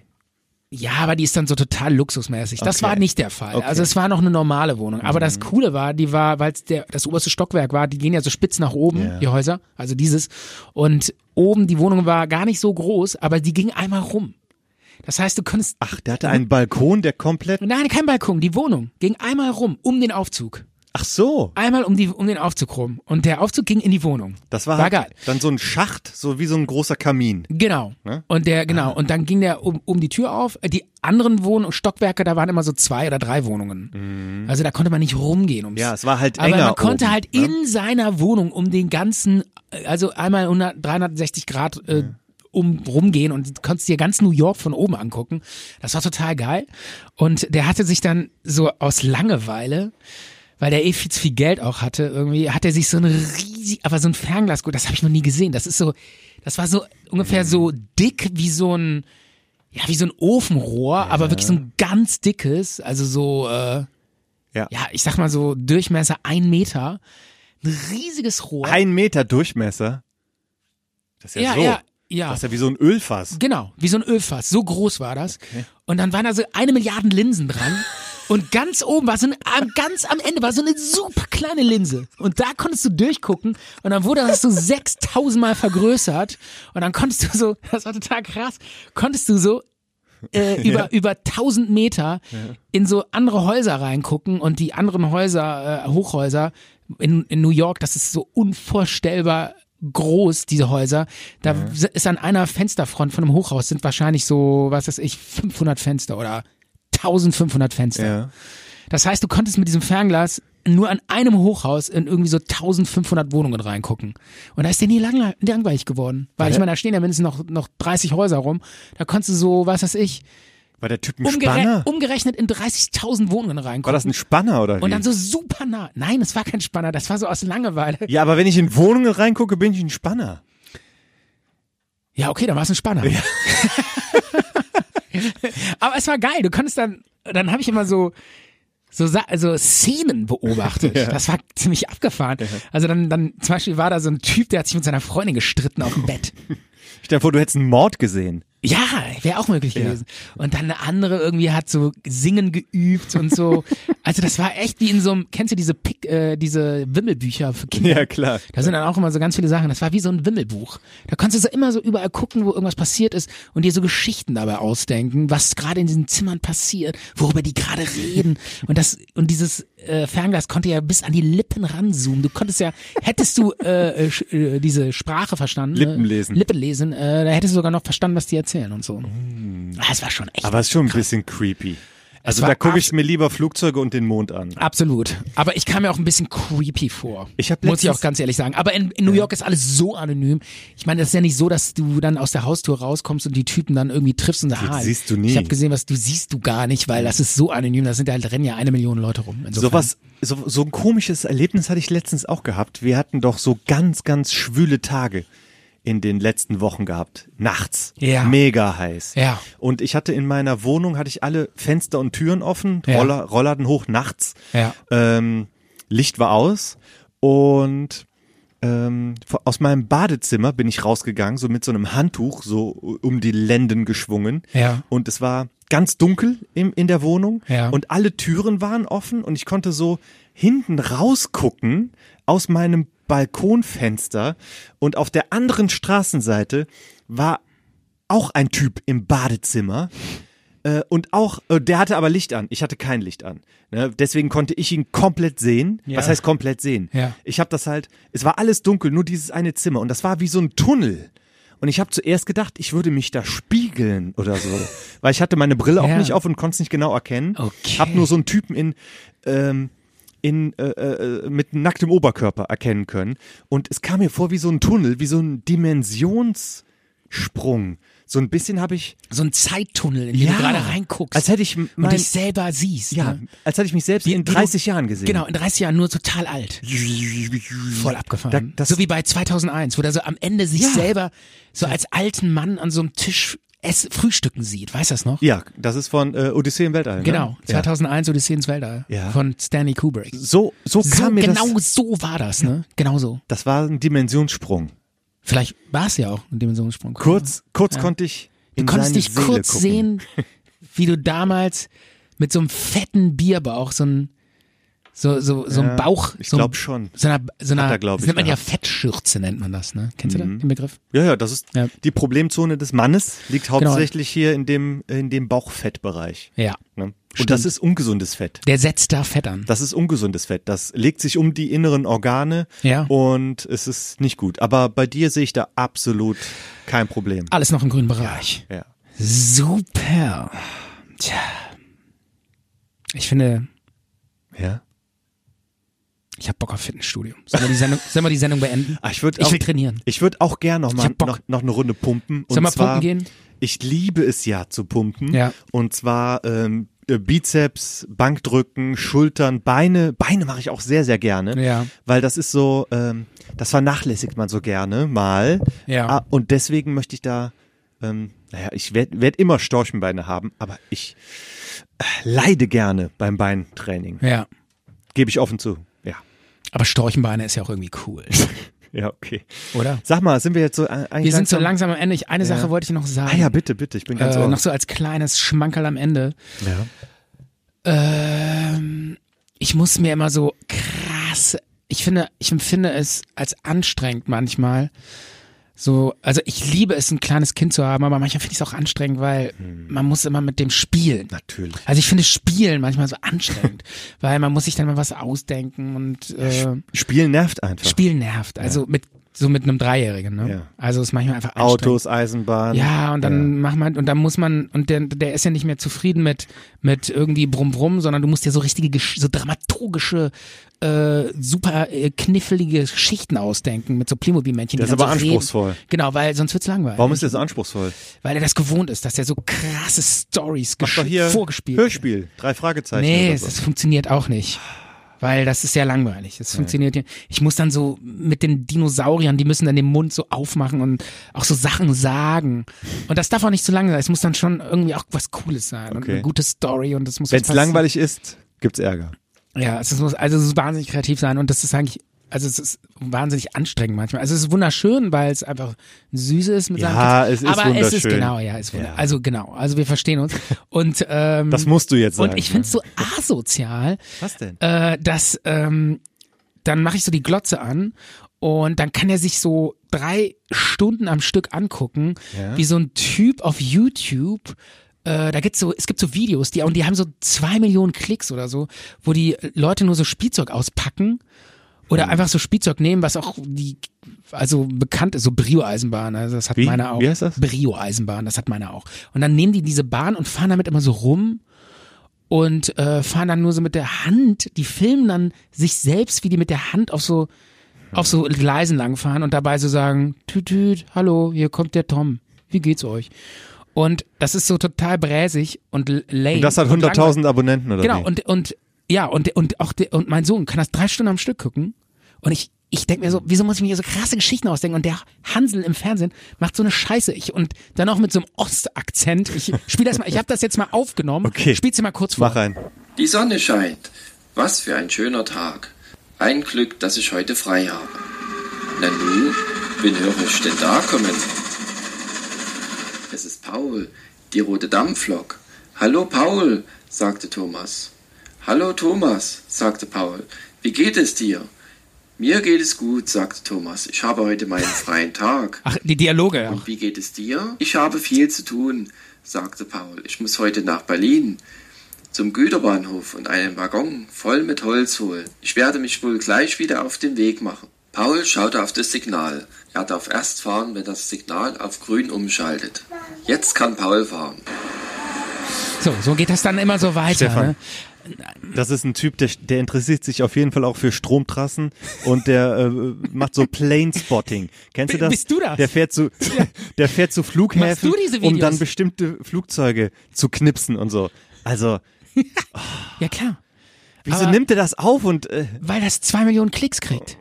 [SPEAKER 1] ja, aber die ist dann so total luxusmäßig. Das
[SPEAKER 2] Okay.
[SPEAKER 1] war nicht der Fall.
[SPEAKER 2] Okay. Mhm.
[SPEAKER 1] Also es war noch eine normale Wohnung. Aber das Coole war, die war, weil es der- das oberste Stockwerk war, die gehen ja so spitz nach oben,
[SPEAKER 2] Ja.
[SPEAKER 1] die Häuser, also dieses. Und oben, die Wohnung war gar nicht so groß, aber die ging einmal rum. Das heißt, du konntest.
[SPEAKER 2] Ach, der hatte einen Balkon, der komplett.
[SPEAKER 1] Nein, kein Balkon, die Wohnung ging einmal rum, um den Aufzug.
[SPEAKER 2] Ach so.
[SPEAKER 1] einmal um, die, um den Aufzug rum. Und der Aufzug ging in die Wohnung.
[SPEAKER 2] Das war,
[SPEAKER 1] War
[SPEAKER 2] halt
[SPEAKER 1] geil.
[SPEAKER 2] dann so ein Schacht, so wie so ein großer Kamin.
[SPEAKER 1] Genau.
[SPEAKER 2] Ne?
[SPEAKER 1] Und der, genau. Und dann ging der um, um die Tür auf. Die anderen Wohn Stockwerke, da waren immer so zwei oder drei Wohnungen. Also da konnte man nicht rumgehen. Ums
[SPEAKER 2] Mhm. Ja, es war halt
[SPEAKER 1] Aber
[SPEAKER 2] enger
[SPEAKER 1] man konnte
[SPEAKER 2] oben,
[SPEAKER 1] halt in seiner Wohnung um den ganzen, also einmal 100, 360 Grad äh, um rumgehen und konntest dir ganz New York von oben angucken. Das war total geil. Und der hatte sich dann so aus Langeweile weil der eh viel zu viel Geld auch hatte, irgendwie hat er sich so ein riesig, aber so ein Fernglas, gut, das habe ich noch nie gesehen. Das ist so, das war so ungefähr so dick wie so ein, ja, wie so ein Ofenrohr, aber wirklich so ein ganz dickes, also so, äh,
[SPEAKER 2] Ja.
[SPEAKER 1] ja, ich sag mal so Durchmesser ein Meter, ein riesiges Rohr.
[SPEAKER 2] Ein Meter Durchmesser. Das ist ja,
[SPEAKER 1] ja,
[SPEAKER 2] so.
[SPEAKER 1] ja, ja.
[SPEAKER 2] Das ist ja wie so ein Ölfass.
[SPEAKER 1] Genau, wie so ein Ölfass. So groß war das. Und dann waren da so eine Milliarden Linsen dran. Und ganz oben war so ein, am- ganz am Ende war so eine super kleine Linse. Und da konntest du durchgucken. Und dann wurde das so 6000 Mal vergrößert. Und dann konntest du so, das war total krass, konntest du so äh, über, über 1000 Meter in so andere Häuser reingucken und die anderen Häuser, äh, Hochhäuser in, in New York, das ist so unvorstellbar groß, diese Häuser. Da s- ist an einer Fensterfront von einem Hochhaus sind wahrscheinlich so, was weiß ich, 500 Fenster oder 1500 Fenster.
[SPEAKER 2] Ja.
[SPEAKER 1] Das heißt, du konntest mit diesem Fernglas nur an einem Hochhaus in irgendwie so 1500 Wohnungen reingucken. Und da ist dir nie langla- langweilig geworden. Weil ich meine, da stehen ja mindestens noch, noch 30 Häuser rum. Da konntest du so, was weiß ich,
[SPEAKER 2] War der Typ ein
[SPEAKER 1] umgere
[SPEAKER 2] Spanner?
[SPEAKER 1] umgerechnet in 30.000 Wohnungen
[SPEAKER 2] War
[SPEAKER 1] reingucken.
[SPEAKER 2] das ein Spanner oder wie?
[SPEAKER 1] um- Und dann so super nah. Nein, es war kein Spanner, das war so aus Langeweile.
[SPEAKER 2] ja, aber wenn ich in Wohnungen reingucke, bin ich ein Spanner.
[SPEAKER 1] Ja, okay, dann war es ein Spanner. Aber es war geil. Du konntest dann, dann habe ich immer so so Sa- also Szenen beobachtet. Das war ziemlich abgefahren. Also dann, dann zum Beispiel war da so ein Typ, der hat sich mit seiner Freundin gestritten auf dem Bett.
[SPEAKER 2] Stell dir vor, du hättest einen Mord gesehen.
[SPEAKER 1] Ja, wäre auch möglich gewesen. Und dann eine andere irgendwie hat so singen geübt und so. also das war echt wie in so einem, kennst du diese Pick, äh, diese Wimmelbücher für Kinder?
[SPEAKER 2] Ja, klar.
[SPEAKER 1] Da sind dann auch immer so ganz viele Sachen. Das war wie so ein Wimmelbuch. Da konntest du so immer so überall gucken, wo irgendwas passiert ist und dir so Geschichten dabei ausdenken, was gerade in diesen Zimmern passiert, worüber die gerade reden. Und das und dieses äh, Fernglas konnte ja bis an die Lippen ranzoomen. Du konntest ja, hättest du äh, äh, sch- äh, diese Sprache verstanden,
[SPEAKER 2] Lippen
[SPEAKER 1] äh,
[SPEAKER 2] lesen.
[SPEAKER 1] Lippen lesen, äh, da hättest du sogar noch verstanden, was die erzählen und so.
[SPEAKER 2] Mm.
[SPEAKER 1] Ah, Das war schon echt.
[SPEAKER 2] Aber ist schon ein bisschen creepy. Also
[SPEAKER 1] war
[SPEAKER 2] da gucke ich
[SPEAKER 1] abs-
[SPEAKER 2] mir lieber Flugzeuge und den Mond an.
[SPEAKER 1] Absolut. Aber ich kam mir auch ein bisschen creepy vor.
[SPEAKER 2] Ich hab
[SPEAKER 1] Muss ich
[SPEAKER 2] letztens-
[SPEAKER 1] auch ganz ehrlich sagen. Aber in, in New York ist alles so anonym. Ich meine, das ist ja nicht so, dass du dann aus der Haustür rauskommst und die Typen dann irgendwie triffst und sagst,
[SPEAKER 2] Die
[SPEAKER 1] ah,
[SPEAKER 2] siehst du nie.
[SPEAKER 1] Ich habe gesehen, was du siehst du gar nicht, weil das ist so anonym. Da sind ja halt rennen ja eine Million Leute rum. Insofern.
[SPEAKER 2] Sowas, so, so ein komisches Erlebnis hatte ich letztens auch gehabt. Wir hatten doch so ganz, ganz schwüle Tage in den letzten Wochen gehabt. Nachts.
[SPEAKER 1] Ja.
[SPEAKER 2] Mega heiß.
[SPEAKER 1] Ja.
[SPEAKER 2] Und ich hatte in meiner Wohnung, hatte ich alle Fenster und Türen offen,
[SPEAKER 1] Ja.
[SPEAKER 2] Roller, Rollladen hoch nachts.
[SPEAKER 1] Ja.
[SPEAKER 2] Ähm, Licht war aus und ähm, vor- aus meinem Badezimmer bin ich rausgegangen, so mit so einem Handtuch, so um die Lenden geschwungen.
[SPEAKER 1] Ja.
[SPEAKER 2] Und es war ganz dunkel im, in der Wohnung
[SPEAKER 1] Ja.
[SPEAKER 2] und alle Türen waren offen und ich konnte so hinten rausgucken aus meinem Balkonfenster und auf der anderen Straßenseite war auch ein Typ im Badezimmer. Äh, und auch, äh, der hatte aber Licht an. Ich hatte kein Licht an. Ne? Deswegen konnte ich ihn komplett sehen.
[SPEAKER 1] Ja.
[SPEAKER 2] Was heißt komplett sehen?
[SPEAKER 1] Ja.
[SPEAKER 2] Ich habe das halt, es war alles dunkel, nur dieses eine Zimmer. Und das war wie so ein Tunnel. Und ich habe zuerst gedacht, ich würde mich da spiegeln oder so. Weil ich hatte meine Brille auch
[SPEAKER 1] Ja.
[SPEAKER 2] nicht auf und konnte es nicht genau erkennen.
[SPEAKER 1] Okay.
[SPEAKER 2] Hab nur so einen Typen in, ähm, in, äh, äh, mit nacktem Oberkörper erkennen können. Und es kam mir vor wie so ein Tunnel, wie so ein Dimensionssprung. So ein bisschen habe ich
[SPEAKER 1] So ein Zeittunnel, in den
[SPEAKER 2] Ja.
[SPEAKER 1] du gerade reinguckst.
[SPEAKER 2] Als hätte ich m-
[SPEAKER 1] und
[SPEAKER 2] mein-
[SPEAKER 1] dich selber siehst.
[SPEAKER 2] Ja,
[SPEAKER 1] ne?
[SPEAKER 2] als hätte ich mich selbst
[SPEAKER 1] Wie-
[SPEAKER 2] in
[SPEAKER 1] wie du-
[SPEAKER 2] 30 Jahren gesehen.
[SPEAKER 1] Genau, in 30 Jahren nur total alt. Voll abgefahren.
[SPEAKER 2] Da- das-
[SPEAKER 1] so wie bei 2001, wo der so am Ende sich
[SPEAKER 2] Ja.
[SPEAKER 1] selber so als alten Mann an so einem Tisch ess, frühstücken sieht. Weißt du das noch?
[SPEAKER 2] Ja, das ist von äh, Odyssee im Weltall.
[SPEAKER 1] Genau,
[SPEAKER 2] Ne? Ja.
[SPEAKER 1] 2001 Odyssee ins Weltall
[SPEAKER 2] Ja.
[SPEAKER 1] von Stanley Kubrick.
[SPEAKER 2] So, so kam
[SPEAKER 1] So,
[SPEAKER 2] mir
[SPEAKER 1] genau
[SPEAKER 2] das.
[SPEAKER 1] so war das, ne? Genau so.
[SPEAKER 2] Das war ein Dimensionssprung.
[SPEAKER 1] Vielleicht war es ja auch ein Dimensionssprung.
[SPEAKER 2] Kurz, kurz konnte ich.
[SPEAKER 1] Du
[SPEAKER 2] In
[SPEAKER 1] konntest
[SPEAKER 2] seine
[SPEAKER 1] dich
[SPEAKER 2] Seele
[SPEAKER 1] kurz
[SPEAKER 2] gucken.
[SPEAKER 1] sehen, wie du damals mit so einem fetten Bierbauch, so ein so, so, so ein
[SPEAKER 2] Ja,
[SPEAKER 1] Bauch,
[SPEAKER 2] ich
[SPEAKER 1] so ein-
[SPEAKER 2] glaub schon.
[SPEAKER 1] So einer, so einer
[SPEAKER 2] Hat er, glaub
[SPEAKER 1] das
[SPEAKER 2] ich,
[SPEAKER 1] nennt man ja
[SPEAKER 2] gehabt. Mhm.
[SPEAKER 1] Fettschürze, nennt man das, ne? Kennst du das, den Begriff?
[SPEAKER 2] Ja, ja, das ist
[SPEAKER 1] Ja.
[SPEAKER 2] die Problemzone des Mannes, liegt
[SPEAKER 1] Genau.
[SPEAKER 2] hauptsächlich hier in dem, in dem Bauchfettbereich.
[SPEAKER 1] Ja.
[SPEAKER 2] Ne? Und
[SPEAKER 1] Stimmt.
[SPEAKER 2] das ist ungesundes Fett.
[SPEAKER 1] Der setzt da Fett an.
[SPEAKER 2] Das ist ungesundes Fett. Das legt sich um die inneren Organe
[SPEAKER 1] Ja.
[SPEAKER 2] und es ist nicht gut. Aber bei dir sehe ich da absolut kein Problem.
[SPEAKER 1] Alles noch im grünen Bereich.
[SPEAKER 2] Ja.
[SPEAKER 1] Super. Tja. Ich finde,
[SPEAKER 2] Ja.
[SPEAKER 1] ich habe Bock auf Fitnessstudio. Sollen wir die Sendung, sollen wir die Sendung beenden?
[SPEAKER 2] Ah, ich würd
[SPEAKER 1] Ich
[SPEAKER 2] auch,
[SPEAKER 1] will trainieren.
[SPEAKER 2] Ich würde auch gern noch
[SPEAKER 1] Ich
[SPEAKER 2] mal
[SPEAKER 1] hab Bock.
[SPEAKER 2] noch, noch eine Runde pumpen.
[SPEAKER 1] Sollen
[SPEAKER 2] und
[SPEAKER 1] wir
[SPEAKER 2] zwar,
[SPEAKER 1] pumpen gehen?
[SPEAKER 2] Ich liebe es ja zu pumpen.
[SPEAKER 1] Ja.
[SPEAKER 2] Und zwar ähm, äh, Bizeps, Bankdrücken, Schultern, Beine. Beine mache ich auch sehr, sehr gerne.
[SPEAKER 1] Ja.
[SPEAKER 2] Weil das ist so, ähm, das vernachlässigt man so gerne mal.
[SPEAKER 1] Ja.
[SPEAKER 2] Ah, und deswegen möchte ich da, ähm, naja, ich werde werd immer Storchenbeine haben, aber ich äh, leide gerne beim Beintraining.
[SPEAKER 1] Ja.
[SPEAKER 2] Gebe ich offen zu. Ja.
[SPEAKER 1] Aber Storchenbeine ist ja auch irgendwie cool,
[SPEAKER 2] Ja, okay.
[SPEAKER 1] oder?
[SPEAKER 2] Sag mal, sind wir jetzt so äh, eigentlich
[SPEAKER 1] Wir sind so
[SPEAKER 2] langsam-
[SPEAKER 1] langsam am Ende. Ich, eine Sache wollte ich noch sagen.
[SPEAKER 2] Ah ja, bitte, bitte, ich bin ganz
[SPEAKER 1] äh,
[SPEAKER 2] ohr.
[SPEAKER 1] noch so als kleines Schmankerl am Ende.
[SPEAKER 2] ja.
[SPEAKER 1] Ähm, ich muss mir immer so krass. Ich finde, ich empfinde es als anstrengend manchmal. So, also ich liebe es, ein kleines Kind zu haben, aber manchmal finde ich es auch anstrengend, weil
[SPEAKER 2] Hm.
[SPEAKER 1] man muss immer mit dem spielen.
[SPEAKER 2] Natürlich.
[SPEAKER 1] Also ich finde Spielen manchmal so anstrengend, weil man muss sich dann mal was ausdenken und äh,
[SPEAKER 2] Spielen nervt einfach.
[SPEAKER 1] Spielen nervt. Also mit so mit einem Dreijährigen. Ne?
[SPEAKER 2] Ja.
[SPEAKER 1] Also es ist manchmal einfach anstrengend.
[SPEAKER 2] Autos, Eisenbahn.
[SPEAKER 1] Ja, und dann macht man, und dann muss man, und der, der ist ja nicht mehr zufrieden mit, mit irgendwie Brumm Brumm, sondern du musst ja so richtige, Gesch- so dramaturgische, äh, super äh, knifflige Geschichten ausdenken mit so Playmobil-Männchen. die
[SPEAKER 2] Das ist
[SPEAKER 1] dann
[SPEAKER 2] aber
[SPEAKER 1] so
[SPEAKER 2] anspruchsvoll.
[SPEAKER 1] Reden. Genau, weil sonst wird's langweilig.
[SPEAKER 2] Warum ist das so anspruchsvoll?
[SPEAKER 1] Weil er das gewohnt ist, dass er so krasse Stories
[SPEAKER 2] Mach doch hier
[SPEAKER 1] vorgespielt
[SPEAKER 2] Hörspiel, drei Fragezeichen.
[SPEAKER 1] Nee,
[SPEAKER 2] oder
[SPEAKER 1] es,
[SPEAKER 2] so.
[SPEAKER 1] das funktioniert auch nicht. Weil das ist ja langweilig. Es funktioniert ja. Ich muss dann so mit den Dinosauriern, die müssen dann den Mund so aufmachen und auch so Sachen sagen. Und das darf auch nicht zu lang sein. Es muss dann schon irgendwie auch was Cooles sein und
[SPEAKER 2] Okay.
[SPEAKER 1] eine gute Story und das muss.
[SPEAKER 2] Wenn es
[SPEAKER 1] was
[SPEAKER 2] langweilig ist, gibt's Ärger.
[SPEAKER 1] ja, es ist- muss also es muss wahnsinnig kreativ sein und das ist eigentlich, also es ist wahnsinnig anstrengend manchmal. Also es ist wunderschön, weil es einfach süß ist mit
[SPEAKER 2] Ja,
[SPEAKER 1] seinem
[SPEAKER 2] es
[SPEAKER 1] Kind.
[SPEAKER 2] ist
[SPEAKER 1] Aber es ist
[SPEAKER 2] wunderschön.
[SPEAKER 1] genau, ja, es ist wunder-
[SPEAKER 2] Ja.
[SPEAKER 1] Also genau, also wir verstehen uns. Und ähm,
[SPEAKER 2] Das musst du jetzt sagen. ne?
[SPEAKER 1] und ich finde es so asozial,
[SPEAKER 2] Was denn?
[SPEAKER 1] äh, dass ähm, dann mache ich so die Glotze an und dann kann er sich so drei Stunden am Stück angucken,
[SPEAKER 2] Ja.
[SPEAKER 1] wie so ein Typ auf YouTube. Äh, da gibt's so, es gibt so Videos, die und die haben so zwei Millionen Klicks oder so, wo die Leute nur so Spielzeug auspacken oder
[SPEAKER 2] Mhm.
[SPEAKER 1] einfach so Spielzeug nehmen, was auch die also bekannt ist, so Brio-Eisenbahn, also das hat
[SPEAKER 2] Wie?
[SPEAKER 1] meine auch.
[SPEAKER 2] Wie heißt das?
[SPEAKER 1] Brio-Eisenbahn, das hat meine auch. Und dann nehmen die diese Bahn und fahren damit immer so rum und äh, fahren dann nur so mit der Hand, die filmen dann sich selbst, wie die mit der Hand auf so auf so Gleisen langfahren und dabei so sagen, tüt, tüt, hallo, hier kommt der Tom, wie geht's euch? Und das ist so total bräsig und l- lame.
[SPEAKER 2] und das hat
[SPEAKER 1] und langweilig.
[SPEAKER 2] 100.000 Abonnenten oder
[SPEAKER 1] Genau,
[SPEAKER 2] wie?
[SPEAKER 1] und, und ja, und, und auch der, und mein Sohn kann das drei Stunden am Stück gucken. Und ich, ich denke mir so, wieso muss ich mir so krasse Geschichten ausdenken? Und der Hansel im Fernsehen macht so eine Scheiße. Ich, und dann auch mit so einem Ostakzent. Ich spiel das mal, ich habe das jetzt mal aufgenommen.
[SPEAKER 2] Okay.
[SPEAKER 1] Spiel's dir mal kurz vor.
[SPEAKER 2] Mach ein.
[SPEAKER 6] Die Sonne scheint. Was für ein schöner Tag. Ein Glück, dass ich heute frei habe. Na nu, wen höre ich denn da kommen? Es ist Paul, die rote Dampflok. Hallo Paul, sagte Thomas. Hallo Thomas, sagte Paul. Wie geht es dir? Mir geht es gut, sagte Thomas. Ich habe heute meinen freien Tag.
[SPEAKER 1] Ach, die Dialoge. Ach,
[SPEAKER 6] Und wie geht es dir? Ich habe viel zu tun, sagte Paul. Ich muss heute nach Berlin zum Güterbahnhof und einen Waggon voll mit Holz holen. Ich werde mich wohl gleich wieder auf den Weg machen. Paul schaute auf das Signal. Er darf erst fahren, wenn das Signal auf grün umschaltet. Jetzt kann Paul fahren.
[SPEAKER 1] so, so geht das dann immer so weiter.
[SPEAKER 2] Stefan.
[SPEAKER 1] Ne?
[SPEAKER 2] Das ist ein Typ, der, der interessiert sich auf jeden Fall auch für Stromtrassen und der äh, macht so Planespotting. Kennst du
[SPEAKER 1] Bi-
[SPEAKER 2] das?
[SPEAKER 1] bist du das?
[SPEAKER 2] Der fährt zu, der fährt zu
[SPEAKER 1] Machst
[SPEAKER 2] Flughäfen,
[SPEAKER 1] du diese
[SPEAKER 2] um dann
[SPEAKER 1] Videos?
[SPEAKER 2] bestimmte Flugzeuge zu knipsen und so. Also,
[SPEAKER 1] Ja, klar.
[SPEAKER 2] wieso
[SPEAKER 1] Aber-
[SPEAKER 2] nimmt er das auf und äh,
[SPEAKER 1] Weil das zwei Millionen Klicks kriegt.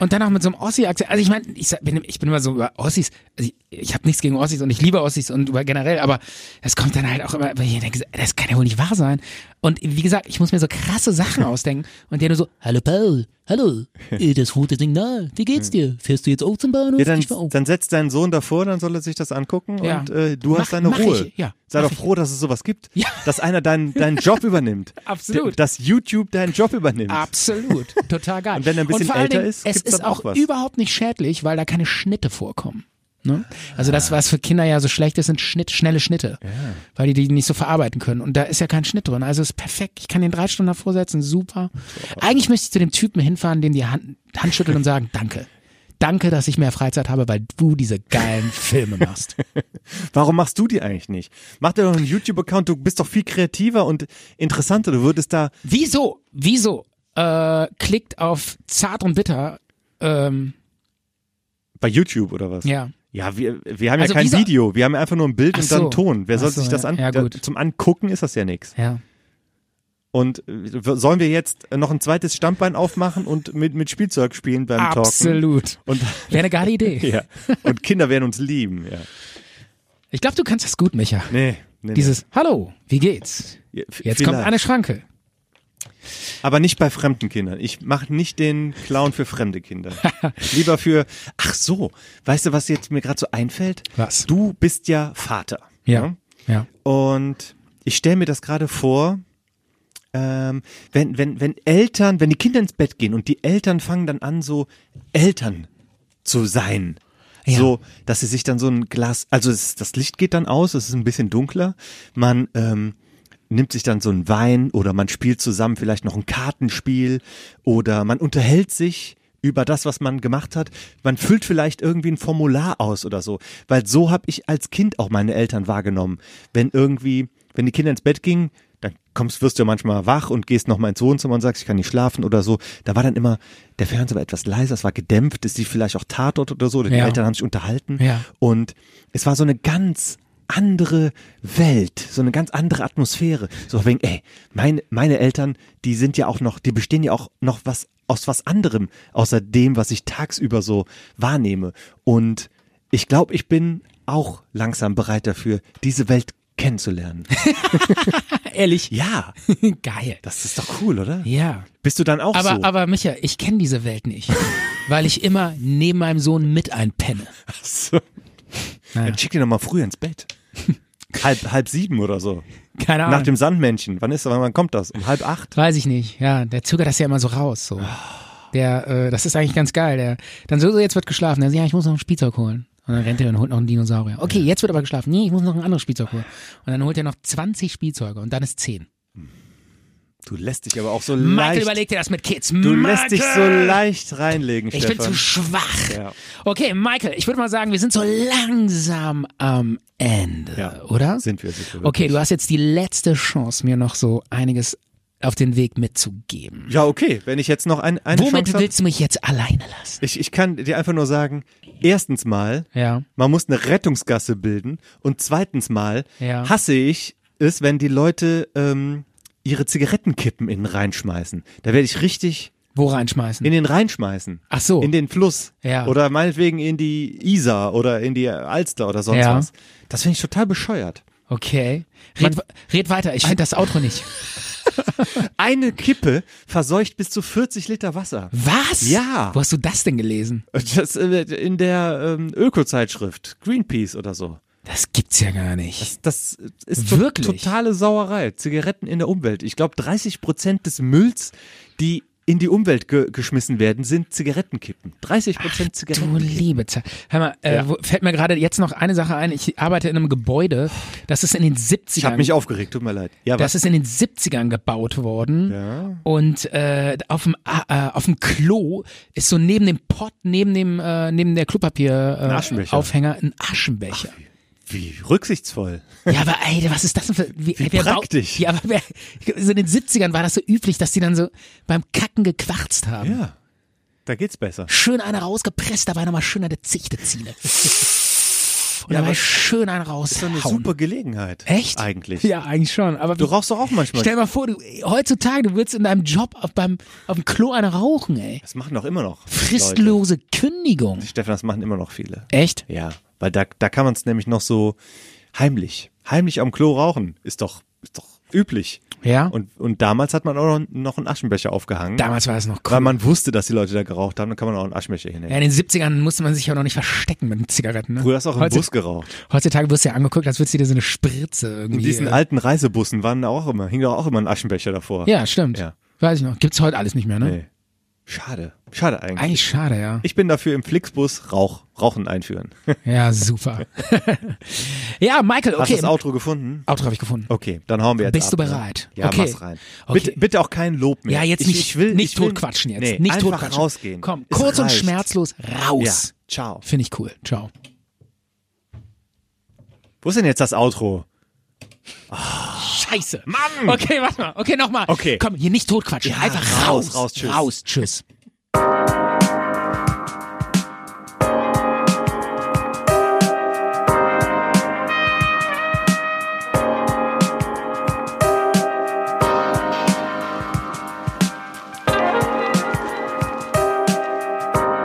[SPEAKER 1] Und dann auch mit so einem Ossi-Akzent. Also ich meine, ich, sag- bin, ich bin immer so über Ossis. Also ich ich habe nichts gegen Ossis und ich liebe Ossis und über generell, aber das kommt dann halt auch immer, weil ich denke, das kann ja wohl nicht wahr sein. Und wie gesagt, ich muss mir so krasse Sachen ausdenken und der nur so, hallo Paul, hallo, äh, das rote Signal, wie geht's dir? Fährst du jetzt auch zum Bahnhof?
[SPEAKER 2] ja, dann,
[SPEAKER 1] Ich fahr auch.
[SPEAKER 2] dann setzt deinen Sohn davor, dann soll er sich das angucken
[SPEAKER 1] Ja.
[SPEAKER 2] und äh, du
[SPEAKER 1] Mach-
[SPEAKER 2] hast deine
[SPEAKER 1] mach
[SPEAKER 2] Ruhe.
[SPEAKER 1] ich, ja.
[SPEAKER 2] Sei
[SPEAKER 1] Mach
[SPEAKER 2] doch
[SPEAKER 1] ich.
[SPEAKER 2] froh, dass es sowas gibt.
[SPEAKER 1] Ja.
[SPEAKER 2] Dass einer deinen, deinen Job übernimmt.
[SPEAKER 1] Absolut.
[SPEAKER 2] D- Dass YouTube deinen Job übernimmt.
[SPEAKER 1] Absolut, total geil.
[SPEAKER 2] Und wenn er ein bisschen
[SPEAKER 1] vor allen
[SPEAKER 2] älter
[SPEAKER 1] Dingen,
[SPEAKER 2] ist,
[SPEAKER 1] es
[SPEAKER 2] gibt's
[SPEAKER 1] ist
[SPEAKER 2] dann auch
[SPEAKER 1] auch
[SPEAKER 2] was.
[SPEAKER 1] überhaupt nicht schädlich, weil da keine Schnitte vorkommen. Ne? Also das, was für Kinder ja so schlecht ist, sind Schnitt, schnelle Schnitte, weil die die nicht so verarbeiten können. Und da ist ja kein Schnitt drin. Also ist perfekt. Ich kann den drei Stunden davor setzen, super. Eigentlich müsste ich zu dem Typen hinfahren, dem die Hand, Hand schütteln und sagen, danke. Danke, dass ich mehr Freizeit habe, weil du diese geilen Filme machst.
[SPEAKER 2] Warum machst du die eigentlich nicht? Mach dir doch einen YouTube-Account, du bist doch viel kreativer und interessanter. Du würdest da.
[SPEAKER 1] Wieso? Wieso? Äh, klickt auf Zart und Bitter. Ähm,
[SPEAKER 2] Bei YouTube oder was?
[SPEAKER 1] ja.
[SPEAKER 2] Ja, wir, wir haben
[SPEAKER 1] Also
[SPEAKER 2] ja kein
[SPEAKER 1] wieso-
[SPEAKER 2] Video, wir haben ja einfach nur ein Bild
[SPEAKER 1] Ach
[SPEAKER 2] und dann
[SPEAKER 1] so.
[SPEAKER 2] Ton. Wer
[SPEAKER 1] Ach
[SPEAKER 2] soll
[SPEAKER 1] so,
[SPEAKER 2] sich das
[SPEAKER 1] ja.
[SPEAKER 2] an
[SPEAKER 1] Ja,
[SPEAKER 2] da-
[SPEAKER 1] gut.
[SPEAKER 2] zum Angucken ist das ja nichts.
[SPEAKER 1] Ja.
[SPEAKER 2] Und äh, w- sollen wir jetzt noch ein zweites Stammbein aufmachen und mit, mit Spielzeug spielen beim Talken?
[SPEAKER 1] Absolut.
[SPEAKER 2] Und
[SPEAKER 1] Wäre eine geile Idee.
[SPEAKER 2] ja. Und Kinder werden uns lieben, ja.
[SPEAKER 1] Ich glaube, du kannst das gut, Micha.
[SPEAKER 2] Nee, nee,
[SPEAKER 1] Dieses Hallo, wie geht's?
[SPEAKER 2] nee. Ja, f-
[SPEAKER 1] Jetzt kommt
[SPEAKER 2] vielleicht.
[SPEAKER 1] eine Schranke.
[SPEAKER 2] Aber nicht bei fremden Kindern. Ich mache nicht den Clown für fremde Kinder. Lieber für. Ach so, weißt du, was jetzt mir gerade so einfällt?
[SPEAKER 1] Was?
[SPEAKER 2] Du bist ja Vater.
[SPEAKER 1] Ja.
[SPEAKER 2] ne?
[SPEAKER 1] Ja.
[SPEAKER 2] Und ich stelle mir das gerade vor, ähm, wenn, wenn, wenn Eltern, wenn die Kinder ins Bett gehen und die Eltern fangen dann an, so Eltern zu sein.
[SPEAKER 1] Ja.
[SPEAKER 2] So, dass sie sich dann so ein Glas, also es, das Licht geht dann aus, es ist ein bisschen dunkler. Man ähm, nimmt sich dann so einen Wein oder man spielt zusammen vielleicht noch ein Kartenspiel oder man unterhält sich über das, was man gemacht hat. Man füllt vielleicht irgendwie ein Formular aus oder so, weil so habe ich als Kind auch meine Eltern wahrgenommen. Wenn irgendwie, wenn die Kinder ins Bett gingen, dann kommst, wirst du ja manchmal wach und gehst nochmal ins Wohnzimmer und sagst, ich kann nicht schlafen oder so. Da war dann immer, der Fernseher war etwas leiser, es war gedämpft, es lief vielleicht auch Tatort oder so, oder die
[SPEAKER 1] Ja.
[SPEAKER 2] Eltern haben sich unterhalten.
[SPEAKER 1] Ja.
[SPEAKER 2] Und es war so eine ganz andere Welt, so eine ganz andere Atmosphäre. So wegen, ey, meine, meine Eltern, die sind ja auch noch, die bestehen ja auch noch was aus was anderem, außer dem, was ich tagsüber so wahrnehme. Und ich glaube, ich bin auch langsam bereit dafür, diese Welt kennenzulernen.
[SPEAKER 1] Ehrlich.
[SPEAKER 2] Ja,
[SPEAKER 1] Geil.
[SPEAKER 2] das ist doch cool, oder?
[SPEAKER 1] Ja.
[SPEAKER 2] Bist du dann auch
[SPEAKER 1] Aber,
[SPEAKER 2] so?
[SPEAKER 1] aber Micha, ich kenne diese Welt nicht, weil ich immer neben meinem Sohn mit einpenne.
[SPEAKER 2] so. Dann schick ihn doch mal früh ins Bett. halb, halb sieben oder so.
[SPEAKER 1] Keine Ahnung.
[SPEAKER 2] Nach dem Sandmännchen. Wann ist wann kommt das? Um halb acht?
[SPEAKER 1] Weiß ich nicht. Ja, der zögert das ja immer so raus. So.
[SPEAKER 2] Ah.
[SPEAKER 1] Der, äh, das ist eigentlich ganz geil. Der, dann so, so, jetzt wird geschlafen. Dann, ja, ich muss noch ein Spielzeug holen. Und dann rennt er und holt noch einen Dinosaurier. Okay, jetzt wird aber geschlafen. Nee, ich muss noch ein anderes Spielzeug holen. Und dann holt er noch 20 Spielzeuge und dann ist 10.
[SPEAKER 2] Du lässt dich aber auch so
[SPEAKER 1] Michael,
[SPEAKER 2] leicht.
[SPEAKER 1] überleg dir das mit Kids.
[SPEAKER 2] du
[SPEAKER 1] Michael!
[SPEAKER 2] lässt dich so leicht reinlegen,
[SPEAKER 1] Ich
[SPEAKER 2] Stefan.
[SPEAKER 1] bin zu schwach.
[SPEAKER 2] Ja.
[SPEAKER 1] Okay, Michael, ich würde mal sagen, wir sind so langsam am Ende,
[SPEAKER 2] Ja,
[SPEAKER 1] oder?
[SPEAKER 2] sind wir, sind wir
[SPEAKER 1] Okay,
[SPEAKER 2] wirklich.
[SPEAKER 1] du hast jetzt die letzte Chance, mir noch so einiges auf den Weg mitzugeben.
[SPEAKER 2] ja, okay. Wenn ich jetzt noch ein, eine
[SPEAKER 1] Womit
[SPEAKER 2] Chance habe.
[SPEAKER 1] willst du mich jetzt alleine lassen?
[SPEAKER 2] Ich, ich kann dir einfach nur sagen, erstens mal,
[SPEAKER 1] Ja.
[SPEAKER 2] man muss eine Rettungsgasse bilden und zweitens mal
[SPEAKER 1] Ja.
[SPEAKER 2] hasse ich es, wenn die Leute ähm, ihre Zigarettenkippen innen reinschmeißen. Da werde ich richtig
[SPEAKER 1] Wo reinschmeißen?
[SPEAKER 2] in den reinschmeißen.
[SPEAKER 1] Ach so.
[SPEAKER 2] In den Fluss.
[SPEAKER 1] Ja.
[SPEAKER 2] Oder meinetwegen in die Isar oder in die Alster oder sonst
[SPEAKER 1] Ja.
[SPEAKER 2] was. Das finde ich total bescheuert.
[SPEAKER 1] okay. Red, red weiter, ich finde das Outro nicht.
[SPEAKER 2] Eine Kippe verseucht bis zu 40 Liter Wasser.
[SPEAKER 1] Was?
[SPEAKER 2] Ja.
[SPEAKER 1] Wo hast du das denn gelesen?
[SPEAKER 2] Das äh, in der ähm, Öko-Zeitschrift, Greenpeace oder so.
[SPEAKER 1] Das gibt's ja gar nicht.
[SPEAKER 2] Das ist to
[SPEAKER 1] Wirklich?
[SPEAKER 2] totale Sauerei. Zigaretten in der Umwelt. Ich glaube, 30 Prozent des Mülls, die in die Umwelt ge geschmissen werden, sind Zigarettenkippen. 30 Prozent
[SPEAKER 1] Du
[SPEAKER 2] Zigarettenkippen.
[SPEAKER 1] liebe Zeit. Hör mal, äh, wo, fällt mir gerade jetzt noch eine Sache ein. Ich arbeite in einem Gebäude, das ist in den 70ern.
[SPEAKER 2] Ich habe mich aufgeregt, tut mir leid. Ja,
[SPEAKER 1] das
[SPEAKER 2] was?
[SPEAKER 1] ist in den 70ern gebaut worden.
[SPEAKER 2] Ja.
[SPEAKER 1] Und äh, auf dem äh, auf dem Klo ist so neben dem Pott, neben dem äh, neben der Klopapier äh,
[SPEAKER 2] Aschenbecher.
[SPEAKER 1] Aufhänger ein Aschenbecher.
[SPEAKER 2] Wie rücksichtsvoll.
[SPEAKER 1] Ja, aber ey, was ist das denn für wie,
[SPEAKER 2] Wie
[SPEAKER 1] wer baut-
[SPEAKER 2] praktisch.
[SPEAKER 1] Ja, aber wer, so in den 70ern war das so üblich, dass die dann so beim Kacken gequarzt haben.
[SPEAKER 2] Ja. Da geht's besser.
[SPEAKER 1] Schön eine rausgepresst, dabei nochmal schön eine Zichte ziehen. Und dabei
[SPEAKER 2] aber-
[SPEAKER 1] schön eine raus.
[SPEAKER 2] Das ist doch eine super Gelegenheit.
[SPEAKER 1] Echt?
[SPEAKER 2] Eigentlich.
[SPEAKER 1] Ja, eigentlich schon. Aber
[SPEAKER 2] Du rauchst doch auch manchmal.
[SPEAKER 1] Stell mal vor, du, heutzutage, du würdest in deinem Job auf, beim, auf dem Klo eine rauchen, ey.
[SPEAKER 2] das machen doch immer noch. Leute.
[SPEAKER 1] Fristlose Kündigung.
[SPEAKER 2] Stefan, das machen immer noch viele.
[SPEAKER 1] Echt?
[SPEAKER 2] Ja, weil da, da kann man es nämlich noch so heimlich, heimlich am Klo rauchen, ist doch, ist doch üblich.
[SPEAKER 1] Ja.
[SPEAKER 2] Und, und damals hat man auch noch, noch einen Aschenbecher aufgehangen.
[SPEAKER 1] Damals war es noch cool.
[SPEAKER 2] Weil man wusste, dass die Leute da geraucht haben, dann kann man auch einen Aschenbecher
[SPEAKER 1] Ja,
[SPEAKER 2] hinhängen.
[SPEAKER 1] in den 70ern musste man sich ja noch nicht verstecken mit den Zigaretten. Ne?
[SPEAKER 2] Früher hast du auch im
[SPEAKER 1] Heutzu-
[SPEAKER 2] Bus geraucht.
[SPEAKER 1] Heutzutage wirst du ja angeguckt, als würdest du dir so eine Spritze irgendwie.
[SPEAKER 2] In diesen
[SPEAKER 1] äh,
[SPEAKER 2] alten Reisebussen waren auch immer, hing doch auch immer ein Aschenbecher davor.
[SPEAKER 1] ja, stimmt.
[SPEAKER 2] Ja.
[SPEAKER 1] Weiß ich noch. Gibt's heute alles nicht mehr, ne?
[SPEAKER 2] Nee. Schade. Schade eigentlich.
[SPEAKER 1] Eigentlich schade, ja.
[SPEAKER 2] Ich bin dafür im Flixbus Rauch, Rauchen einführen.
[SPEAKER 1] Ja, super. ja, Michael,
[SPEAKER 2] Hast
[SPEAKER 1] okay.
[SPEAKER 2] du das Oh, Outro gefunden?
[SPEAKER 1] Auto habe ich gefunden.
[SPEAKER 2] Okay, dann hauen wir jetzt
[SPEAKER 1] Bist
[SPEAKER 2] ab,
[SPEAKER 1] du
[SPEAKER 2] ne?
[SPEAKER 1] bereit?
[SPEAKER 2] Ja,
[SPEAKER 1] Okay.
[SPEAKER 2] mach's rein.
[SPEAKER 1] Okay.
[SPEAKER 2] Bitte, bitte auch kein Lob mehr.
[SPEAKER 1] Ja, jetzt
[SPEAKER 2] ich,
[SPEAKER 1] nicht,
[SPEAKER 2] ich will,
[SPEAKER 1] nicht
[SPEAKER 2] ich will,
[SPEAKER 1] totquatschen jetzt.
[SPEAKER 2] Nee,
[SPEAKER 1] nicht
[SPEAKER 2] einfach
[SPEAKER 1] totquatschen.
[SPEAKER 2] rausgehen.
[SPEAKER 1] Komm,
[SPEAKER 2] Es
[SPEAKER 1] kurz und
[SPEAKER 2] reicht.
[SPEAKER 1] schmerzlos
[SPEAKER 2] Ja,
[SPEAKER 1] raus.
[SPEAKER 2] ciao.
[SPEAKER 1] Finde ich cool. Ciao.
[SPEAKER 2] Wo ist denn jetzt das Outro?
[SPEAKER 1] Scheiße. Mann! Okay, warte mal. Okay, nochmal.
[SPEAKER 2] Okay.
[SPEAKER 1] Komm, hier nicht totquatschen.
[SPEAKER 2] Ja,
[SPEAKER 1] Einfach raus.
[SPEAKER 2] raus, raus, tschüss.
[SPEAKER 1] Raus, tschüss.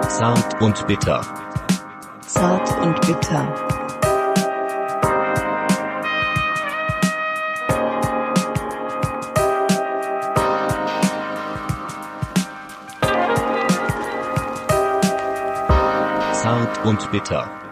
[SPEAKER 7] Zart und bitter.
[SPEAKER 8] Zart und bitter.
[SPEAKER 7] Zart und bitter.